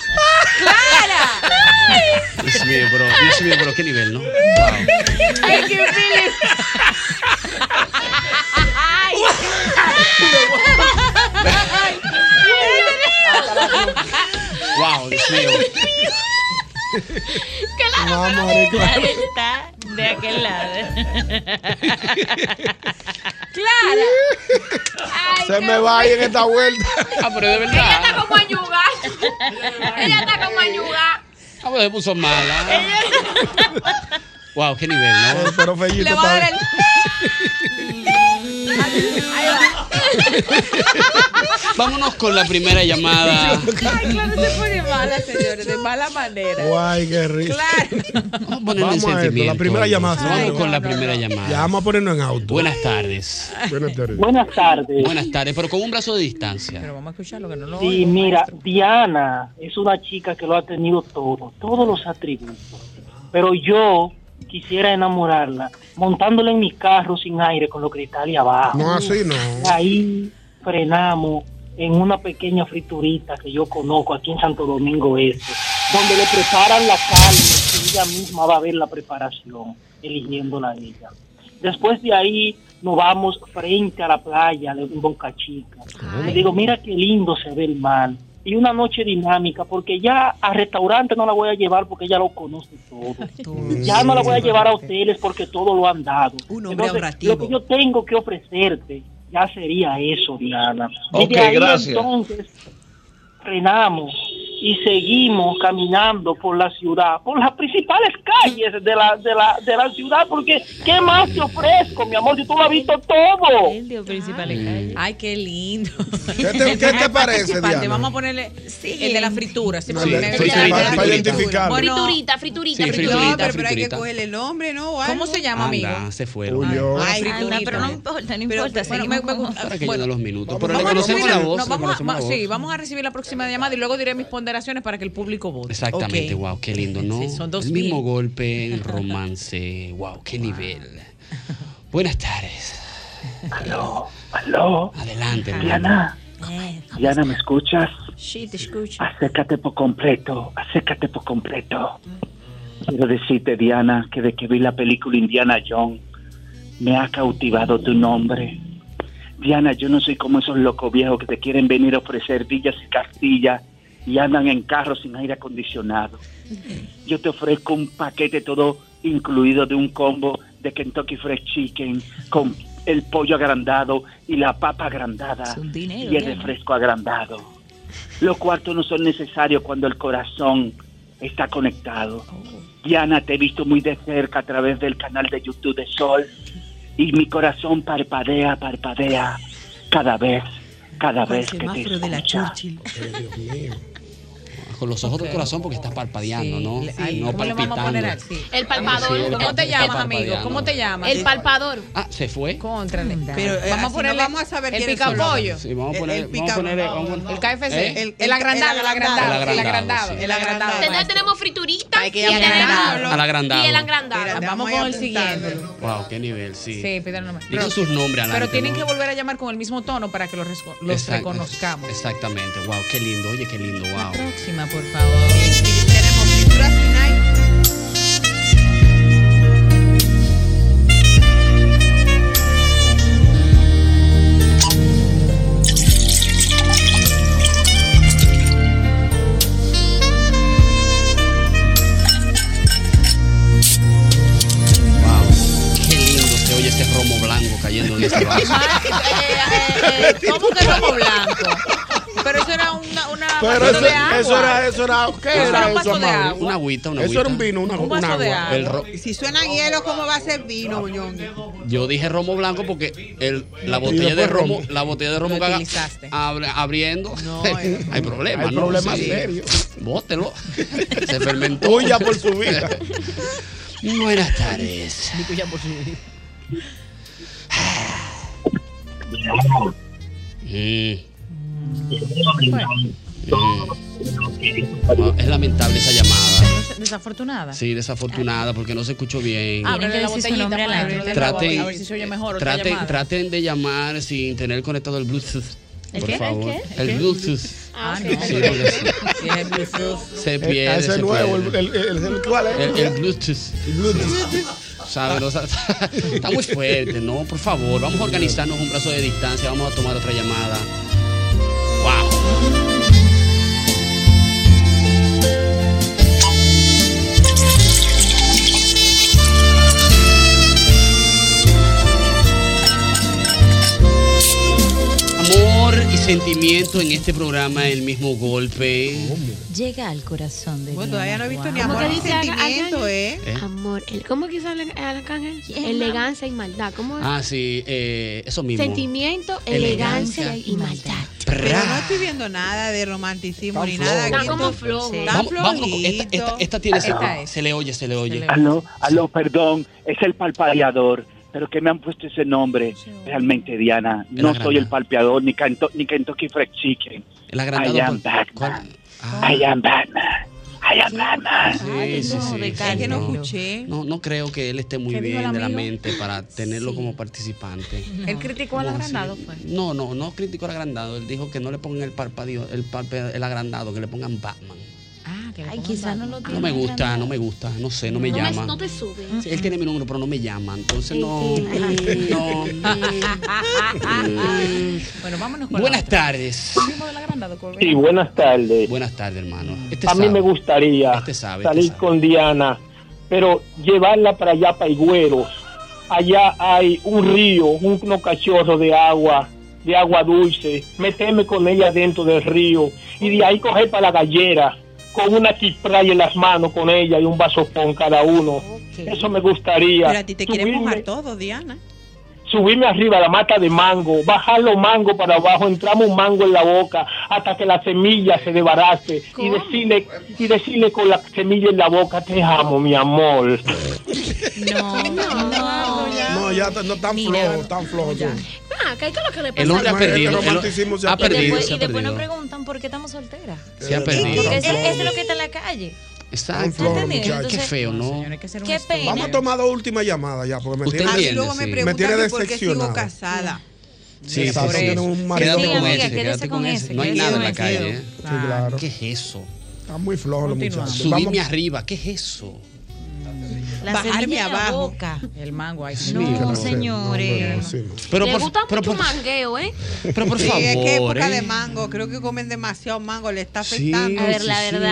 Clara.
Dios mío, bro. Dios mío, bro. Qué nivel, ¿no?
Thank you, Philip. Ay.
Wow, Dios mío.
Clara está de aquel lado.
Clara.
Se me va ahí en esta vuelta.
Ah, pero de
Ella
verdad.
está como ayuga. Ella está como ayuga.
Ah, pero se puso mala. Wow, qué nivel, ¿no?
Eh, Pero Fellito
Le va a dar el. Ahí va.
Vámonos con la primera llamada.
Ay, Clara se pone mala, señores, de mala manera.
Guay, qué rico.
Vamos a ponerle
Vamos a esto, la
sentimiento.
primera llamada.
Vamos
Ay,
con
no,
la
no,
primera llamada.
Ya vamos a ponernos en auto.
Buenas tardes.
Buenas tardes.
Buenas tardes.
Buenas tardes, pero con un brazo de distancia.
Pero vamos a escucharlo, que no lo
Sí,
oigo,
mira,
maestro.
Diana es una chica que lo ha tenido todo, todos los atributos. Pero yo quisiera enamorarla montándola en mi carro sin aire con los cristales abajo.
No, así no.
Ahí frenamos en una pequeña friturita que yo conozco aquí en Santo Domingo Este, donde le preparan la carne y ella misma va a ver la preparación, eligiéndola a ella. Después de ahí nos vamos frente a la playa de Boca Chica. Le digo, mira qué lindo se ve el mar. Y una noche dinámica, porque ya a restaurante no la voy a llevar porque ella lo conoce todo. Ya no la voy a llevar a hoteles porque todo lo han dado.
hombre
Entonces,
ahorrativo.
Lo que yo tengo que ofrecerte ya sería eso, Diana.
Ok,
Desde ahí,
gracias.
Entonces, frenamos y seguimos caminando por la ciudad, por las principales calles de la, de la, de la ciudad, porque ¿qué más te ofrezco, mi amor? Si tú lo has visto todo.
Ay, qué lindo.
¿Qué te- qué te parece,
Participante,
Diana?
Vamos a ponerle el de la fritura. Sí,
No,
porque
el de-
me-
sí, sí,
el de la
para- para
fritura.
identificar.
Bueno,
Friturita,
Sí,
friturita, friturita.
friturita,
Pero hay que
friturita.
cogerle el nombre, ¿no?
¿Cómo se llama, amigo?
Anda, se fueron.
Ay,
Anda,
friturita.
pero no importa, no
Pero,
importa.
bueno, me- me gusta-
Para que
bueno,
llenen los minutos. Pero le
vamos a
conocemos la
recibir-
voz.
no,
le
vamos a-
conocemos la voz.
Sí, vamos a recibir la próxima llamada y luego diré mis ponderaciones para que el público vote.
Exactamente,
Ok.
wow, qué lindo, ¿no?
Sí, son dos
El
mil.
mismo golpe, el romance, wow, qué nivel. Buenas tardes.
Aló, aló.
Adelante, mi
Diana,
Eh,
Diana, ¿me escuchas?
Sí, te escucho.
Acércate por completo, acércate por completo. Quiero decirte, Diana, que de que vi la película Indiana Jones, me ha cautivado tu nombre. Diana, yo no soy como esos locos viejos que te quieren venir a ofrecer villas y castillas y andan en carros sin aire acondicionado. Yo te ofrezco un paquete todo incluido de un combo de Kentucky Fried Chicken con el pollo agrandado y la papa agrandada
dinero,
y el
Diana.
refresco agrandado. Los cuartos no son necesarios cuando el corazón está conectado.
Oh.
Diana, te he visto muy de cerca a través del canal de YouTube de Sol y mi corazón parpadea, parpadea cada vez
cada
Con
vez que te
semáforo de la
escucha.
Con los ojos del corazón porque estás parpadeando, ¿no?
Sí.
no
¿Cómo le vamos a poner así?
El palpador.
Sí,
¿Cómo te
está
llamas,
parpadeando.
amigo? ¿Cómo te llamas?
El palpador.
Ah, se fue.
Contrale.
Pero, eh, así no vamos a saber
el
quiénes son.
picapollo.
Sí, vamos a poner- vamos a poner- vamos a-
El KFC.
¿Eh?
El, el agrandado, el agrandado. El agrandado.
sí.
El agrandado.
Entonces tenemos friturita y,
llamar
Al agrandado.
y el
Ah,
agrandado.
Vamos con el siguiente.
Wow, qué nivel, sí.
Sí, pídelo nomás.
Digan sus nombres adelante,
Pero tienen
¿no?
que volver a llamar con el mismo tono para que los, resco- los
Exact-
reconozcamos.
Exactamente, wow, qué lindo, oye, qué lindo, wow.
Próxima, por favor.
Tenemos pintura final.
Wow, qué lindo se oye ese romo blanco cayendo de este vaso.
Eh, eh, ¿Cómo que romo blanco? Pero eso era una. una
Pero
vasito
eso,
de agua.
eso era, eso era, ¿qué
Eso
era
era un
eso,
vaso de
Amaury?
agua.
Una agüita, una
Eso
agüita.
era un vino, una,
Un
un
vaso
agua.
de agua. El ro-
Si suena hielo, ¿cómo va a ser vino, Ñongi?
Yo dije romo blanco porque el- la
Y
botella de
después
romo,
romo.
la botella de romo que haga- abre- abriendo,
eh.
hay problemas,
Hay
¿no?
problemas
Sí.
serios.
Bótelo. Se fermentó.
Huya por su vida.
Buenas tardes. Mm. Mm. Wow, es lamentable esa llamada.
Desafortunada.
Sí, desafortunada porque no se escuchó bien.
Ah,
Ábrele
Tienen que
la
decir su
botellita
nombre
para
al
abrirle
aire.
la boca,
Traten-
a ver si se oye mejor otra
Traten,
llamada.
traten de llamar sin tener conectado el Bluetooth.
¿El
por
qué? ¿El
favor.
qué? ¿El
El,
qué?
Bluetooth.
Ah,
Sí,
no.
porque sí.
Tiene Bluetooth.
Se
Eh,
pierde.
ese
se
nuevo,
pierde.
el- el- el- el- ¿cuál es?
El, el Bluetooth. Sí. Sabe, no sabe. está muy fuerte, ¿no? Por favor, vamos a organizarnos un brazo de distancia. Vamos a tomar otra llamada. ¡Wow! Amor y sentimiento en este programa, el mismo golpe.
Llega al corazón de
Bueno, todavía no he visto ni
Wow.
amor ni sentimiento, ¿eh?
¿Eh?
Amor, el- ¿cómo que sale el arcángel? Elegancia y maldad. ¿Cómo es?
Ah, sí, eh, eso mismo.
Sentimiento,
Elegancia
elegancia y maldad.
Pero no estoy viendo nada de romanticismo ni nada.
flojo.
aquí.
Está como
Sí. Está
Vamos, vámonos con-
flojito.
esta, esta- esta tiene
Esta
se, se le oye, se le oye.
Aló, aló, Ah, perdón, es el palpadeador. Pero que me han puesto ese nombre, realmente Diana, no soy el palpeador ni, canto, ni Kentucky Fried Chicken.
El agrandado
I am
pal-
Batman. I
Ah.
am Batman. I am Batman.
Sí, sí, sí, sí,
Es que no escuché.
No, no creo que él esté muy
¿Qué dijo el
bien de la
amigo?
mente para tenerlo como participante.
Él criticó al
No, sí.
agrandado, fue.
No, no, no criticó al agrandado. Él dijo que no le pongan el parpadeo, el, parpe- el agrandado, que le pongan Batman.
Ah,
Ay, quizás no lo tiene.
No me gusta, no me gusta, no sé, no me
no,
llama.
no te sube.
Sí, él tiene mi número, pero no me llama, entonces no. no.
Ah, Bueno, vámonos con
Buenas
la
tardes.
otra. Mismo del agrandado, Corbin.
Sí, buenas tardes.
Buenas tardes, hermano. Este
a mí
sabe.
me gustaría
Este sabe, este
salir
sabe.
con Diana, pero llevarla para allá, para Higüeros. Allá hay un río, unos cachorros de agua, de agua dulce. Meterme con ella dentro del río y de ahí coger para la gallera con una quipraya en las manos con ella y un vaso con cada uno. Eso me gustaría.
Pero a ti te quieren
Subirme-
mojar todo, Diana.
subirme arriba a la mata de mango, bajar los mangos para abajo, entramos un mango en la boca hasta que la semilla se desbarace y decirle, y decirle con la semilla en la boca, te amo, mi amor.
No, no,
No, ya está- no tan flojo, tan flojo. tú.
Ah, ¿qué es lo que le pasa?
El hombre ha
No, este
perdido. el-
romanticismo se ha
ha perdido,
perdido.
se
Y
ha
después nos
perdido.
preguntan por qué estamos solteras.
Se
Eh,
ha
Es
perdido.
porque eso eso es lo que está en la calle.
Un
Exacto.
flojo,
Qué
muchacho.
feo, ¿no?
Qué pena.
Vamos a tomar dos últimas llamadas ya, porque me
Usted
tiene,
entiende,
me,
sí.
tiene
Pregunta que por qué sigo
decepcionado.
casada.
Sí, sí,
Exacto,
sí.
tiene un marido
Quédate
que-
con
Sí,
ese,
amiga,
quédate con ese. No hay
quédese
nada en
con
la
ese.
calle. ¿eh?
Sí, claro.
¿Qué es eso?
Está muy flojo los muchachos.
Subirme
Vamos-
arriba, ¿qué es eso?
La
Bajarme
semilla en la
abajo.
boca. El mango ahí.
No,
sí.
no,
señores.
Pero
Le
por,
gusta
pero
mucho
por,
mangueo, ¿eh?
pero por
sí,
favor.
es que época
¿eh?
de mango. Creo que comen demasiado mango. Le está
Sí,
afectando.
sí,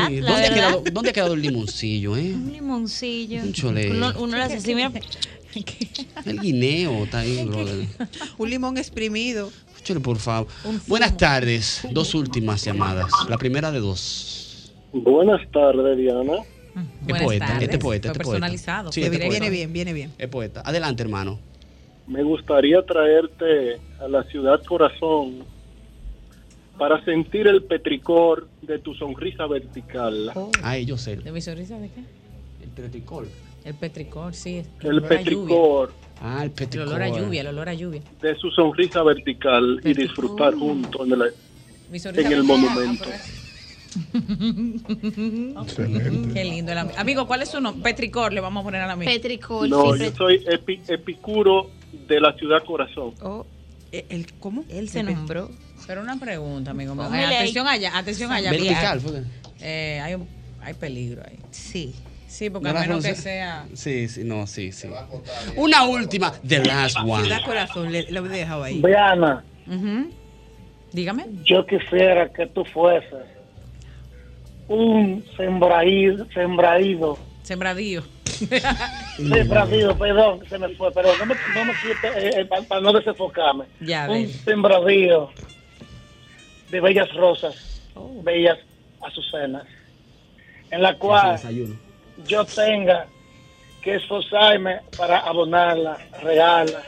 sí. ¿Dónde, Ha quedado, ¿Dónde ha quedado el limoncillo, eh?
Un limoncillo.
Un chole.
Uno, uno lo hace así, mira.
El guineo está ahí, brother.
Un limón exprimido.
Chole, por favor. Buenas tardes. Dos últimas llamadas. La primera de dos.
Buenas tardes, Diana.
Es poeta, este poeta, este poeta. Sí, este poeta.
Viene bien, viene bien.
Es poeta. Adelante, hermano.
Me gustaría traerte a la ciudad corazón
para sentir el petricor de tu sonrisa vertical.
Ay, yo sé.
¿De mi sonrisa de qué?
El petricor.
El petricor, sí.
El
olor a lluvia.
petricor.
Ah, el
El olor a lluvia, el olor a lluvia.
De su sonrisa vertical y disfrutar juntos en, la-
Mi sonrisa ah,
en el
vertical,
monumento.
Qué lindo el ami- Amigo, ¿cuál es su nombre? Petricor, le vamos a poner a la mía. Petricor,
No, yo soy epi- epicuro de la ciudad corazón.
Eh, ¿El, ¿Cómo? Él
se
nombró. Pero una pregunta, amigo. mío.
Póngale
Eh,
ahí.
atención allá, atención allá. porque
Vertical,
hay-
fue que-
eh, hay, un- hay peligro ahí. Sí. Sí, porque
No
a
la
menos que
conoce-
sea.
Sí, sí, no, sí, sí. Una última, the last one.
Ciudad Corazón, le- lo he dejado ahí.
Diana,
Dígame.
yo quisiera que tú fueses un sembraído, sembraído,
Sembradío.
sembradío, perdón, se me fue, pero no me, no me quite, eh, eh, pa- para no desenfocarme,
Ya,
un
dele.
sembradío de bellas rosas,
Oh.
bellas azucenas, en la cual yo tenga que esforzarme para abonarla, regarla,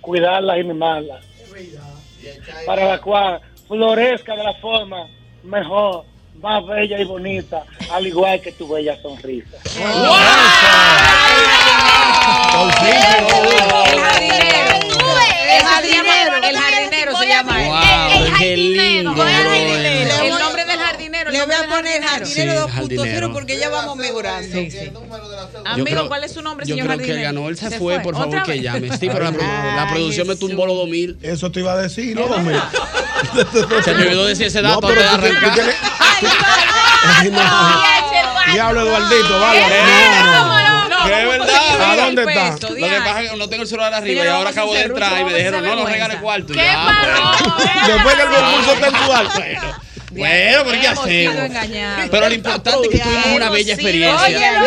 cuidarla y mimarla, para la cual florezca de la forma mejor, más bella y bonita, al igual que tu bella sonrisa.
El eh, jardinero, el jardinero se llama él.
Wow, qué lindo. bueno.
El nombre del jardinero.
Le voy a poner
Sí,
jardinero 2.0
jardinero.
porque ya vamos mejorando.
Yo creo- Yo creo que él
jardinero?
ganó, él se,
¿Se
fue,
fue?
por favor
¿Otra
que
vez?
llame. Sí, pero la, produ- la producción me tumbó los 2000.
Eso te iba a decir, los 2000.
Se me olvidó decir ese dato
No,
antes
pero
de
tú tienes-
arrancar.
tú tienes- Ay, no. Diablo, Eduardito, vale. No, no, no. Que es verdad. ¿A dónde está?
Lo que pasa es que no tengo el celular arriba y
Señora,
ahora acabo de
vamos a
entrar
hacer
y me
ruido,
dijeron,
vamos a
no
hacer
nos regales
vergüenza.
cuarto.
¡Qué
Ya, pues. bueno.
Después del concurso
virtual. Bueno, bueno, pero ¿qué
Hemos sido
hacemos?
engañados.
Pero lo importante es que tuvimos una bella experiencia.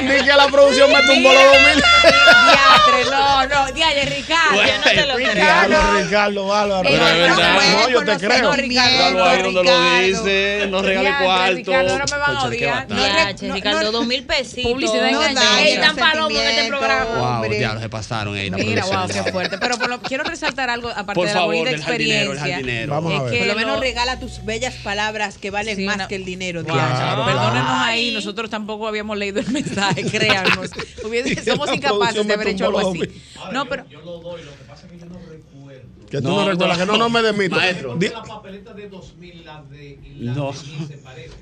Ni que la producción me tumbó los 2000.
Diatre, no, no, Diatre, Ricardo, yo no te lo creo.
Diablo, Ricardo, bárbaro.
Pero es verdad.
No, yo te creo.
Claro, ahí donde lo dice, nos regale
Diantre,
cuarto.
Ricardo, ahora me van a
Conchale, qué
odiar.
batalla.
Diache, Ricardo, dos mil pesitos.
Publicidad
No
engañosa.
dañe
Ey, tan
los
palomo en este
sentimientos.
programa.
Wow,
Hombre.
diablo, se pasaron ahí. la
Mira,
producción.
wow, qué fuerte. Pero por lo- quiero resaltar algo, aparte
Por
de
favor,
la bonita
del jardinero,
experiencia.
el jardinero. Vamos a
es
ver.
que
Por lo menos
no-
regala tus bellas palabras que valen
Sí,
más
una-
que el dinero.
Wow,
Diana.
Perdónenos ahí, nosotros tampoco habíamos leído el mensaje, créanos. Hubiese- Somos
La
incapaces
producción
de
me
haber hecho
tumbó
algo
los
así. No, pero
Que tú
No,
no,
no,
recuerdas, que no, no me desmitas.
maestro.
Di-
No.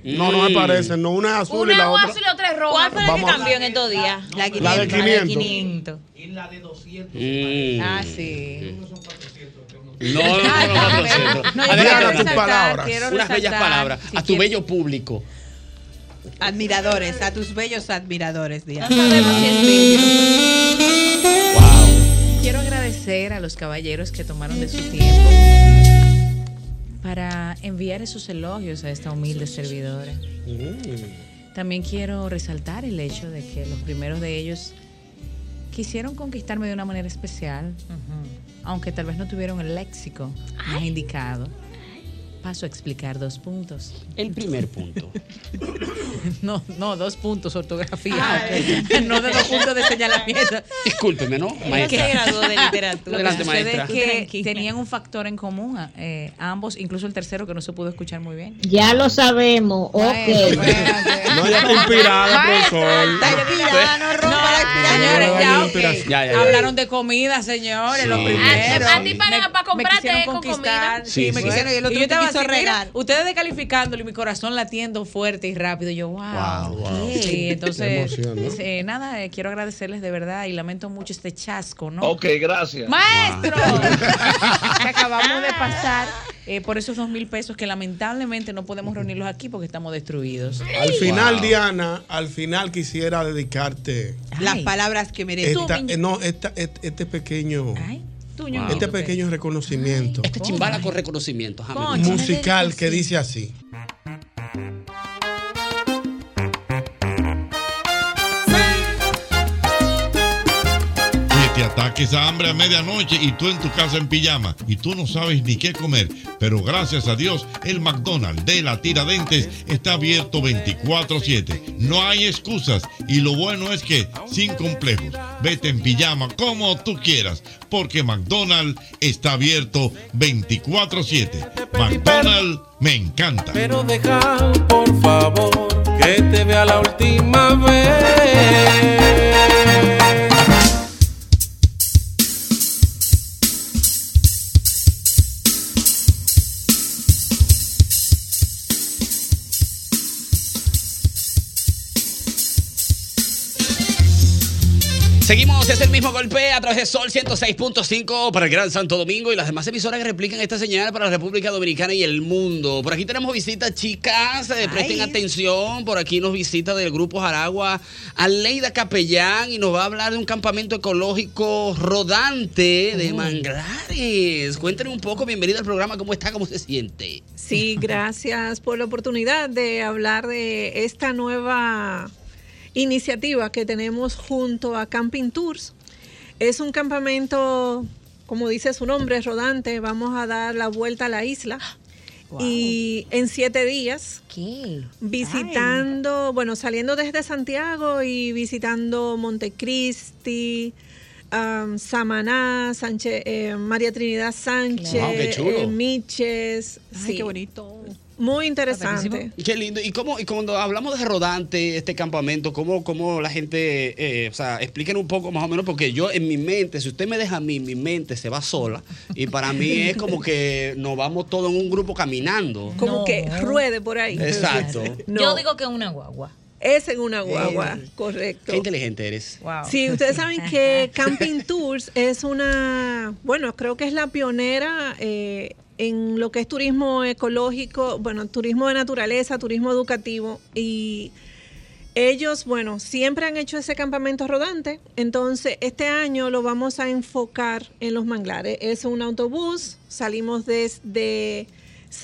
No, no me parece. No, una es azul y la
Una
otra.
azul y otra es roja.
¿Cuál fue la que
Vamos.
cambió en estos días?
La
La de 500.
Mm.
Ah, sí.
No, no, no, no,
Ah,
no, no, no,
no,
no.
yo
A ver,
quiero
Ana, tus
resaltar,
palabras.
quiero
Unas bellas
resaltar,
palabras.
si
A tu
quieres.
bello público.
Admiradores, a tus bellos admiradores, Diana.
Quiero agradecer a los caballeros que tomaron de su tiempo para enviar esos elogios a esta humilde servidora. También quiero resaltar el hecho de que los primeros de ellos quisieron conquistarme de una manera especial, aunque tal vez no tuvieron el léxico más indicado. Paso a explicar dos puntos.
El primer punto.
No, no, dos puntos, ortografía. no de dos puntos de señalamiento.
Discúlpeme, ¿no, maestra?
Lo que
Adelante,
sucede
maestra.
es que tenían un factor en común, eh, ambos, incluso el tercero que no se pudo escuchar muy bien.
Ya lo sabemos, ok.
No, ya está inspirada, profesor.
Señores, ya, ok.
Ya, ya, ya.
Hablaron de comida, señores,
Sí.
lo primero.
A ti para- para comprarte
quisieron
con
conquistar.
comida.
Sí,
Sí,
me
sí. Bueno,
quisieron.
y el
y
otro
yo
te
estaba
quiso
así, mira,
regalar.
ustedes descalificándolo y mi corazón latiendo fuerte y rápido. Yo, wow.
Wow, wow.
¿qué?
Qué
entonces,
emoción, ¿no?
eh, nada, eh, quiero agradecerles de verdad y lamento mucho este chasco, ¿no?
Ok, gracias.
Maestro, que acabamos de pasar eh, por esos dos mil pesos que lamentablemente no podemos reunirlos aquí porque estamos destruidos.
Al final, Diana, al final quisiera dedicarte
Las palabras que mereces.
esta- eh, no, esta- et- este, pequeño,
Tuño,
Wow.
este pequeño reconocimiento
Esta Este chimbala con reconocimientos. amén.
musical que dice así.
Fuiste a Ataques a hambre a medianoche y tú en tu casa en pijama y tú no sabes ni qué comer. Pero gracias a Dios, el McDonald's de la Tiradentes está abierto 24-7. No hay excusas y lo bueno es que sin complejos. Vete en pijama como tú quieras porque McDonald's está abierto 24-7. McDonald's me encanta.
Pero deja, por favor, que te vea la última vez.
Seguimos, es el mismo golpe a través de Sol 106.5 para el Gran Santo Domingo y las demás emisoras que replican esta señal para la República Dominicana y el mundo. Por aquí tenemos visitas, chicas, eh, presten atención. Por aquí nos visita del Grupo Jaragua Aleida Capellán y nos va a hablar de un campamento ecológico rodante de manglares. Cuéntenos un poco, bienvenida al programa, ¿cómo está? ¿Cómo se siente?
Sí, gracias por la oportunidad de hablar de esta nueva iniciativa que tenemos junto a Camping Tours. Es un campamento, como dice su nombre, rodante. Vamos a dar la vuelta a la isla. Y en siete días, visitando, bueno, saliendo desde Santiago y visitando Montecristi, um, Samaná, Sánchez, eh, María Trinidad Sánchez,
Wow, qué chulo.
eh, Miches. sí.
qué bonito.
Muy interesante.
Qué lindo. Y cómo, y cuando hablamos de rodante, este campamento, cómo, cómo la gente, eh, o sea, expliquen un poco más o menos, porque yo en mi mente, si usted me deja a mí, mi mente se va sola. Y para mí es como que nos vamos todos en un grupo caminando.
Como que ruede por ahí.
Exacto.
Yo digo que es una guagua. Es en una guagua, correcto.
Qué inteligente eres.
Sí, ustedes saben que Camping Tours es una, bueno, creo que es la pionera eh, en lo que es turismo ecológico, bueno, turismo de naturaleza, turismo educativo y ellos, bueno, siempre han hecho ese campamento rodante, entonces este año lo vamos a enfocar en los manglares. Es un autobús, salimos desde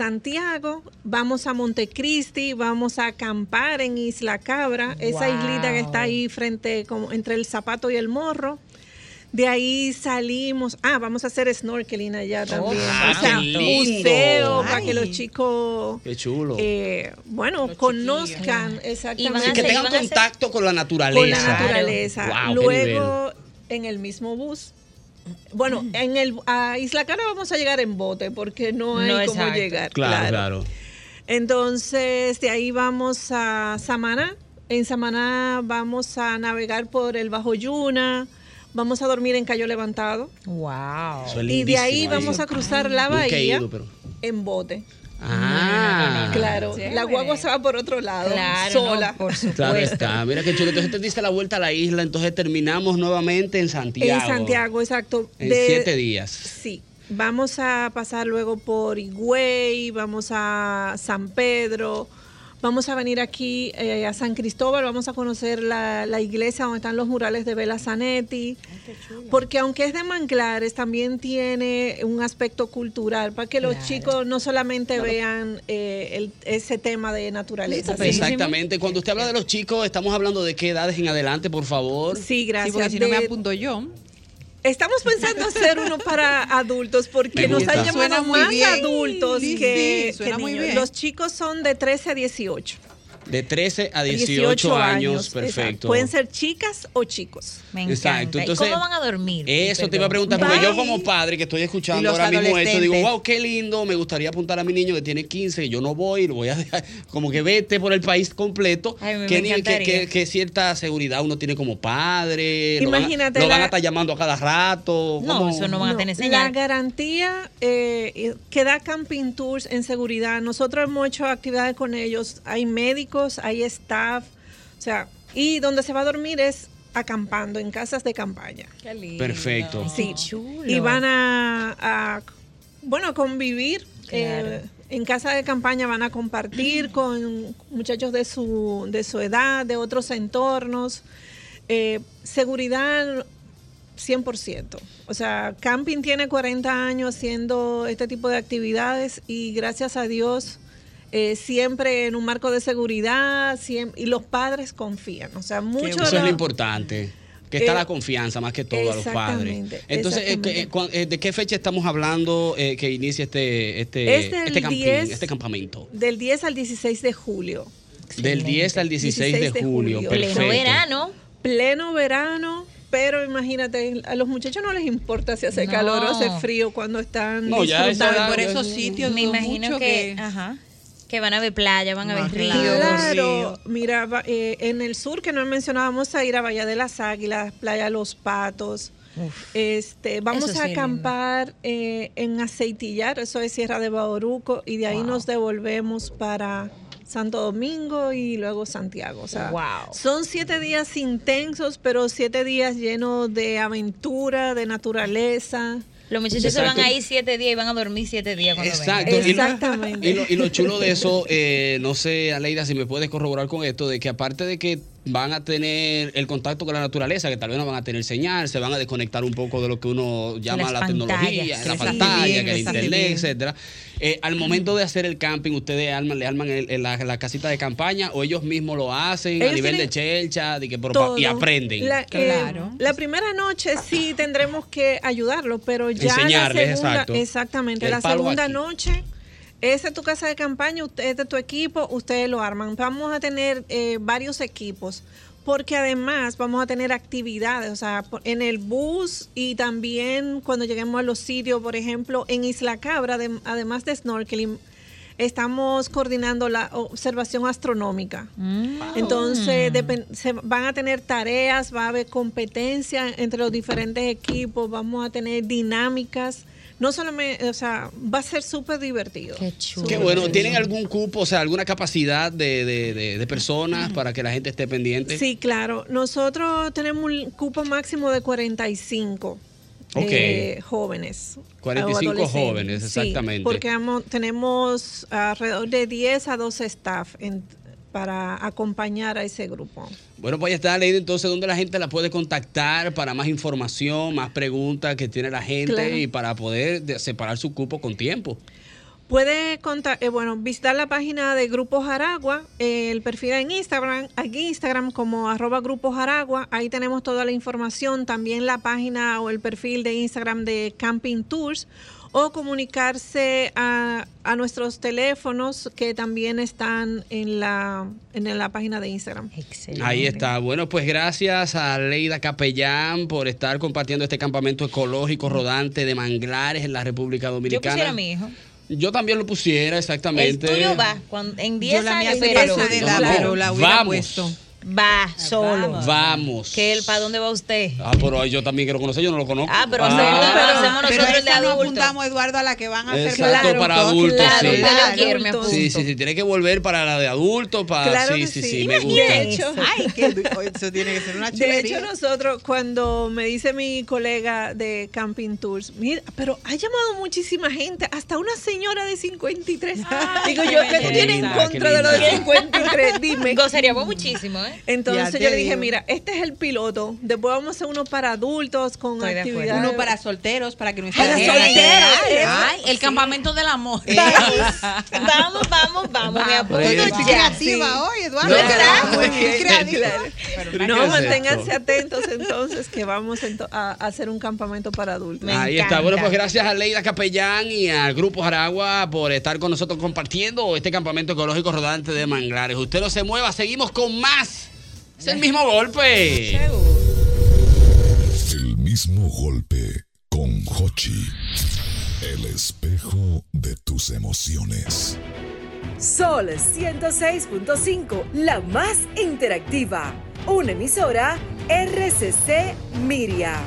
Santiago, vamos a Montecristi, vamos a acampar en Isla Cabra, esa
Wow.
islita que está ahí frente, como entre el zapato y el morro. De ahí salimos, ah, vamos a hacer snorkeling allá también.
ah,
o sea,
qué lindo.
museo para que
Ay.
los chicos,
Qué chulo.
eh, bueno, conozcan exactamente.
y que tengan contacto con la naturaleza.
Con la naturaleza.
Wow, qué nivel.
Luego, en el mismo bus. Bueno, en el a Isla Cara vamos a llegar en bote porque no hay
No,
cómo
exacto.
llegar.
Claro, claro.
Entonces, de ahí vamos a Samaná. En Samaná vamos a navegar por el Bajo Yuna. Vamos a dormir en Cayo Levantado.
Wow.
Eso es Y de ahí lindísimo, vamos eso. a cruzar la
Nunca he
bahía.
ido, pero-
En bote.
Ah.
Claro, la
Chévere.
guagua se va por otro lado,
Claro,
sola.
por
Claro está, mira qué chulo. Entonces te diste la vuelta a la isla, entonces terminamos nuevamente en Santiago.
En Santiago, exacto.
En
De-
siete días.
Sí. Vamos a pasar luego por Higüey, vamos a San Pedro, vamos a venir aquí eh, a San Cristóbal, vamos a conocer la, la iglesia donde están los murales de Bela Zanetti, porque aunque es de manglares, también tiene un aspecto cultural, para que los chicos no solamente vean eh, el- ese tema de naturaleza. sino-
Exactamente. Cuando usted habla de los chicos, estamos hablando de qué edades en adelante, por favor.
Sí, gracias.
porque si no me
apunto yo. Estamos pensando hacer uno para adultos porque
Me
nos
gusta.
han llamado
Suena muy
más
bien.
adultos
Sí,
que,
sí, suena
que
muy
niños.
bien.
Los chicos son de 13 a 18.
De 13 a 18,
18
años,
años,
perfecto.
Pueden ser chicas o chicos.
Me Exacto, encanta. ¿Y entonces- cómo van
a dormir?
Eso te iba a preguntar, porque yo como padre que estoy
Y
escuchando
los
ahora mismo eso, digo,
adolescentes.
wow, qué lindo, me gustaría apuntar a mi niño que tiene 15, yo no voy, lo voy a dejar, como que vete por el país completo,
Ay, me-
que,
me
ni- que-
encantaría.
que- que cierta seguridad uno tiene como padre, lo van a-
Imagínate
lo van, a
la-
estar llamando a cada rato. ¿cómo?
La garantía eh, que da Camping Tours en seguridad, nosotros hemos hecho actividades con ellos, hay médicos, hay staff, o sea, y donde se va a dormir es acampando en casas de campaña. Qué lindo.
Perfecto.
Sí, Y van a, a, bueno, a convivir.
Claro.
eh, en casa de campaña van a compartir con muchachos de su, de su edad, de otros entornos. Eh, seguridad 100%. O sea, Camping tiene 40 años haciendo este tipo de actividades y gracias a Dios eh, siempre en un marco de seguridad siem- y los padres confían. O sea, mucho
Eso
de
es lo
la-
importante. que está
Eh,
la confianza más que todo a los padres.
exactamente,
Entonces, eh, que, eh, cuan- eh, ¿de qué fecha estamos hablando eh, que inicia este, este,
Es del
este, campín,
10
este campamento?
Del 10 al 16 de julio.
Del 10 al 16, de, julio. Perfecto.
Pleno verano, pero imagínate, a los muchachos no les importa si hace
No.
calor o hace frío cuando están
No, ya esa
disfrutando.
edad, Por esos
sitios me imagino que, ajá, que van a ver playa, van a ver río.
Claro, mira, va- eh, en el sur que no mencionábamos a ir a Bahía de las Águilas, Playa Los Patos. Este, vamos
Eso
a
sí es
acampar eh, en Aceitillar, eso es Sierra de Bauruco, y de ahí nos devolvemos para Santo Domingo y luego Santiago. O sea,
Wow.
son siete días intensos, pero siete días llenos de aventura, de naturaleza.
Los muchachos se
Exacto.
van a ir siete días y van a dormir siete días cuando
Exacto.
vengan.
Y lo- Y lo, y lo chulo de eso, eh, no sé, Aleida, si me puedes corroborar con esto, de que aparte de que van a tener el contacto con la naturaleza, que tal vez no van a tener señal, se van a desconectar un poco de lo que uno llama
Las
la
pantallas,
tecnología,
que
la
les
pantalla,
hace bien,
que el
les hace
internet,
bien.
etcétera. Eh, al momento de hacer el camping, ustedes arman, le arman el- el- la, la casita de campaña o ellos mismos lo hacen a
Ellos
nivel de
tienen
chelcha, de que por-
todo.
y aprenden.
La, eh, la primera noche sí tendremos que ayudarlo, pero ya la
Enseñarles,
segunda,
exacto.
exactamente,
El
la
palo
segunda
aquí.
noche esa es tu casa de campaña, usted, este es tu equipo, ustedes lo arman. Vamos a tener eh, varios equipos. Porque además vamos a tener actividades, o sea, por- en el bus y también cuando lleguemos a los sitios, por ejemplo, en Isla Cabra, adem- además de snorkeling, estamos coordinando la observación astronómica. Entonces, depen- se van a tener tareas, va a haber competencia entre los diferentes equipos, vamos a tener dinámicas. No solamente, o sea, va a ser súper divertido. Qué chulo.
Qué bueno, ¿tienen algún cupo, o sea, alguna capacidad de, de- de- de personas para que la gente esté pendiente?
Sí, claro. Nosotros tenemos un cupo máximo de 45
Ok.
eh, jóvenes.
45
o adolescentes.
jóvenes,
Sí,
exactamente.
porque amo- tenemos alrededor de 10 a 12 staff en- para acompañar a ese grupo.
Bueno, pues ya está, Leida. Entonces, ¿dónde la gente la puede contactar para más información, más preguntas que tiene la gente
Claro.
y para poder de- separar su cupo con tiempo?
Puede conta- eh, bueno, visitar la página de Grupo Jaragua, eh, el perfil en Instagram, aquí Instagram como arroba Grupo Jaragua, ahí tenemos toda la información, también la página o el perfil de Instagram de Camping Tours o comunicarse a, a nuestros teléfonos que también están en la, en la página de Instagram.
Excelente.
Ahí está. Bueno, pues gracias a Leida Capellán por estar compartiendo este campamento ecológico rodante de manglares en la República
Yo
Dominicana.
pusiera a mi hijo.
Yo también lo pusiera,
El
exactamente.
tuyo va cuando- en 10
Yo la mía
años.
se
pero-
pasó de edad, No, pero la hubiera vamos. puesto.
Va solo.
Vamos.
Que él, ¿para dónde va usted?
Ah, pero yo también quiero conocer, yo no lo conozco.
Ah, pero
Ah.
hacemos-
Pero-
hacemos
pero
nosotros el de
esa nos
adulto.
apuntamos, Eduardo, a la que van a hacer
Exacto, para adultos,
claro,
sí.
claro, yo quiero, me apunto.
sí, sí, sí, tiene que volver para la de adultos, para
Claro
sí,
que
sí,
sí.
sí, me gusta.
De hecho-
Ay, qué du- eso tiene que ser una
De
chulería.
hecho, nosotros, cuando me dice mi colega de Camping Tours, mira, pero ha llamado muchísima gente, hasta una señora de 53. Digo yo, ¿qué tú tienes en
linda,
contra
qué
de los de
linda.
53? Dime.
Gozaríamos muchísimo, ¿eh?
Entonces
Ya te
yo le dije,
digo.
mira, este es el piloto. Después vamos a hacer uno para adultos con
Estoy de acuerdo.
actividades.
Uno para solteros, para que no
Para
estén-
solteros.
Ay,
eso.
ay,
el campamento del amor.
Vamos, vamos, vamos. Me apunto
Oye,
ya.
creativa
Sí.
hoy, Eduardo.
No,
Claro,
no,
muy
no,
bien,
no,
creativa.
Pero
No,
¿qué es
manténganse
esto?
atentos entonces que vamos ento- a a hacer un campamento para adultos.
Ahí está. Bueno, pues gracias a Leida Capellán y al Grupo Jaragua por estar con nosotros compartiendo este campamento ecológico rodante de manglares. Usted no se mueva, seguimos con más. Es el mismo golpe.
El mismo golpe con Hochi. El espejo de tus emociones.
Sol 106.5, la más interactiva. Una emisora RCC Miria.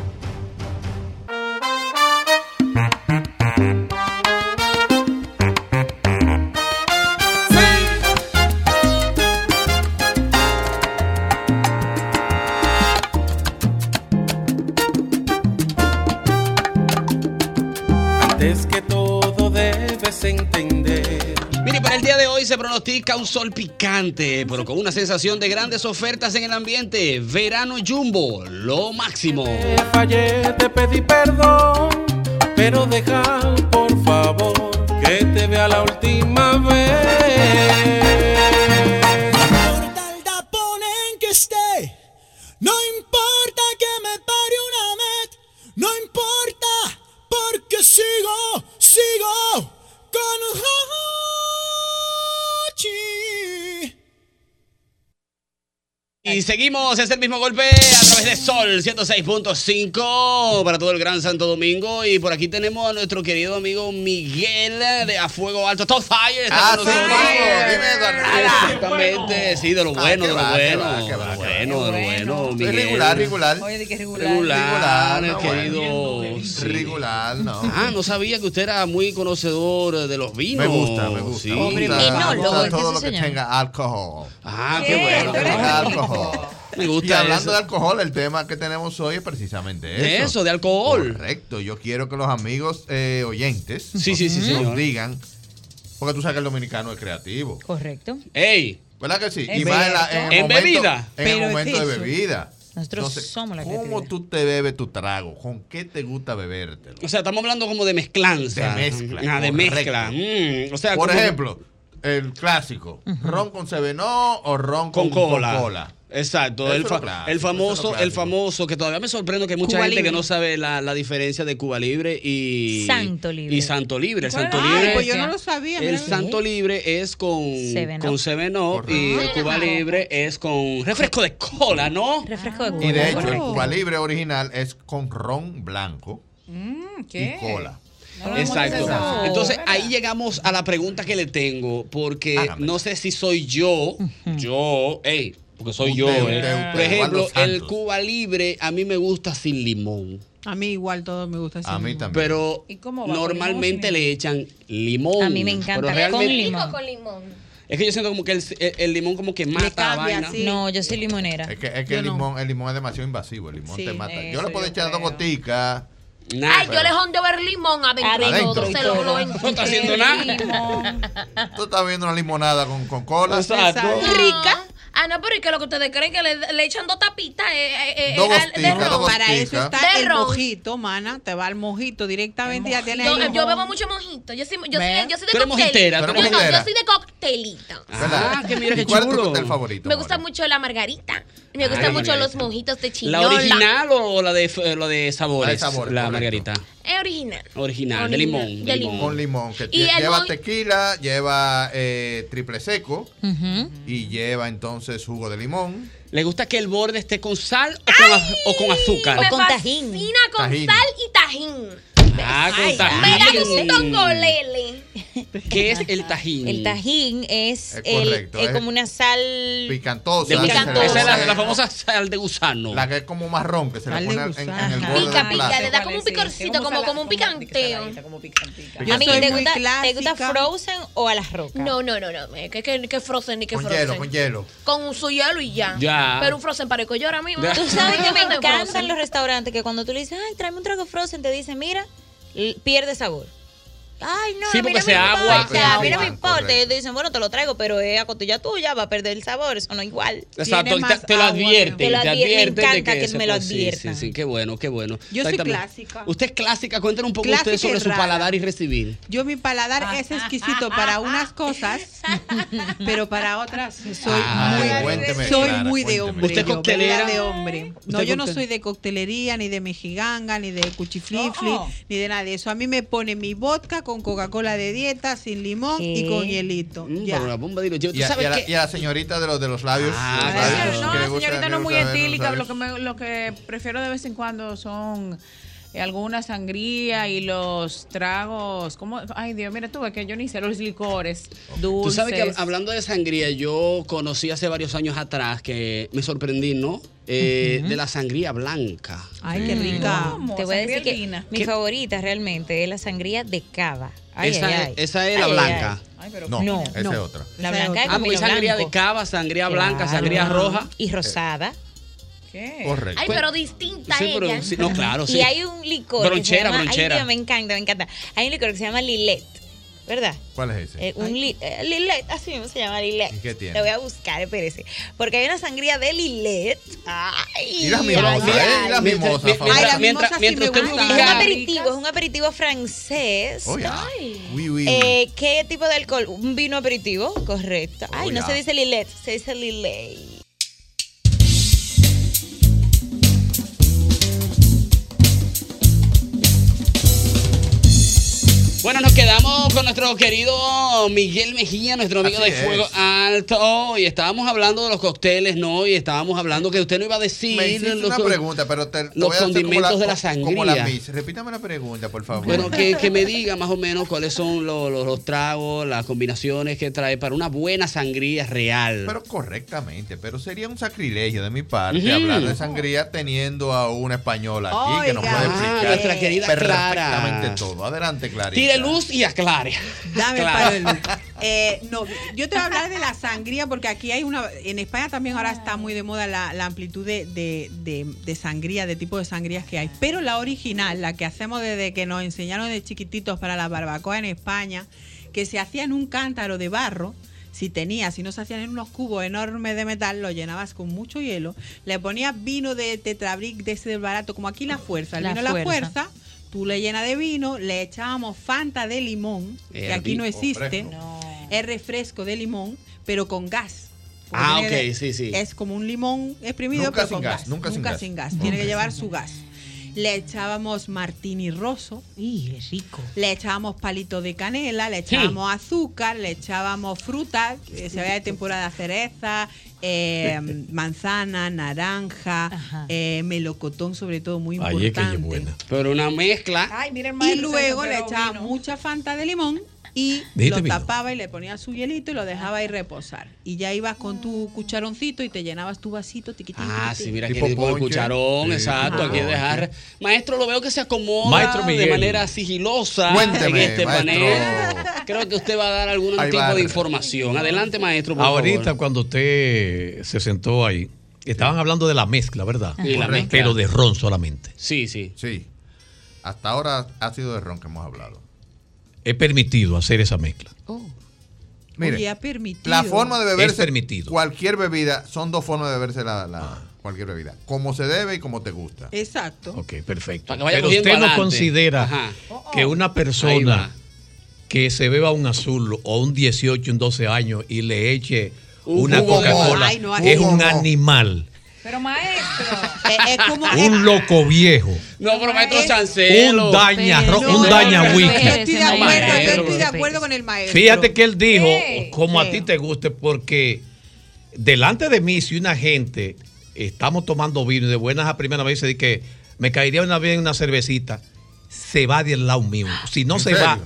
Antes que todo debes entender.
Mire, para el día de hoy se pronostica un sol picante, pero con una sensación de grandes ofertas en el ambiente. Verano Jumbo, lo máximo.
Te fallé, te pedí perdón, pero deja por favor que te vea la última vez.
ponen que esté. No importa que
Y seguimos, es el mismo golpe a través de Sol 106.5 para todo el Gran Santo Domingo. Y por aquí tenemos a nuestro querido amigo Miguel de A Fuego Alto. Top Fire está
Ah,
con
sí,
nosotros. Ah,
vamos, dime, don Ala.
Exactamente, sí, de lo
Ah,
bueno,
qué
de lo
va, qué
bueno.
va, qué va,
De lo
qué va.
bueno, de lo bueno.
Es
Miguel.
regular, regular.
Oye, de que
regular.
Regular,
Regular, no,
querido. Regular, no. Ah, no sabía que usted era muy conocedor de los vinos.
Me gusta, me gusta.
Sí.
me gusta, me gusta todo lo que tenga alcohol.
Ah,
qué bueno.
qué
tenga
bueno.
alcohol.
Me gusta
y hablando
eso.
de alcohol, el tema que tenemos hoy es precisamente eso.
De eso, de alcohol.
Correcto. Yo quiero que los amigos eh, oyentes
Sí, sí, sí,
nos
señor.
digan, porque tú sabes que el dominicano es creativo.
Correcto.
¡Ey!
¿Verdad que sí?
Es
y más en, la- en el
cierto.
momento,
En bebida.
En
Pero
el
es
momento de
eso.
bebida.
Nosotros somos la
¿Cómo
creatividad.
tú te bebes tu trago? ¿Con qué te gusta bebértelo?
O sea, estamos hablando como de mezclanza.
De mezcla,
Ah, de
correcto.
mezcla. Mm, o sea,
Por
como-
ejemplo, el clásico, ron con Sevenó o ron
Con
con,
cola.
cola.
Exacto,
Eso
el,
es
fa-
lo clásico, eso
el
es
famoso,
lo
el
clásico.
famoso, que todavía me sorprende que hay mucha
Cuba
gente
Libre.
que no sabe la, la diferencia de Cuba Libre y
Santo Libre.
Y Santo Libre. El
¿Cuál
Santo
es?
Libre,
Ay, pues yo no lo sabía,
El
mira.
Santo Libre es con
Seven Up.
con Seven Up y el Cuba Libre es con refresco de cola, ¿no?
Refresco de
Y de hecho,
cola,
el
correcto.
Cuba Libre original es con ron blanco y cola.
Exacto.
No,
Entonces ahí llegamos a la pregunta que le tengo, porque no sé si soy yo, yo, ey, porque soy yo.
Usted,
eh.
usted, usted,
Por ejemplo,
Waldo Santos.
el Cuba Libre a mí me gusta sin limón.
A mí igual todo me gusta.
A mí también. Pero
¿Y cómo va? ¿Con
normalmente
limón o sin
le echan limón.
A mí me encanta
Pero
con
realmente-
Rico con limón.
Es que yo siento como que el, el- el limón como que mata la vaina.
No, yo soy limonera.
Es que, es que el, limón, el limón es demasiado invasivo, el limón
Sí,
te mata. Yo
eso
le puedo
yo
echar dos goticas.
Ay, yo le jondeo ver limón adentro y
Adentro. Ah.
todo. Se lo lo
No está haciendo nada.
Limón.
Tú estás viendo una limonada con, con cola.
Rica. Ah, no, pero ¿y qué es lo que ustedes creen? Que le, le echan dos tapitas eh, eh, eh,
Dos
al- de
goticas, dos
ron.
goticas.
Para eso está
De
el
ron.
mojito, mana. Te va al mojito directamente y ya tienes
Yo,
el
yo
limón.
bebo mucho mojito. Yo soy, yo
¿Ves?
soy, yo soy de
Tú
cóctel.
eres mojitera,
tú
yo,
eres
no,
mojitera.
yo soy de coctelita.
¿Verdad?
que mira,
¿Y
Ah, qué
¿Cuál es tu
chulo.
cóctel favorito?
Me gusta mucho la margarita. Y Me
Ah, la
gustan mucho los
margarita.
mojitos de chinola.
¿La original o la de, f- la de sabores? La,
sabores, correcto.
margarita.
Es original.
Original, de
Original,
limón.
de limón.
Con limón. Que
Y
lle-
el
lleva
mo-
tequila, lleva eh, triple seco y lleva entonces jugo de limón.
¿Le gusta que el borde esté con sal o con, az- o con azúcar?
Me fascina con
Tajín.
sal y tajín.
Ah, con
Ay,
tajín.
Me da un tongolele.
¿Qué es el tajín?
El tajín es,
Es
el-
correcto,
es
es
como una sal
Picantosa.
De picantosa. Esa es la- la
famosa
sal de gusano.
La que es como marrón, que se le pone en, en el borde
Pica,
del
pica,
plato.
le da como un picorcito, como, como un picanteo.
A mí, ¿te
soy muy
gusta, ¿te gusta
clásica.
Frozen o a las rocas?
No, no, no, no. eh, Que, que, que frozen ni que
Con
frozen.
hielo, con hielo.
Con su hielo y ya.
Ya.
Pero un frozen para el cuello ahora mismo.
Ya.
Tú sabes que me
De
encantan
frozen.
los restaurantes que cuando tú le dices, ay, tráeme un trago Frozen, te dicen, mira, l- pierde sabor. Ay, no,
Sí,
a mí
porque
no
se
me
agua.
importa, a mí no me
Correcto.
importa. Ellos te dicen, bueno, te lo traigo, pero es a cotilla tuya, va a perder el sabor, eso no es igual.
Exacto, te, te lo advierten.
Te lo advier- me
advierten de
encanta que
se-
me lo
sí,
adviertan.
Sí, sí, qué bueno, qué bueno.
Yo soy
Exactamente.
clásica.
Usted es clásica, cuéntanos un poco
Clásica
usted sobre
y
su
rara.
paladar y recibir.
Yo mi paladar es exquisito para unas cosas, pero para otras soy
Ah,
muy,
cuénteme,
soy
Clara,
muy de
cuénteme.
hombre.
¿Usted es
yo,
coctelera?
¿verdad? de hombre. No,
¿Usted
yo no
coctel-
soy de coctelería, ni de mejiganga, ni de cuchiflifli, ni de nada de eso. A mí me pone mi vodka con Coca-Cola de dieta, sin limón y con hielito. ya.
Mm, Pero la bomba de
Y a, y a la, y a la señorita de los, de los labios.
Ah,
los labios
claro.
que
No,
le
la
gusta-
señorita
le
no es muy
gusta ver los
etílica,
labios.
lo que, me- lo que prefiero de vez en cuando son eh, alguna sangría y los tragos, ¿cómo? Ay Dios, mira tú, es que yo ni sé, los licores
Tú
dulces.
sabes que hab- hablando de sangría, yo conocí hace varios años atrás que me sorprendí, ¿no? Eh, De la sangría blanca.
Ah.
Ay,
Mm.
qué rica.
Te voy a decir que mi
¿Qué?
favorita realmente es la sangría de cava. Ay,
esa,
ay,
es-
ay.
esa es la
Ay, ay,
blanca.
ay.
No,
No,
esa
no.
es otra.
La blanca es
Ah, porque hay sangría de cava, sangría blanca, sangría roja.
Y rosada. ¿Qué?
Correcto.
Ay, pero distinta
Sí, pero
ella.
sí, no, claro, sí.
Y hay un licor que se
Bronchera,
llama, ay,
bronchera.
Dios, me encanta, me encanta. Hay un licor que se llama Lilet, ¿verdad?
¿Cuál es ese?
Eh, un li- eh, Lilet, así mismo se llama Lilet.
¿Y qué tiene?
Lo voy a buscar, espérese. Porque hay una sangría de Lilet. Ay,
Y las mimosas,
ay,
¿eh? Y las mimosas,
ay.
Mientras-
favorita.
mientras- mientras- mientras usted
Es un
publica-
aperitivo, es un aperitivo francés.
Oh, ya. Uy, uy, uy.
Eh, ¿Qué tipo de alcohol? Un vino aperitivo, correcto. Ay,
Oh,
no
ya.
se dice Lilet, se dice Lilet.
Bueno, nos quedamos con nuestro querido Miguel Mejía, nuestro amigo
Así
de Fuego
es.
Alto. Y estábamos hablando de los cócteles, ¿no? Y estábamos hablando que usted no iba a decir
Me hiciste
los,
una pregunta, pero te, te
los
voy a hacer
condimentos
como
de la
Como la
sangría.
Miss. Repítame la pregunta, por favor.
Bueno, que, que me diga más o menos cuáles son los, los- los tragos, las combinaciones que trae para una buena sangría real.
Pero correctamente, pero sería un sacrilegio de mi parte
Ujú.
hablar de sangría teniendo a una española aquí que nos
Oiga.
puede
Ah,
explicar
nuestra querida Clara.
perfectamente todo. Adelante, Clarita.
Tire luz y aclare.
Dame el
Claro.
palo de luz. Eh, no, yo te voy a hablar de la sangría porque aquí hay una. En España también ahora está muy de moda la, la amplitud de, de- de- de sangría, de tipo de sangrías que hay. Pero la original, la que hacemos desde que nos enseñaron de chiquititos para la barbacoa en España, que se hacía en un cántaro de barro. Si tenías, si no se hacían en unos cubos enormes de metal, lo llenabas con mucho hielo, le ponías vino de tetrabric de ese barato, como aquí la fuerza, el
La
vino la
Fuerza.
fuerza, tú le llenas de vino, le echábamos fanta de limón, que
El
aquí
vino
no existe,
fresco.
es refresco de limón, pero con gas. Porque
Ah,
tiene que-
ok, sí, sí.
Es como un limón exprimido,
Nunca
pero
sin
con
gas,
gas,
nunca sin gas.
Tiene
Ok.
que llevar su gas. Le echábamos martini rosso.
Y rico.
Le echábamos palito de canela, le echábamos azúcar, le echábamos fruta, que se había de temporada cereza, eh, manzana, naranja, eh, melocotón sobre todo muy
Ahí
importante.
es que es buena. Pero una mezcla.
y luego le echaba mucha fanta de limón y
Dijiste
lo
vino.
tapaba y le ponía su hielito y lo dejaba ahí reposar. Y ya ibas con tu cucharoncito y te llenabas tu vasito tiquitín.
Ah, sí, mira que
Tipo
con el
ponche.
cucharón,
Sí,
exacto,
tipo
aquí
ponche.
dejar. Maestro, lo veo que se acomoda
Maestro
de
Miguel.
manera sigilosa
Cuénteme,
en este
maestro.
panel. Creo que usted va a dar algún
Ahí
tipo
va.
de información. Adelante, maestro, por
Ahorita
favor.
cuando usted se sentó ahí, estaban hablando de la mezcla, ¿verdad?
Sí, la mezcla.
Pero de ron solamente.
Sí, sí.
Sí. Hasta ahora ha sido de ron que hemos hablado.
He permitido hacer esa mezcla.
Mire,
Oye, ha permitido.
la forma de beberse
Es permitido.
cualquier bebida, son dos formas de beberse la, la- cualquier bebida. Como se debe y como te gusta.
Exacto.
Ok, perfecto.
que vaya
Pero
cogiendo
usted no
adelante.
considera
Ajá.
que una persona que se beba un azul o un 18, un 12 años y le eche
Un
una
jugo no.
Coca-Cola
Ay, no, así
es un
no.
animal,
Pero maestro. es, como.
un loco viejo.
No, pero maestro Chancelo.
Un daña, ro- un daña
Yo estoy de acuerdo, yo
whisky.
estoy de acuerdo con el maestro.
Fíjate que él dijo, como a ti te guste, porque delante de mí, si una gente estamos tomando vino y de buenas a primera vez se dice que me caería una vez una cervecita, se va del lado mío. Si no
¿En
se
serio?
va.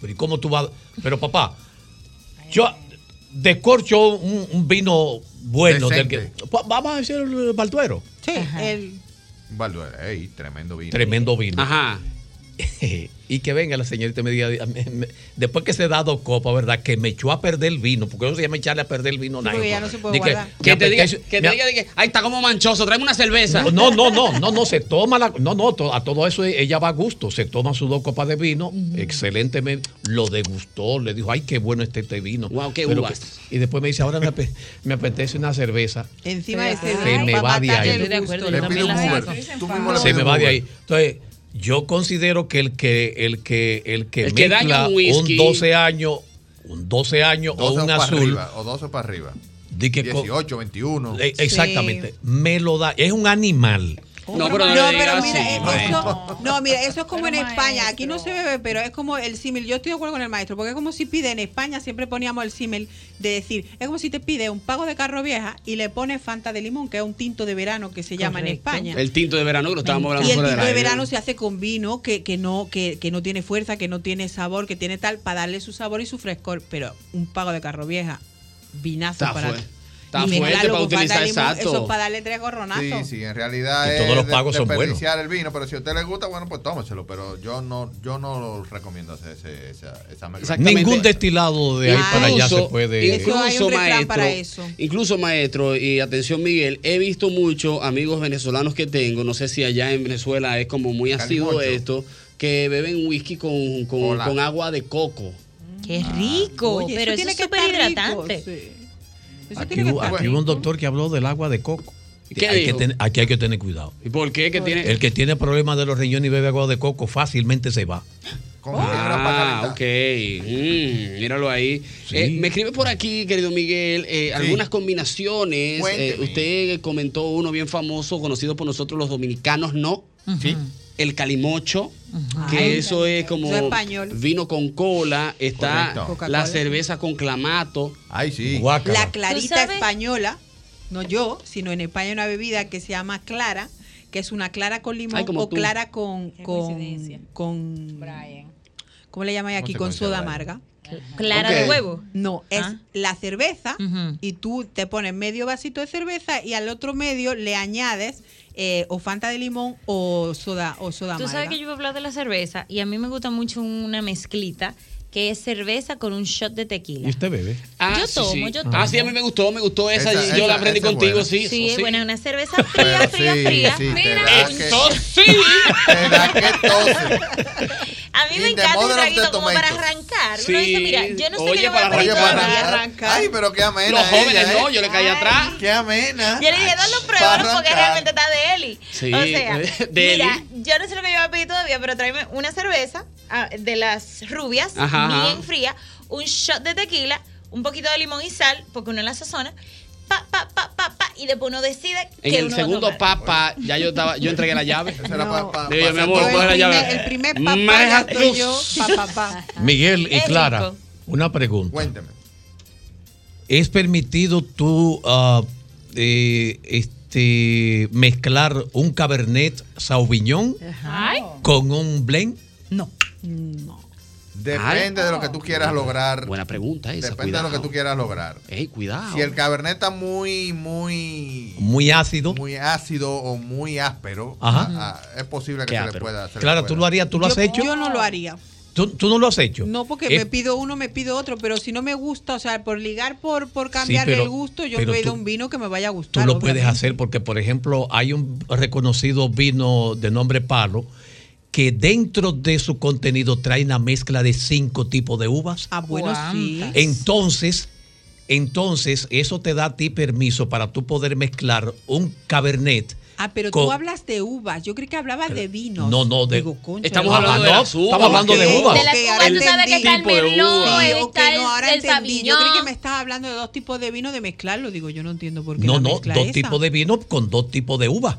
Pero ¿y cómo tú vas? Pero papá, yo descorcho un, un vino bueno. del que- Pa- vamos a decir el Balduero.
Sí, el-
Balduero, ey, tremendo vino.
Tremendo vino.
Ajá.
y que venga la señorita y me diga, me- me- después que se da dos copas, ¿verdad? Que me echó a perder el vino, porque eso se llama echarle a perder el vino.
porque
nadie.
ya no se puede
Di pues, que-
guardar.
me
Que te diga,
apetece-
que te
me-
diga, diga, ay, está como manchoso, tráeme una cerveza.
No, no, no, no, no, se toma la. No, no, to- a todo eso e, ella va a gusto. Se toma sus dos copas de vino, excelentemente. Lo degustó, le dijo, ay, qué bueno este, este vino. Wow,
qué uvas.
y después me dice, ahora me, ape- me apetece una cerveza.
Encima de ese
Se me va de ahí.
Estoy de acuerdo, yo también la saco.
Se me va de ahí. Entonces, yo considero que el que el que el que
El que
mezcla
daña
un,
un whisky.
12 años, un 12 años o un
para
azul.
arriba, o 12 para arriba.
di que co-
18, 21.
eh, Exactamente. Me lo da. Es un animal.
No, pero no, le
No, pero
diga
mira,
así, pues.
eh,
maestro.
eso, no, mira, eso es como en España. Aquí no se bebe, pero es como el símil. Yo estoy de acuerdo con el maestro, porque es como si pide en España, siempre poníamos el símil de decir, es como si te pide un pago de carro vieja y le pones Fanta de limón, que es un tinto de verano que se llama en España.
El tinto de verano que lo estábamos hablando
Y el
fuera
tinto de
aire.
verano se hace con vino que, que no, que, que no tiene fuerza, que no tiene sabor, que tiene tal, para darle su sabor y su frescor. Pero un pago de carro vieja, vinazo
Está
para
fue-
ti.
está
Y
fuerte
mezclarlo
para
con Fanta
utilizar,
de limón,
exacto.
Eso es para darle tres gorronazos.
Sí, sí, en realidad
Y
es
todos los
de-
pagos son buenos.
desperdiciar el vino, pero si a usted le gusta, bueno, pues tómeselo, pero yo no yo no recomiendo hacer ese- esa esa mezcla.
Ningún destilado de ahí para allá se puede.
Incluso, maestro,
para eso.
incluso, maestro, y atención, Miguel, he visto muchos amigos venezolanos que tengo, no sé si allá en Venezuela es como muy asiduo
Calimocho.
esto, que beben whisky con, con-
Hola.
con agua de coco.
Qué
Ah,
rico,
Oye,
pero
eso
eso
tiene
es
que
súper
estar rico,
hidratante.
Aquí hubo, aquí hubo un doctor que habló del agua de coco.
¿Qué
Hay que
dijo?
ten- aquí hay que tener cuidado.
¿Y por qué? Que tiene...
El que tiene problemas de los riñones y bebe agua de coco fácilmente se va.
Ah, ok. Mm, míralo ahí. Eh, me escribe por aquí, querido Miguel, eh, algunas combinaciones. Eh,
Cuénteme.
usted comentó uno bien famoso, conocido por nosotros los dominicanos, ¿no?
Sí.
el calimocho, que
Ay,
eso es como
eso es español.
vino con cola, está
Correcto. Coca-Cola.
la cerveza con clamato. Ah,
Ay, sí.
La clarita española, no yo, sino en España hay una bebida que se llama clara, que es una clara con limón
Ay, como
o
tú.
clara con con, con ¿Cómo le llaman
¿Cómo
aquí?
se
Con
conoce,
soda
Brian?
amarga.
¿Clara de Ok. huevo?
No, es
Ah.
la cerveza y tú te pones medio vasito de cerveza y al otro medio le añades eh, o fanta de limón o soda o soda
Tú sabes
amarga.
que yo voy a hablar de la cerveza y a mí me gusta mucho una mezclita que es cerveza con un shot de tequila.
Y usted bebe.
yo tomo, yo tomo.
Ah, sí, a mí me gustó, me gustó esa.
Esa-
y yo
esa-
la aprendí
esa es
contigo,
buena.
sí.
Sí,
eso
es
sí.
buena, una cerveza fría, fría, fría. Mira, un shot.
sí.
Te da que tose.
A mí me
In the
encanta un
mother of the
traguito como para
tomatoes.
arrancar. Uno dice, mira, yo no sé
Oye,
qué yo voy a
para
aprender.
arrancar. Oye, para Ay, pero qué amena.
Los jóvenes
ella, ¿eh?
no, yo le caí atrás.
Qué amena.
Yo le dije, no
Para
lo pruebas porque
arrancar.
realmente está de Eli.
Sí,
o sea,
de
mira,
Eli.
yo no sé lo que yo voy a pedir todavía, pero tráeme una cerveza ah, de las rubias,
Ajá, ajá.
bien fría, un shot de tequila, un poquito de limón y sal, porque uno la sazona, pa, pa, pa, pa, pa, y después uno decide
En
que
el
uno
segundo
va a tomar.
papa, ya yo estaba, yo entregué la llave.
era pa- pa-
Digo yo,
pa-
mi amor,
pa-
coge la
el
llave.
primer- el
primer
papá
ya estoy
tú.
yo, pa, pa, pa.
Ah,
Miguel y
Es
Clara,
rico.
una pregunta.
Cuénteme.
¿Es permitido tú ah, eh, este, mezclar un Cabernet Sauvignon
Ay.
con un blend?
Depende
Ay.
de lo que tú quieras lograr.
Buena pregunta esa.
Depende de lo que tú quieras lograr.
Ey, cuidado.
Si el cabernet está muy, muy.
Muy ácido.
Muy ácido o muy áspero,
Ajá.
a- a- es posible que
Qué
se le
áspero.
pueda hacer.
Clara, tú lo harías, tú lo has
yo,
hecho.
Yo no lo haría.
¿Tú, tú no lo has hecho.
No, porque
Eh,
me pido uno, me pido otro, pero si no me gusta, o sea, por ligar, por, por cambiar
pero-
el gusto, yo
pero
pido
tú-
un vino que me vaya a
Tú
gustar.
lo puedes
obviamente.
hacer porque, por ejemplo, hay un reconocido vino de nombre Palo que dentro de su contenido trae una mezcla de cinco tipos de uvas.
Ah, bueno, sí.
Entonces, entonces eso te da a ti permiso para tú poder mezclar un cabernet.
Ah, pero tú
Con-
hablas de uvas. Yo creí que hablabas de vinos.
No, no, de, Ah,
Estamos hablando de
no,
las uvas.
Estamos hablando de
Ok,
uvas.
ok, ahora
uvas, tú sabes que
entendí.
está el Tipo de merlot, uva.
Sí,
está
ok,
el-
no, ahora
el
entendí. Yo creí
sauvignon.
que me estabas hablando de dos tipos de vino, de mezclarlo. Digo, yo no entiendo por qué.
No,
la
no,
mezcla
dos
esa.
tipos de vino con dos tipos de uva.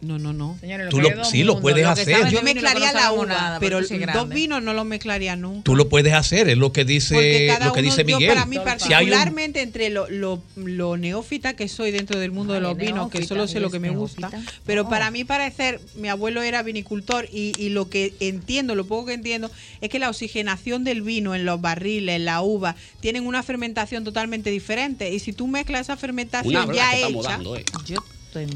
No, no, no.
Tú que lo- hay de dos sí, lo mundos, puedes lo que hacer. saben de
Yo
vino y lo que no
mezclaría la
sabemos
uva,
nada,
pero
porque tú sí
los dos
grande.
vinos no los mezclaría nunca.
Tú lo puedes hacer, es lo que
Porque
dice,
cada
este, lo que
uno,
dice
yo
Miguel.
para mí
Si hay un-
particularmente entre lo, lo, lo neófita que soy dentro del mundo de los vinos, que
neófita,
solo sé lo
¿eres
que me gusta,
neófita?
pero
No.
para mí parecer, mi abuelo era vinicultor y, y lo que entiendo, lo poco que entiendo, es que la oxigenación del vino en los barriles, en la uva, tienen una fermentación totalmente diferente y si tú mezclas esa
Una
fermentación
broma
ya
que estamos
hecha,
dando, eh.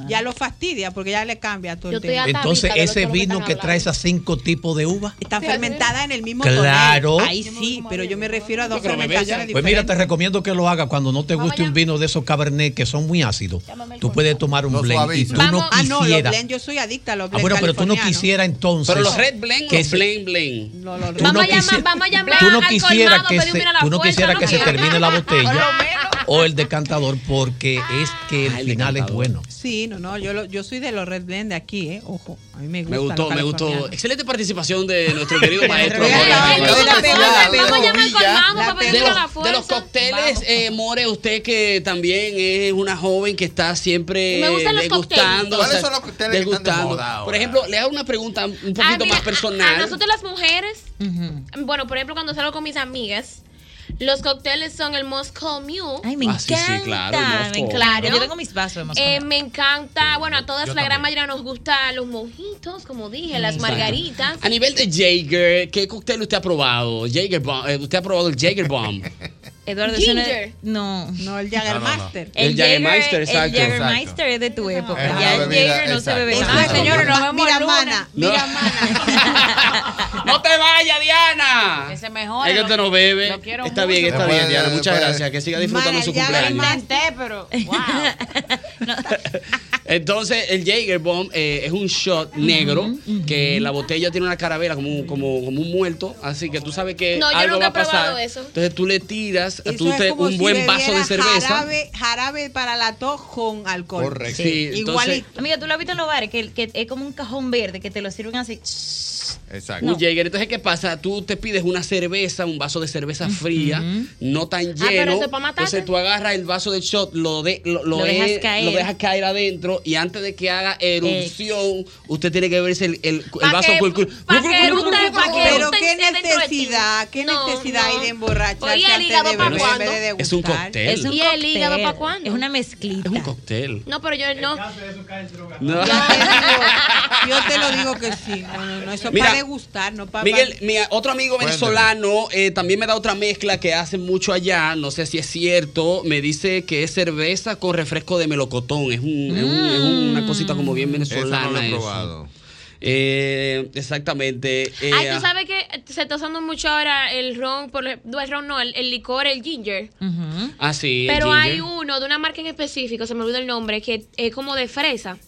ya lo fastidia porque ya le cambia todo
Yo
el
estoy
tema.
Entonces, ese vino que trae esas cinco tipos de uva.
Está fermentada en el mismo
Claro.
tonel. Ahí sí, pero yo me refiero a dos fermentaciones diferentes.
Pues mira, te recomiendo que lo hagas cuando no te guste un vino de esos cabernet que son muy ácidos. Tú puedes tomar un blend y tú no
ah, no, los
quisieras.
blend, yo soy adicta a los
Ah,
blend.
bueno, pero tú no
californianos.
quisieras entonces.
Pero los red blend,
que
los
se-
blend blend.
No, no,
Tú no
Vamos a llamar,
quisi-
vamos a llamar
Tú no
al
quisieras
colmado,
que,
pedir
se,
un a la
tú no
fuerza,
quisieras
¿no?
que se termine la
Por
botella
lo
o el decantador porque es que el final es bueno.
Sí, no, no, yo, lo- yo soy de los red blend de aquí, ¿eh? Ojo, a mí me gusta.
Me gustó, me gustó. Excelente participación de nuestro querido maestro.
Pero
More
ya,
Arribas.
pero la pegó, la pegó.
Vamos a llamar al colmado
La
para pedirle
pegó.
a la fuerza. De los cócteles, eh, More, usted que también es una joven que está siempre
Me gustan los
degustando.
cócteles. ¿Cuáles
o sea,
son los cócteles que están de
degustando.
moda ahora?
Por ejemplo, le hago una pregunta un poquito
Ah, mira,
más
a-
personal.
A, nosotros las mujeres, bueno, por ejemplo, cuando salgo con mis amigas, los cócteles son el Moscow Mule.
Ay, me
Ah, sí, sí,
encanta.
claro, el
me
Moscow.
encanta.
Claro.
Yo tengo mis vasos de Moscow.
Eh, me encanta, bueno, a todas
yo
la gran
también.
mayoría nos gustan los mojitos, como dije, las
Exacto.
margaritas.
A nivel de Jaeger, ¿qué cóctel usted ha probado? Jaeger Bomb, eh, usted ha probado el Jaeger Bomb.
Eduardo, eso no es-
Ginger.
No.
No, el
Jagermeister.
El,
El Jagermeister,
Jager-
exacto.
El Jagermeister es de tu época.
Es una
ya el
bebida,
Jager no se
exacto.
bebe.
Eso
más.
es, señores,
nos vemos
Mira,
el
mana, mira,
¡No te vayas, Diana!
Que se mejore.
Es que
lo-
usted no bebe.
lo quiero
Está
mucho.
bien, está
Después-
bien, Diana. Muchas
después-
gracias. Que siga disfrutando
Mana,
su
ya lo
cumpleaños.
inventé, pero
Entonces, el Jaeger Bomb eh, es un shot negro que la botella tiene una carabela como, un- como, como un muerto. Así que tú sabes que
No, yo
algo
nunca
va
he
a pasar.
probado eso.
Entonces, tú le tiras
Eso
tú
es
te-
como
un
si
buen vaso de
bebiera
cerveza.
Jarabe, jarabe para la tos con alcohol.
Correcto. Sí, entonces-
Amiga, tú lo has visto en los bares, que, que es como un cajón verde que te lo sirven así.
Exacto.
Un Jäger. Entonces, ¿qué pasa? Tú te pides una cerveza, un vaso de cerveza fría, no tan
Ah, pero
lleno.
eso es pa' matarte.
Entonces, tú agarras el vaso de shot, lo, de, lo, lo
Lo dejas
es-
caer.
lo dejas caer adentro y antes de que haga erupción, usted tiene que verse el, el, el vaso.
que-
cul- cul-
pa' que eructe, pa' que
Pero
eructe
qué
esté dentro de ti.
necesidad, qué
No,
necesidad hay
no.
de emborracharse
Oye, el
antes
hígado
de
pa'
beber, en
cuándo?
vez de
Es un
degustar?
cóctel.
Es un
¿Y el
cóctel.
hígado para cuándo?
Es una mezclita.
cóctel.
No, pero yo no.
No.
Yo te lo digo que sí. No, no, no, eso es
Mira,
para degustar, no para.
Miguel, mi otro amigo venezolano eh, también me da otra mezcla que hace mucho allá, no sé si es cierto, me dice que es cerveza con refresco de melocotón, es, un- es un- es una cosita como bien venezolana.
Mm. Eso no lo he
eso.
probado.
Eh, exactamente. eh,
Ay, tú sabes que se está usando mucho ahora el ron, por ejemplo, el ron no, el, el licor, el ginger.
ah, sí, el
Pero hay
ginger.
uno de una marca en específico, se me olvidó el nombre, que es como de fresa.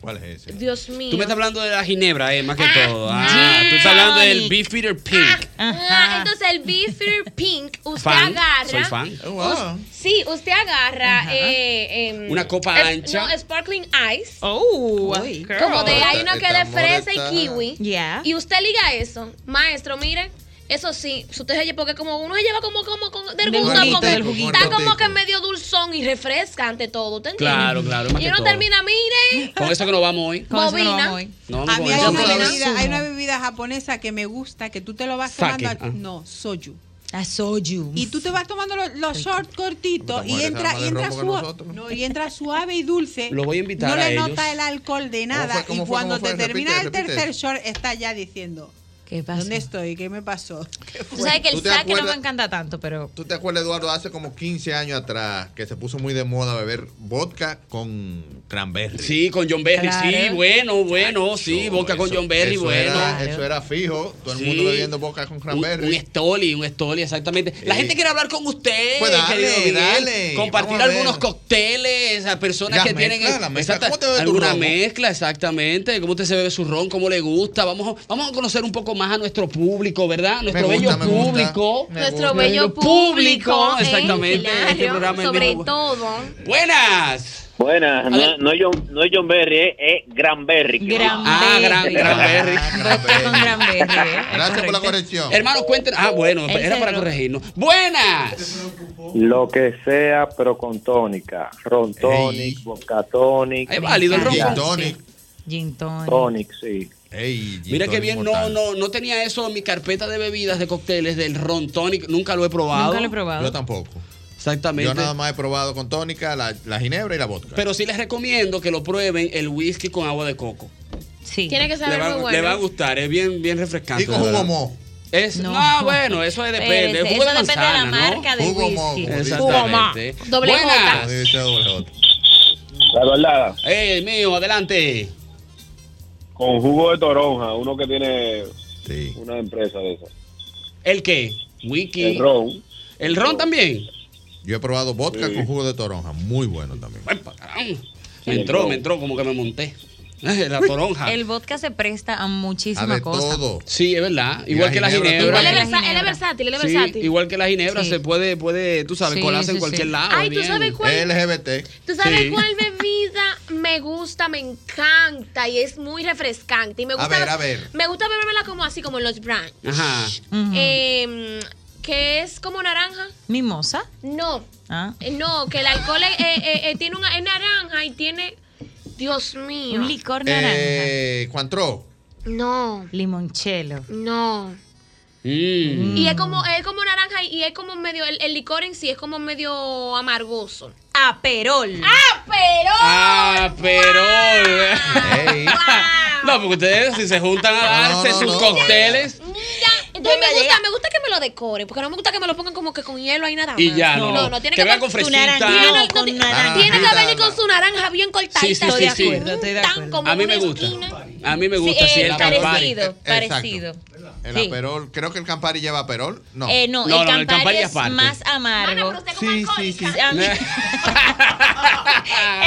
¿Cuál es ese?
Dios mío.
Tú me estás hablando de la ginebra, eh, más que todo. Ah, tú estás hablando del Beefeater Pink.
Ah, entonces el Beefeater Pink, usted
Fan,
agarra.
soy fan. Oh, wow.
us- sí, usted agarra. eh, em,
Una copa
es-
ancha.
No, sparkling ice.
Oh, girl.
Como de
Este
hay
Esta-
una que es de
esta
fresa y
moreta.
kiwi.
Ah.
Yeah.
Y usted liga eso. Maestro, mire. Eso sí, usted se lleva, porque como uno se lleva como, como, como del
Del
gusto,
juguito,
como-
del juguito.
está como que medio dulzón y refresca ante todo, ¿te entiendes?
Claro, claro, más
Y
que
uno
todo.
termina, mire,
Con eso que nos vamos hoy.
Con eso que nos Bobina. vamos hoy.
No, no,
A
con
mí hay
eso.
una,
Sabes.
bebida, hay una bebida japonesa que me gusta, que tú te lo vas
Sake,
tomando.
ah.
al- No, soju.
A Ah, soju.
Y tú te vas tomando los, los shorts cortitos
Esta
y
mujer
entra,
sabe más
y
de
entra,
romo que
sua-
nosotros.
no, y entra suave y dulce.
Lo voy a invitar
No le
a ellos.
nota el alcohol de nada.
fue? ¿Cómo
y
fue?
cuando
¿Cómo
te
fue?
termina
Repite,
el
repite.
tercer short, está ya diciendo:
¿Qué
¿Dónde estoy? ¿Qué me pasó? ¿Qué
Tú
fue?
sabes que el
¿Tú te
saque no me
acuerdas?
encanta tanto, pero.
¿Tú te acuerdas, Eduardo, hace como 15 años atrás que se puso muy de moda beber vodka con cranberry?
Sí, con John Berry, sí,
Claro.
bueno, bueno, sí, boca con John Berry,
eso
bueno.
era- eso era fijo, todo el mundo bebiendo boca con cranberry.
Un, un Stoli, un Stoli, exactamente. La
Sí.
gente quiere hablar con usted,
Pues dale,
querido Miguel.
dale,
compartir
vamos a ver.
algunos cócteles a personas
Las
que
mezclas,
tienen
las mezclas. ¿Cómo te bebes tu
alguna
romo?
mezcla, exactamente. Cómo usted se bebe su ron, cómo le gusta. Vamos, vamos a conocer un poco más a nuestro público, ¿verdad? Nuestro
gusta,
bello
me gusta,
público.
me
nuestro bello público. ¿eh?
exactamente.
Claro,
Este programa es
sobre
bien-
todo.
Buenas.
Buenas, no, no es John, no es John Berry, es, es Granberry.
Ah, gran, gran Berry.
Gracias por la corrección.
Hermano, cuéntenos. Ah, bueno,
Él
era
se
para
lo-
corregirnos. Buenas.
Lo que sea, pero con tónica. Ron tonic, vodka tonic.
Es válido el ron
Gin
con-
tonic.
Gin tonic.
Oh,
Tonic, sí.
Mira qué bien, no, no, no tenía eso en mi carpeta de bebidas de cócteles del ron tonic, nunca lo he probado.
Yo tampoco.
Exactamente.
Yo nada más he probado con tónica, la, la ginebra y la vodka.
Pero sí les recomiendo que lo prueben el whisky con agua de coco.
Sí.
Tiene que
Le
saber
va,
muy
le va a
bueno.
gustar, es bien, bien refrescante.
Y con jugo
de verdad.
mo.
Es, no.
No.
bueno, eso es depende.
Espérese,
Jugo de
eso depende de la
manzana, ¿no?
marca del Jugo mo, whisky. como dice.
Exactamente.
Jugo mo. Doble J.
Buenas.
La verdad,
Eh, mío, adelante.
Con jugo de toronja, uno que tiene una empresa de esas.
¿El qué? Wiki.
El ron.
¿El ron también?
Yo he probado vodka con jugo de toronja, muy bueno también.
Me entró, me entró, como que me monté.
Ah,
La toronja.
El vodka se presta a muchísimas cosas.
Sí, es verdad. Igual
la
que la
ginebra
ginebra.
Él es, versa- él es versátil, él es
Sí,
versátil.
igual que la ginebra
Sí.
se puede, puede, tú sabes,
Sí,
colarse en
sí,
cualquier
sí.
lado.
Ay, ¿tú sabes cuál?
LGBT.
¿Tú sabes
Sí.
cuál bebida me gusta, me encanta y es muy refrescante? Y me
A
gusta,
ver, a ver.
Me gusta bebérmela como así, como en los brand.
Ajá.
Eh, que es como naranja.
Mimosa.
No,
Ah.
eh, no, que el alcohol es- eh, eh, eh, tiene una, es naranja y tiene... Dios mío.
Un licor
Eh, Cuantro.
No.
Limonchelo.
No.
Mm.
Y es como, es como naranja y es como medio, el, el licor en sí es como medio amargoso.
Aperol.
¡Aperol!
Ah, pero. No, porque ustedes si se juntan a darse sus cócteles
Entonces me gusta, me gusta que me lo decoren, porque no me gusta que me lo pongan como que con hielo ahí nada más.
y ya, no.
no, tiene
que
que
vean con
haber
fresita.
Tiene que venir con su naranja bien cortadita.
Sí, sí, sí, sí.
Tan como
A mí
una
me gusta.
esquina.
A mí me gusta,
Sí,
sí,
eh,
el campari.
parecido, parecido.
El
Sí.
aperol, creo que el Campari lleva aperol. No,
Eh, no, el Campari, es más amargo.
Sí, sí, sí.
A mí-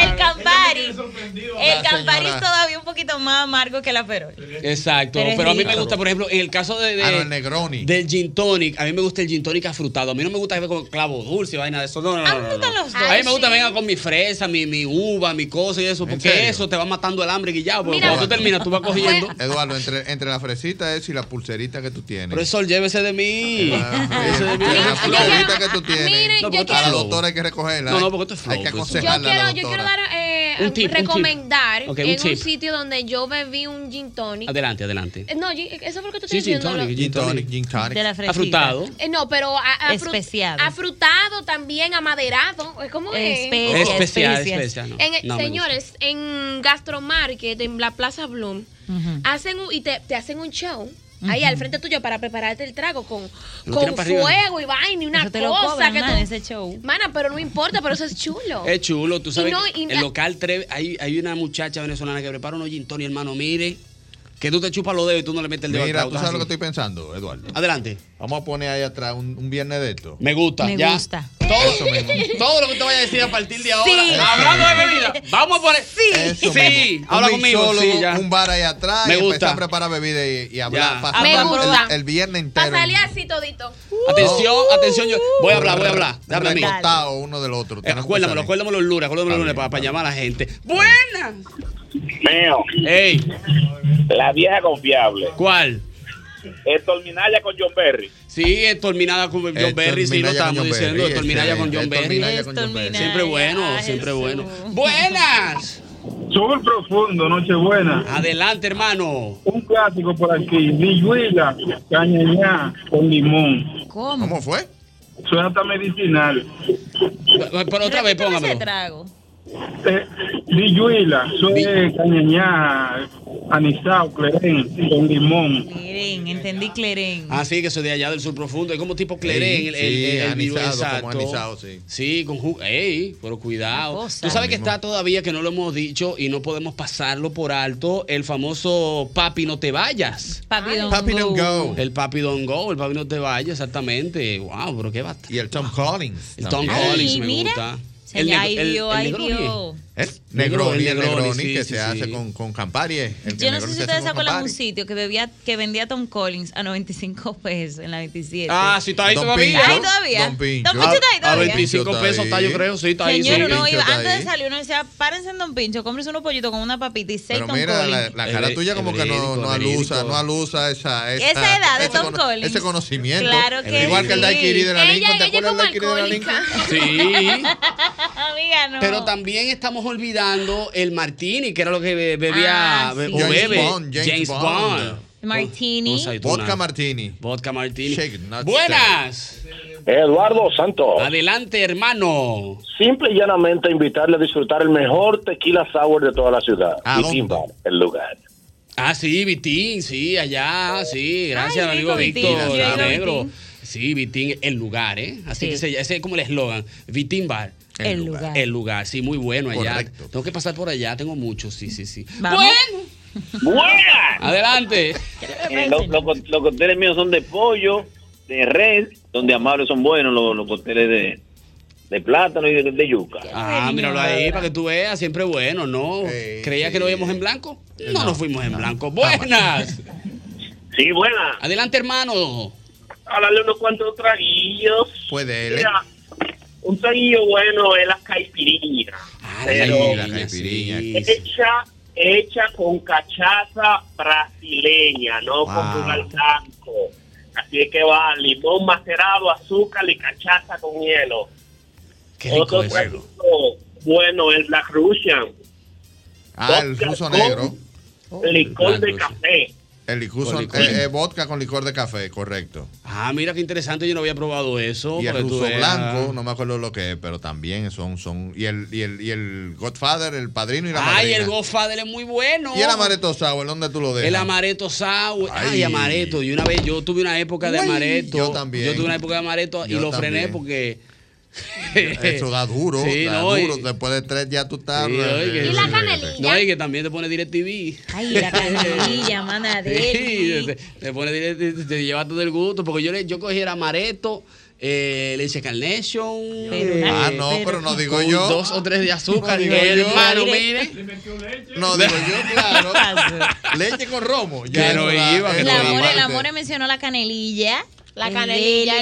el Campari. El
La
Campari
señora.
es todavía un poquito más amargo que el Aperol.
Exacto,
Pero
pero,
es
a mí me
rico.
gusta, por ejemplo, en el caso de, de- del gin tonic, a mí me gusta el gin tonic afrutado. A mí no me gusta que con clavo dulce, vaina de eso. No, no, no, no, no.
los
A mí
dos.
me gusta venga con mi fresa, mi, mi uva, mi cosa y eso, porque
serio?
eso te va matando el hambre guillado. Porque
Mira,
cuando tú terminas, tú vas cogiendo.
Eduardo, entre, entre la fresita es y la pulserita que tú tienes.
Profesor, llévese de mí. Llévese de mí.
la pulserita que tú tienes.
Miren, yo
a la
quiero-
doctora hay que recogerla. eh.
No, no, porque esto es flow,
Hay
pues.
que
profesor.
Yo
aconsejarla a la
quiero, yo quiero
doctora.
dar, eh,
Un tip, un tip.
recomendar
Ok, un
en un
tip.
sitio donde yo bebí un gin tonic.
Adelante, adelante.
Eh, No, gin- eso fue lo que tú
Sí, gin
estás diciendo.
tonic,
lo-
gin tonic.
Gin tonic.
De la fresita.
Afrutado.
Eh, no, pero a- a- afru-
Especiado.
afrutado también, amaderado. Es como es?
Especia,
Especial,
especias.
especial. no.
Eh, En el-
No, me gusta.
señores, en Gastromarket, en la Plaza Bloom, hacen un- y te, te hacen un show ahí
Ujú.
al frente tuyo para prepararte el trago con,
Lo
con
tiran para arriba.
fuego y vaina y una
Eso te lo
cosa
cobran,
que
man,
tú-
ese show.
Mana, pero no importa, pero eso es chulo.
Es chulo, tú sabes.
Y no,
que
y
el
na-
local tres, hay, hay una muchacha venezolana que prepara unos gin tonic, hermano, mire, que tú te chupas los dedos y tú no le metes el dedo. al
Mira,
clavo,
tú sabes
así.
lo que estoy pensando, Eduardo.
Adelante.
Vamos a poner ahí atrás un, un viernes de esto.
Me gusta, Me ya. gusta.
Eso mismo.
Todo lo que te vaya a decir a partir de ahora,
Sí.
hablando de bebida, vamos a poner. Sí,
Eso
sí.
mismo.
habla
un
conmigo.
mixólogo,
Sí, ya.
Un bar ahí atrás
Me
y empezar
gusta.
a preparar bebida y, y hablar.
Ya.
pasar
Me
el-
gusta.
El, el viernes entero.
Pasaría así todito.
Atención, atención, yo voy a hablar, voy a hablar. Dame a mí.
Recortado uno del otro.
Eh, acuérdamelo, acuérdamelo el lunes, acuérdamelo el lunes para, para llamar a la gente.
Buena.
Meo.
Ey.
La vieja confiable.
¿Cuál?
Héctor Minaya con John Berry.
Sí, Héctor Minaya con John Berry, sí, lo
Minaya con
estábamos
John
diciendo,
Berry,
Héctor Minaya con John
excelente, Héctor
Berry.
Minaya con John Berry.
Siempre bueno, siempre bueno. Buenas.
Sur profundo, Nochebuena.
Adelante, hermano.
Un clásico por aquí. Villuela, cañañá con limón.
¿Cómo?
fue?
Suena hasta medicinal.
Pero otra vez,
Ese
póngamelo.
trago.
Eh, Villuela, suena cañañá, anisao, clerén, con limón.
Cleren, entendí Cleren.
Ah, sí, que soy de allá del sur profundo. Es como tipo cleré
Sí,
el, el-
sí,
el- el
anisado,
virus,
como
exacto.
anisado, sí.
con jugo. Ey, pero cuidado.
cosa.
Tú sabes que
Lo
está todavía que no lo hemos dicho y no podemos pasarlo por alto. El famoso papi, no te vayas.
Papi Don
El papi don't go, el papi no te vayas, exactamente. Wow, pero qué basta.
Y el Tom Collins.
El Tom
también.
Collins
Ay,
me
mira.
gusta.
Se ya ahí vio, ahí
Negroni.
vio.
¿Eh?
Negro-
Negroni,
el
el
Negroni,
Negroni
sí,
que
sí,
se hace
sí.
con, con Campari. eh. El que
Yo no
el
sé
Negroni
si
se hace
ustedes se
con
acuerdan de un
Campari.
sitio que bebía, que vendía Tom Collins a 95 pesos en la 27.
Ah, sí, está ahí Don todavía. Pincho.
Ahí todavía.
Don Pincho.
Pincho está ahí
A- a
todavía.
25 Pincho está pesos está, ahí. yo creo, sí, está ahí,
Señor,
sí.
uno
Pincho
iba,
está
antes
ahí.
de salir, uno decía, párense en Don Pincho, cómprese unos pollitos con una papita y seis
Pero
Tom
mira, la,
Collins.
la cara
Es
tuya como que no,
verídico,
no
verídico.
alusa, no alusa esa, esa,
Esa edad de
ese
Tom
cono-
Collins.
Ese conocimiento.
Claro que
Igual que el
sí.
daiquiri de la
Ella-
Lincoln. ¿Te
ella
acuerdas del daiquiri de la Lincoln?
Sí.
Amiga, no.
Pero también estamos olvidando el martini, que era lo que be- bebía
Ah,
be-
sí.
o
James
bebe
Bond, James Bond.
Martini.
Vodka martini.
Vodka martini.
Shake, not
Buenas.
Eduardo Santos.
Adelante, hermano.
Simple y llanamente invitarle a disfrutar el mejor tequila sour de toda la ciudad.
¿A
y
Ah, dónde?
Timbar, el lugar.
Ah, sí, Vitín, sí, allá, sí. Gracias al
Ay,
amigo
rico,
Víctor
Vitín. Yo digo
Negro.
Vitín.
Sí, Vitín, el lugar, ¿eh? Así
Sí.
que se- ese es como el eslogan. Vitín Bar.
El El lugar. lugar.
El lugar, sí, muy bueno allá.
Correcto.
Tengo que pasar por allá, tengo muchos, sí, sí, sí.
¡Buena!
Adelante.
Eh, lo- lo- los cócteles míos son de pollo, de res, donde amables son buenos los, los cócteles de, de plátano y de, de yuca.
Ah, míralo ahí para que tú veas, siempre bueno, ¿no? ¿Creía que nos íbamos en blanco? No, nos fuimos en blanco. Buenas.
Sí, buenas.
Adelante, hermano.
Háblale unos cuantos traguillos.
Puede él.
Mira, un traguillo bueno es la caipirinha. pero
la caipirinha.
hecha, hecha con cachaza brasileña, no con
Wow.
rugal blanco. Así es que va limón macerado, azúcar y cachaza con hielo.
Qué rico
Otro
eso.
traguito bueno es la Russian.
Ah, el ruso negro.
Licor de
La
café.
El licor,
Con licor.
eh, eh, vodka con licor de café, correcto.
Ah, mira qué interesante, yo no había probado eso.
Y el
para que tú ah.
ruso
veas.
blanco, no me acuerdo lo que es, pero también son, son, y el, y el, y el Godfather, el padrino y la
Ay,
madrina.
el Godfather es muy bueno.
Y el amaretto sour, ¿dónde tú lo dejas?
El amaretto sour. Ay,
Ay.
amaretto. Y una vez yo tuve una época de
Uy,
amaretto.
yo también.
Yo tuve una época de amaretto y
Yo
lo frené
también.
porque.
Eso da duro,
Sí,
da
no, y-
duro. Después de tres ya tú estás.
Sí, oye, que-
eh, eh,
No, y que también te pone DirecTV.
Ay, la canilla, mana de
Sí,
él.
te, te pone direct- te, te lleva todo el gusto. Porque yo, le, yo cogí el amaretto, eh, leche carnation. eh,
Ah, no, pero, no digo
con
yo.
Dos o tres de azúcar.
No
y
digo yo.
hermano, mire.
No digo yo, claro. Leche con romo.
Que no
eso da-
iba,
eso
que
El
da
amor, el
parte.
amor mencionó la canelilla.
La
El
canelilla,
hielo y
el,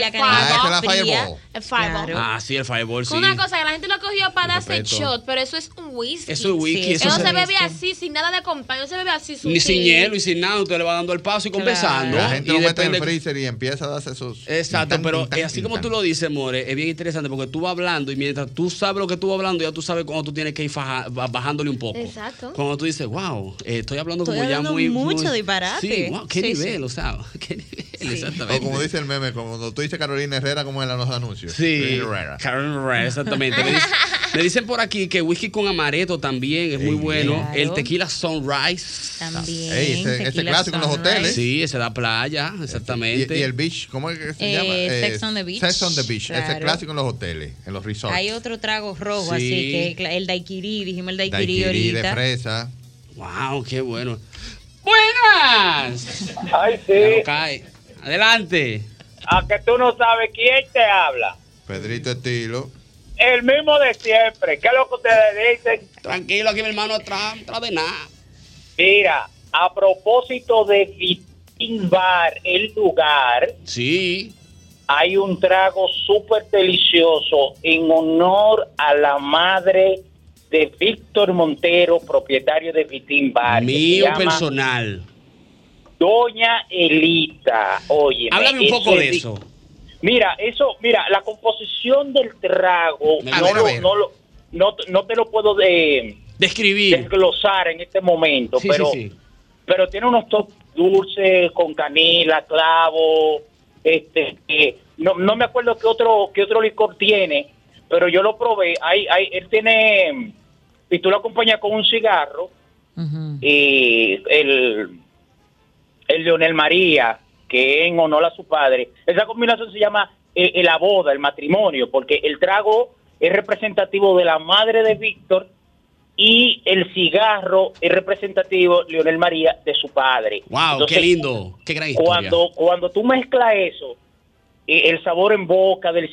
Ah, esa
la canelilla
fireball.
es la fireball.
El eh, fireball.
Ah, sí, el Fireball, sí.
Una cosa que la gente lo cogió para darse
respeto.
shot, pero eso es un whisky.
Eso es whisky,
Sí,
eso
no
se-
se bebe así, sin nada de compañía, no se bebe así
Ni sin
sutil.
hielo y sin nada, usted le va dando el paso y conversando.
La gente
y
lo mete en
depende-
el freezer y empieza a darse sus.
Exacto,
tin, tan,
pero
tin, tan,
eh, así
tin,
como
tan.
tú lo dices, More, es bien interesante porque tú vas hablando y mientras tú sabes lo que tú vas hablando, ya tú sabes cuando tú tienes que ir faja- ba- bajándole un poco.
Exacto.
Cuando tú dices, wow, eh, estoy hablando
Estoy
como
hablando
ya muy.
mucho
muy-
disparate.
Sí, wow, qué
Sí, sí.
nivel, o sea, qué nivel,
O
exactamente.
como dice el meme, como cuando tú dices Carolina Herrera, como en los anuncios.
Sí,
Carolina Herrera.
Karen Herrera, exactamente. Me, dice- me dicen por aquí que whisky con amaretto también es muy bueno.
claro.
El tequila sunrise.
También, Ey, ese- ese tequila clásico en los sunrise. hoteles.
Sí, ese da playa, exactamente.
Este, Y, y el beach, ¿cómo es que se
Eh,
llama?
Sex on the Beach.
Sex on the beach. Ese es
Claro.
clásico en los hoteles, en los resorts.
Hay otro trago rojo, así
Sí.
que es cla- el daiquiri, dijimos el daiquiri,
Daiquiri de
ahorita.
fresa.
Wow, qué bueno. ¡Buenas!
Ay, sí.
Adelante.
A que tú no sabes quién te habla.
Pedrito Estilo.
El mismo de siempre. ¿Qué es lo que ustedes dicen?
Tranquilo, aquí mi hermano atrás, atrás de nada.
Mira, a propósito de Vitín Bar, el lugar.
Sí.
Hay un trago súper delicioso en honor a la madre de Víctor Montero, propietario de Vitín Bar. que se
Mío
llama
personal.
Doña Elita. Oye,
Háblame un poco de eso.
Mira, eso, mira, la composición del trago
A
no,
ver, a
lo-
ver.
no lo- no te- no te lo puedo de-
describir,
desglosar en este momento,
Sí,
pero,
sí, sí.
pero tiene unos toques dulces con canela, clavo, este, eh, no, no me acuerdo qué otro qué otro licor tiene, pero yo lo probé. Hay, hay, él tiene mm, y tú lo acompañas con un cigarro y el el Leonel María, que en honor a su padre. Esa combinación se llama eh, eh, la boda, el matrimonio, porque el trago es representativo de la madre de Víctor y el cigarro es representativo, Leonel María, de su padre.
Wow,
Entonces,
qué lindo. Qué gran historia.
Cuando, cuando tú mezclas eso, eh, el sabor en boca del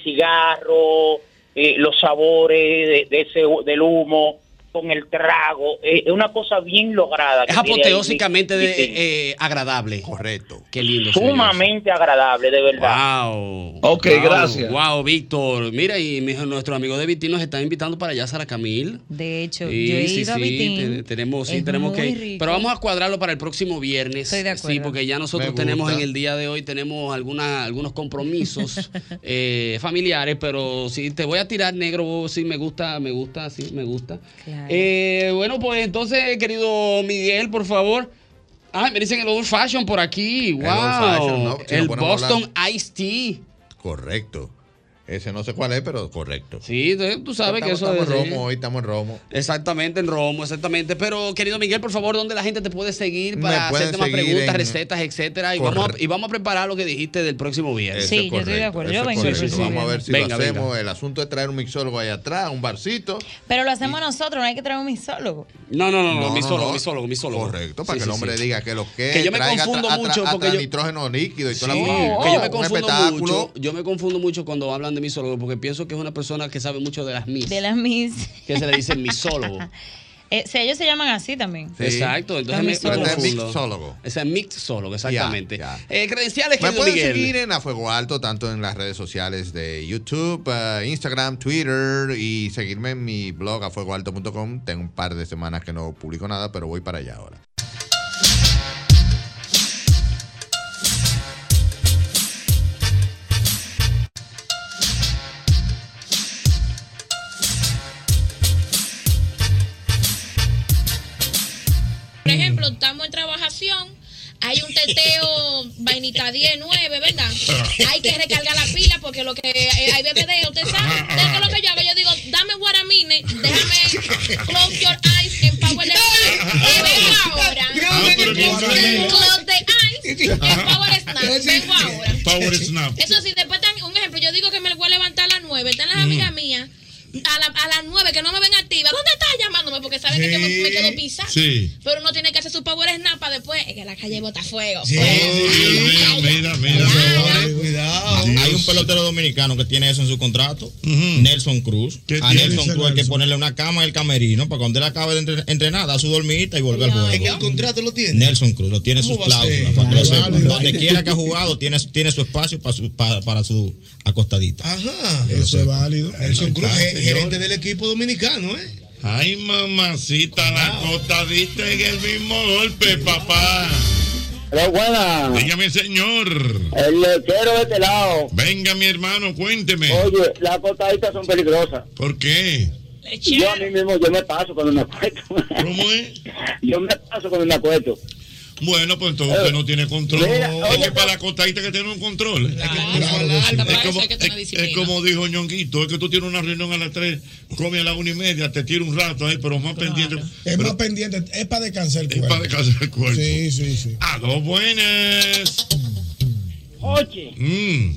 cigarro, eh, los sabores de, de ese, hu- del humo, con el trago, eh, es una cosa bien lograda.
es
que tiene ahí
apoteósicamente de-
Vitín.
eh, agradable. Correcto. Qué lindo.
sumamente agradable, de verdad.
Wow.
Ok, gracias.
Wow, Víctor. Mira, y mi- nuestro amigo de Vitín nos está invitando para allá, Sara Camil.
De hecho,
Sí,
yo he
sí,
ido a
sí,
Vitín.
te- tenemos, sí,
Es
tenemos
muy
que.
rico.
Pero vamos a cuadrarlo para el próximo viernes.
Estoy de acuerdo.
Sí, porque ya
Me
nosotros
gusta.
tenemos en el día de hoy tenemos alguna, algunos compromisos eh, familiares, pero sí te voy a tirar negro, sí me gusta, me gusta, sí me gusta. Eh, bueno, pues entonces, querido Miguel, por favor. Ah, me dicen el old fashion por aquí. Wow. El,
fashion, ¿no? Si nos ponemos a
Boston Ice Tea.
Correcto. Ese no sé cuál es, pero correcto.
Sí, tú sabes que eso
estamos
es-
en Romo, hoy estamos en Romo.
Exactamente, en Romo, exactamente. Pero, querido Miguel, por favor, ¿dónde la gente te puede seguir para
Me pueden
hacerte más
seguir
preguntas,
en-
recetas, etcétera? Y vamos, a, y vamos a preparar lo que dijiste del próximo viernes.
Eso es correcto, eso es correcto. Vamos a ver si lo hacemos. El asunto es traer un mixólogo allá atrás, un barcito.
Pero lo hacemos nosotros, no hay que traer un misólogo.
No, no, no, no,
No, no,
misólogo,
no.
misólogo, misólogo.
Correcto, para
Sí,
que
sí,
el hombre
sí.
diga que lo que.
Que yo me
traiga atra-
confundo
atra-
mucho
hasta
porque yo-
nitrógeno líquido y
Sí,
toda la vaina.
que yo
Un
me confundo
espectáculo.
mucho. Yo me confundo mucho cuando hablan de misólogo porque pienso que es una persona que sabe mucho de las mis,
De las mis.
que se le dice misólogo.
Eh, o sea, ellos se llaman así también.
Exacto, entonces me,
Los
me
este
misólogos.
confundo. Ese es mixólogo, exactamente. Eh, credenciales,
Me
querido
pueden
Miguel.
seguir en A Fuego Alto, tanto en las redes sociales de YouTube, eh, Instagram, Twitter y seguirme en mi blog afuegoalto.com. Tengo un par de semanas que no publico nada, pero voy para allá ahora.
Por ejemplo, estamos en trabajación, hay un teteo vainita 10, 9, ¿verdad? Hay que recargar la pila porque lo que eh, hay bebedeo, usted sabe. ¿Usted qué es lo que yo hago? Yo digo, dame guaramine, déjame close your eyes and power the snack. Y vengo ahora. Close the eyes and power snack. Vengo ahora.
Power Snap.
Eso sí, después tan- un ejemplo, yo digo que me voy a levantar a las 9, están las
Mm.
amigas mías. A, la- a las 9, que no me ven activa. ¿Dónde estás llamándome? Porque sabe que yo me, me quedo pisada.
Sí.
Pero uno tiene que hacer su power snap para después. Es que la calle bota fuego. Pues,
Dios mío, mira, mira.
Hay un pelotero dominicano que tiene eso en su contrato, Nelson Cruz. A
tiene
Nelson
ese
Cruz hay que ponerle una cama en el camerino para cuando él acabe de entre- entrenar, dar su dormidita y volver al
¿En
juego.
el contrato lo tiene?
Nelson Cruz lo tiene en sus
¿Cómo va a ser?
cláusulas. para que lo sepa.
Vale, vale.
Donde quiera que ha jugado, tiene, tiene su espacio para su, para, para su acostadita.
Ajá,
Que lo
Ah, eso es
sepa.
válido. Nelson Cruz
está,
es
señor.
gerente del equipo dominicano, ¿eh?
Ay, mamacita, la costa diste en el mismo golpe, papá.
Pero buena.
Dígame, señor.
El lechero de este lado.
Venga, mi hermano, cuénteme.
Oye, las costaditas son peligrosas.
¿Por qué?
Yo a mí mismo, yo me paso cuando me acuesto.
¿Cómo es?
Yo me paso cuando me acuesto. Eh,
Bueno, pues entonces usted no tiene control.
Mira,
es
oye,
que para la costadita que tiene un control. Es que- es, como, es- es como dijo Ñonguito, es que tú tienes una reunión a las 3, come a las 1 y media, te tira un rato ahí, pero más pendiente.
Es
Pero-
más pendiente, es para descansar el cuerpo.
para descansar el cuerpo.
Sí, sí, sí.
A ah, dos buenas.
Oye,
Mm,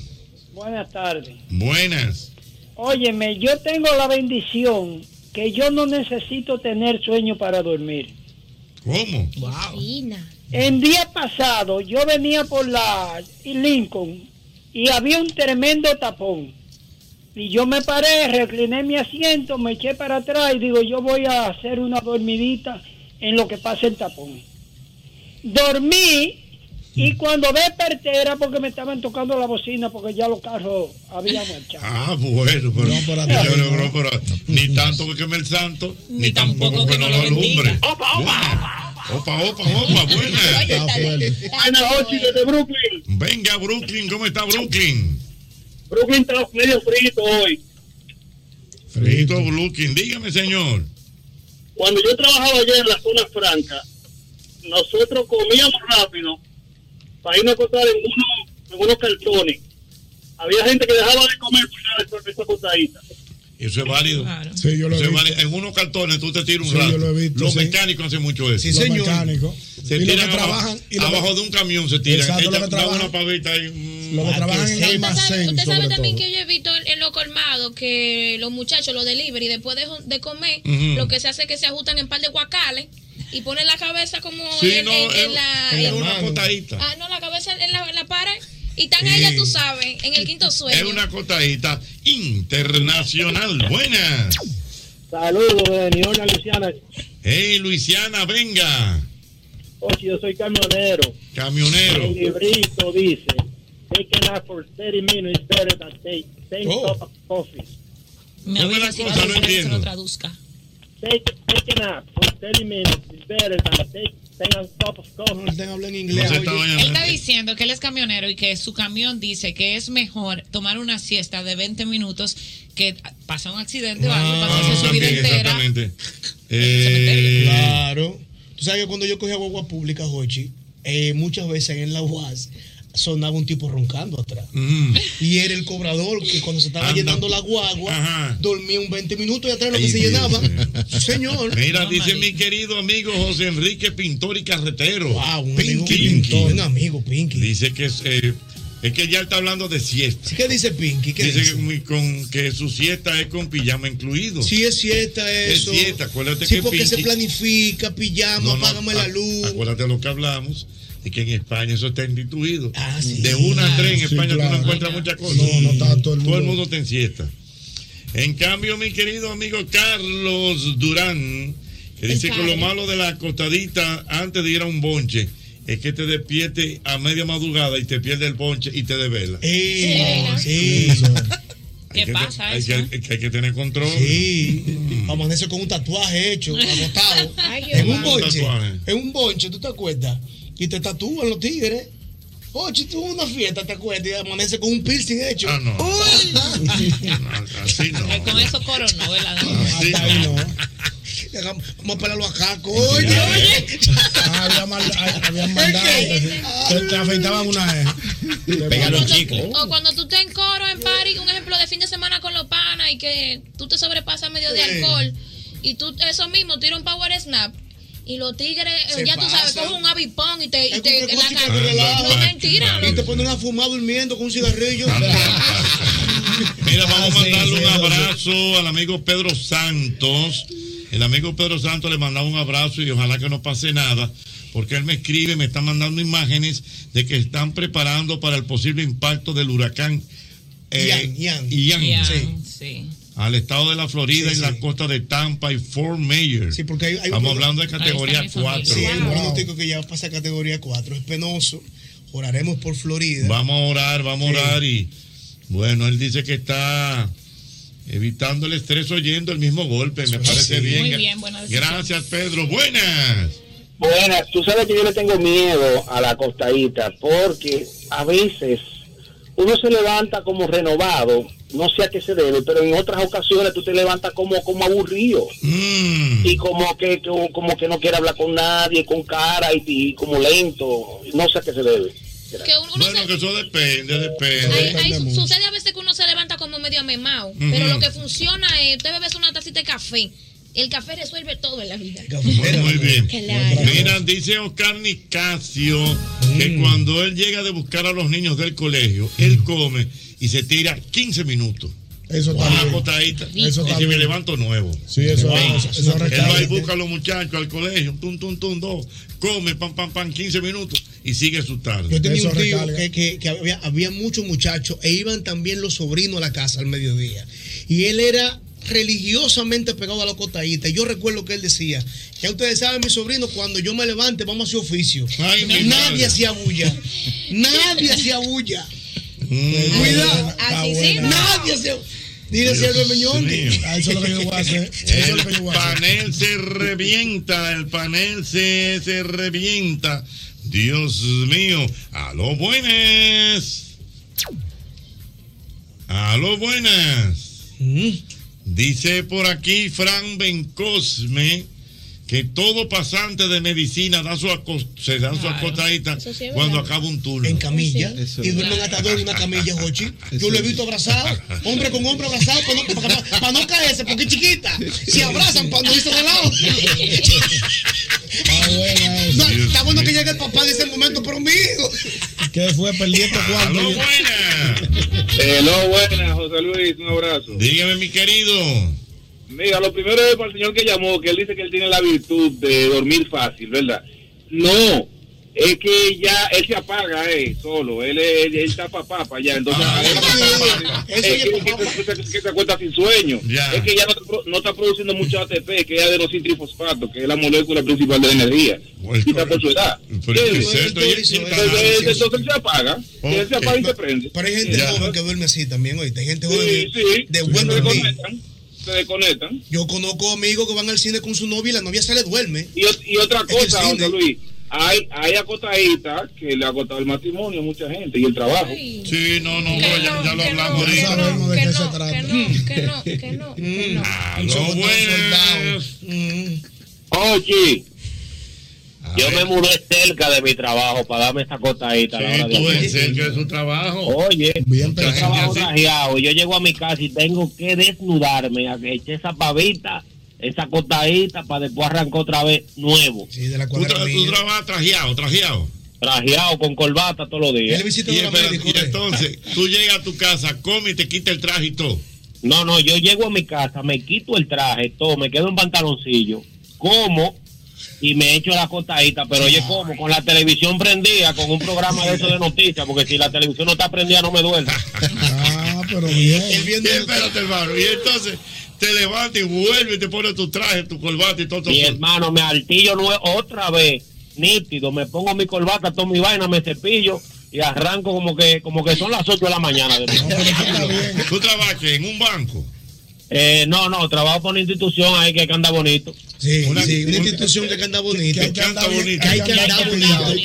buenas tardes.
buenas.
Óyeme, yo tengo la bendición que yo no necesito tener sueño para dormir.
¿Cómo?
En día pasado yo venía por la Lincoln y había un tremendo tapón. Y yo me paré, recliné mi asiento, me eché para atrás y digo, yo voy a hacer una dormidita en lo que pasa el tapón. Dormí y cuando desperté era porque me estaban tocando la bocina porque ya los carros habían marchado.
Ah, bueno, pero, yo creo, pero ni tanto que queme el santo, ni, tampoco que no lo alumbre. Opa, opa, opa, opa, opa, buenas.
Buenas noches desde Brooklyn.
Venga, Brooklyn, ¿cómo está Brooklyn?
Brooklyn está medio frito hoy.
Frito Brooklyn, dígame, señor.
Cuando yo trabajaba allá en la zona franca, nosotros comíamos rápido para irnos a acostar en, uno- en unos cartones. Había gente que dejaba de comer por ir a esa costadita.
Eso es válido.
Sí, yo lo he
Eso es
visto.
válido. En unos cartones tú te tiras un
Sí, yo
rato.
lo he visto,
Los
sí.
mecánicos hacen mucho eso.
Sí, Los señor. mecánicos.
Se
Y los
tiran
que
abajo-
trabajan- y los que-
abajo de un camión, se tiran.
Exacto, los
Echan-
que
dan
trabajan-
una pavita ahí. mm,
los que trabajan en
alma.
Usted sabe,
almacén,
usted sabe
sobre
también
todo.
que yo he visto en los colmados que los muchachos, los delivery, después de, de comer,
Ujú.
lo que se hace es que se ajustan en par de guacales y ponen la cabeza como
Sí,
en,
no,
en- en
es-
la.
es
en-
una costadita.
Ah, no, la cabeza en la, en la pared. Y están
Sí.
ellas, tú sabes, en el quinto sueño.
Es una cotadita internacional. Buenas.
Saludos de Niona Luciana.
Hey, Luisiana, venga.
Oye, yo soy camionero.
Camionero.
El librito dice, take it out for 30 minutes better than take, take
Oh.
cup of coffee.
Me
¿Cómo es la
avisa si
cosa?
la
No
persona que se
entiendo.
lo traduzca.
Take, take it out for 30 minutes is better than take, take a cup of coffee.
en
No se está
Él
bañando.
está diciendo que él es camionero y que su camión dice que es mejor tomar una siesta de 20 minutos que pasa un accidente o algo, pasarse su vida
Ah, también,
entera.
exactamente. Eh,
Claro. Tú sabes que cuando yo cogía guagua pública, Jochi, eh, muchas veces en la UAS sonaba un tipo roncando atrás. Y era el cobrador que cuando se estaba
Anda.
llenando la guagua, dormía un 20 minutos y atrás lo que
Ay,
se
Dios
llenaba.
mío.
Señor.
Mira, dice mi querido amigo José Enrique Pintor y Carretero.
Wow, un amigo pintor, un amigo Pinky.
Dice que es, eh, es que ya está hablando de siesta.
¿Qué dice Pinky? ¿Qué
dice
dice?
que, muy- con, que su siesta es con pijama incluido.
Si es siesta eso.
Es siesta, acuérdate
sí,
que
porque se
Pinky-
planifica, pijama,
No, ah, no,
apágame
a-
la luz.
Acuérdate de lo que hablamos. Y que en España eso está instituido.
Ah, sí.
de una a tres en
Sí,
España tú
claro.
no encuentras muchas cosas.
No, no está todo el
Todo
mundo.
el mundo está en siesta. En cambio, mi querido amigo Carlos Durán, que
El
dice que
padre.
lo malo de la acostadita antes de ir a un bonche es que te despierte a media madrugada y te pierde el bonche y te devela.
Ey,
Sí.
sí.
Eh, ¿Qué pasa
Hay
eso?
que, hay que- hay que tener control.
Sí. Amanece con un tatuaje hecho, agotado. en un bonche. En un bonche, ¿tú te acuerdas? Y te tatúan los tigres. Oye, tú en una fiesta, ¿te acuerdas? Y amanece con un piercing hecho.
Ah, no.
Uy. Ah,
Así no.
Que con eso coronó, ¿verdad?
Así
Hasta ahí no. Vamos a pelarlo a Caco. Oye, oye. Ah, había Ah,
mandado que
Te, afeitaban una
E.
vez.
Pégale un chicle.
O cuando tú te en coro en party, un ejemplo de fin de semana con los panas y que tú te sobrepasas medio de
Sí.
alcohol y tú eso mismo tira un power snap y los tigres, eh,
Se
ya tú sabes,
pasan.
cogen un avipón y te, y te
Cualquier
la
cosa que
ca-
te relaja.
No mentira,
Y te ponen a fumar durmiendo con un cigarrillo.
Mira, vamos a
Ah, sí,
mandarle
sí,
un
sí.
abrazo al amigo Pedro Santos. que El amigo Pedro Santos le mandaba un abrazo y ojalá que no pase nada, porque él me escribe, me está mandando imágenes de que están preparando para el posible impacto del huracán eh,
Ian,
Ian.
sí.
al estado de la Florida y la costa de Tampa y Fort Myers.
Sí, porque hay- hay un
Estamos
progno-
hablando de categoría 4.
Sí, hay un pronóstico que ya pasa a categoría 4. Es penoso. Oraremos por Florida.
Vamos a orar, vamos a orar y bueno, él dice que está evitando el estrés oyendo el mismo golpe, me parece bien.
Muy bien, buena decisión.
Gracias, Pedro. Buenas.
Buenas, tú sabes que yo le tengo miedo a la costadita porque a veces uno se levanta como renovado, no sé a qué se debe, pero en otras ocasiones tú te levantas como como aburrido
Mm.
y como que, que- como que no quiere hablar con nadie, con cara y, y como lento, no sé a qué se debe.
Bueno, que eso depende,
Ahí-
depende.
ahí su- sucede a veces que uno se levanta como medio amemado,
Ujú.
pero lo que funciona es, usted bebes una tacita de café. El café resuelve todo en la vida.
Bueno, muy bien.
Claro.
Mira, dice Oscar Nicasio que
Mm.
cuando él llega de buscar a los niños del colegio, él come y se tira 15 minutos.
Eso
está
bien. Eso está
y me
bien.
levanto nuevo.
Sí, eso-
Ven.
eso- eso
Él
recarga.
va y busca a los muchachos al colegio, tum, tum, tum, dos, come, pam, pam, pam, 15 minutos y sigue su tarde.
Yo tenía un tío que, que- que había, había muchos muchachos e iban también los sobrinos a la casa al mediodía. Y él era religiosamente pegado a la cotadita. Yo recuerdo que él decía, ya ustedes saben, mis sobrinos, cuando yo me levante, vamos a hacer oficio.
mi madre.
nadie hacía bulla. nadie hacía bulla.
Mm.
Cuidado.
Así sí, no.
Nadie hacía Dile
Dios
Silvio Meñonte.
mío.
Ah, Eso es lo que yo voy a hacer.
El panel se revienta, el panel se, se revienta. Dios mío, a lo buenas. A lo buenas. Dice por aquí Fran Bencosme que todo pasante de medicina da su acos- se da su
Claro.
acostadita
Eso sí es
cuando
verdad.
acaba un turno.
En camilla.
Eso
Y
es.
duermen hasta dos en una camilla, Jochi. Yo lo he visto abrazado, hombre con hombre abrazado, para no, para, para no caerse, porque es chiquita. Si abrazan, para no irse de lado. No, está bueno que llegue el papá en ese momento, pero mi hijo.
¿Qué fue? Perdí este
Ah,
cuarto.
Aló, Eh,
Hello, buenas, José Luis, un abrazo.
Dígame, mi querido.
Mira, lo primero es para el señor que llamó, que él dice que él tiene la virtud de dormir fácil, ¿verdad? No, es que ya él se apaga, eh, solo. Él, es- él, él está papá para allá, entonces
Ah,
él está papá. es que, que se- que se- que se acuesta sin sueño.
Ya.
Es que ya no, está pro- no está produciendo mucho ATP, que es adenosintrifosfato, que es la molécula principal de la energía. Quizá por su edad.
Pues, Pero
¿Entiendes?
es que es esto, y
Entonces,
es
él- entonces él se apaga. y Él se
Ok.
apaga y se prende.
Pero hay gente
Ya.
joven que duerme así también, oíste. Hay gente
Sí,
joven
sí.
de buen
Se
dormir.
desconectan, Se desconectan.
Yo conozco amigos que van al cine con su novia y la novia se le duerme.
Y, ot- y otra
En el
cosa,
cine.
José Luis, hay, hay acotaditas que le ha acotado el matrimonio a mucha gente y el trabajo.
Sí, no, no, pero ya, ya lo hablamos
que
ahorita.
no,
Sabemos de qué se
trata.
Que no, que no.
Aló, buenas.
Oye, yo me mudé cerca de mi trabajo para darme esa cotadita. a la
Sí,
hora de
tú
almuerzo.
en serio es su trabajo.
Oye, yo
pero-
trabajo
gente así.
trajeado, yo llego a mi casa y tengo que desnudarme, a que eche esa pavita, esa cotadita para después arrancar otra vez nuevo.
Sí, de la
Tú, tra- tú trabajas trajeado, trajeado.
Trajeado con corbata todos los días.
Y, espera, y entonces, tú llegas a tu casa, comes y te quita el traje y todo.
No, no, yo llego a mi casa, me quito el traje, todo, me quedo en pantaloncillo, como y me echo la cotadita, pero oye, como con la televisión prendida, con un programa de eso de noticias, porque si la televisión no está prendida no me duele.
Ah, pero bien.
Y espérate, hermano. Y entonces te levantas y vuelves y te pones tu traje, tu corbata y todo. todo.
Mi hermano, me altillo nue- otra vez, nítido, me pongo mi corbata, tomo mi vaina, me cepillo y arranco como que como que son las 8 de la mañana. de nuevo.
¿Tú trabajas en un banco?
Eh, no, no, trabajo por una institución ahí que anda bonito.
Sí, sí, una institución que anda bonita. Que
anda bonito.
Que hay que
Que anda
andar
bonito.
bonito.
Que hay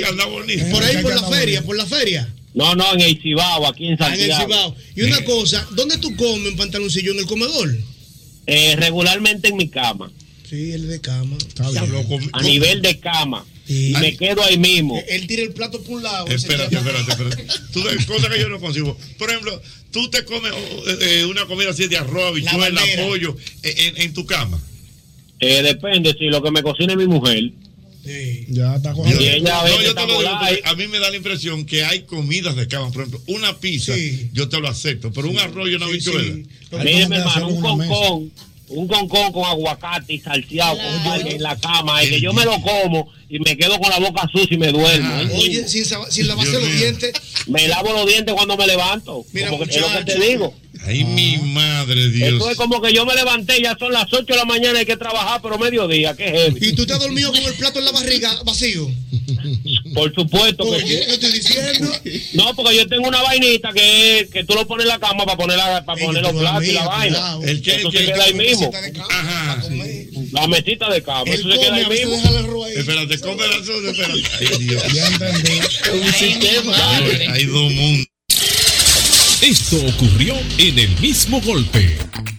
que andar bonito.
Por ahí, por la feria, por la feria.
No, no, en el Cibao, aquí en
Ah, en el
Santiago.
Cibao. Y una cosa, ¿dónde tú comes en pantaloncillo? ¿En el comedor?
Eh, regularmente en mi cama.
Sí, el de cama.
A nivel de cama. Y me quedo ahí mismo.
Él tira el plato por un lado.
Espérate, espérate, espérate. Tú ves cosas que yo no consigo. Por ejemplo, tú te comes oh, eh, eh, una comida así de arroz, habichuela,
bandera.
pollo, eh, en, en tu cama.
Eh, depende si lo que me cocine mi mujer.
Ya está
Yo-
Y ella a
no,
veces
yo
está
te lo digo,
volada,
porque a mí me da la impresión que hay comidas de cama. Por ejemplo, una pizza, yo te lo acepto, pero un arroz y una habichuela.
Mire, mi hermano, un concón, un concón con aguacate y salseado con sal en la cama y que yo me lo como y me quedo con la boca sucia y me duermo.
Oye, sin, sa- sin lavarse los dientes.
Me lavo los dientes cuando me levanto. como que- es lo que te
muchacho. Ah.
digo.
Ay, mi madre, Dios.
Esto es como que yo me levanté, ya son las 8 de la mañana, hay que trabajar, pero mediodía, que heavy.
¿Y tú te has dormido con el plato en la barriga vacío?
Por supuesto que sí.
Oye, yo estoy diciendo.
No, porque yo tengo una vainita que es que tú lo pones en la cama para poner, la- para poner los platos y la vaina. Eso se queda ahí mismo.
Ajá.
La mesita de cama. Eso se queda ahí mismo.
Espérate, come la soda, espérate. Ay, Dios.
un sistema.
Hay dos mundos.
Esto ocurrió en el mismo golpe.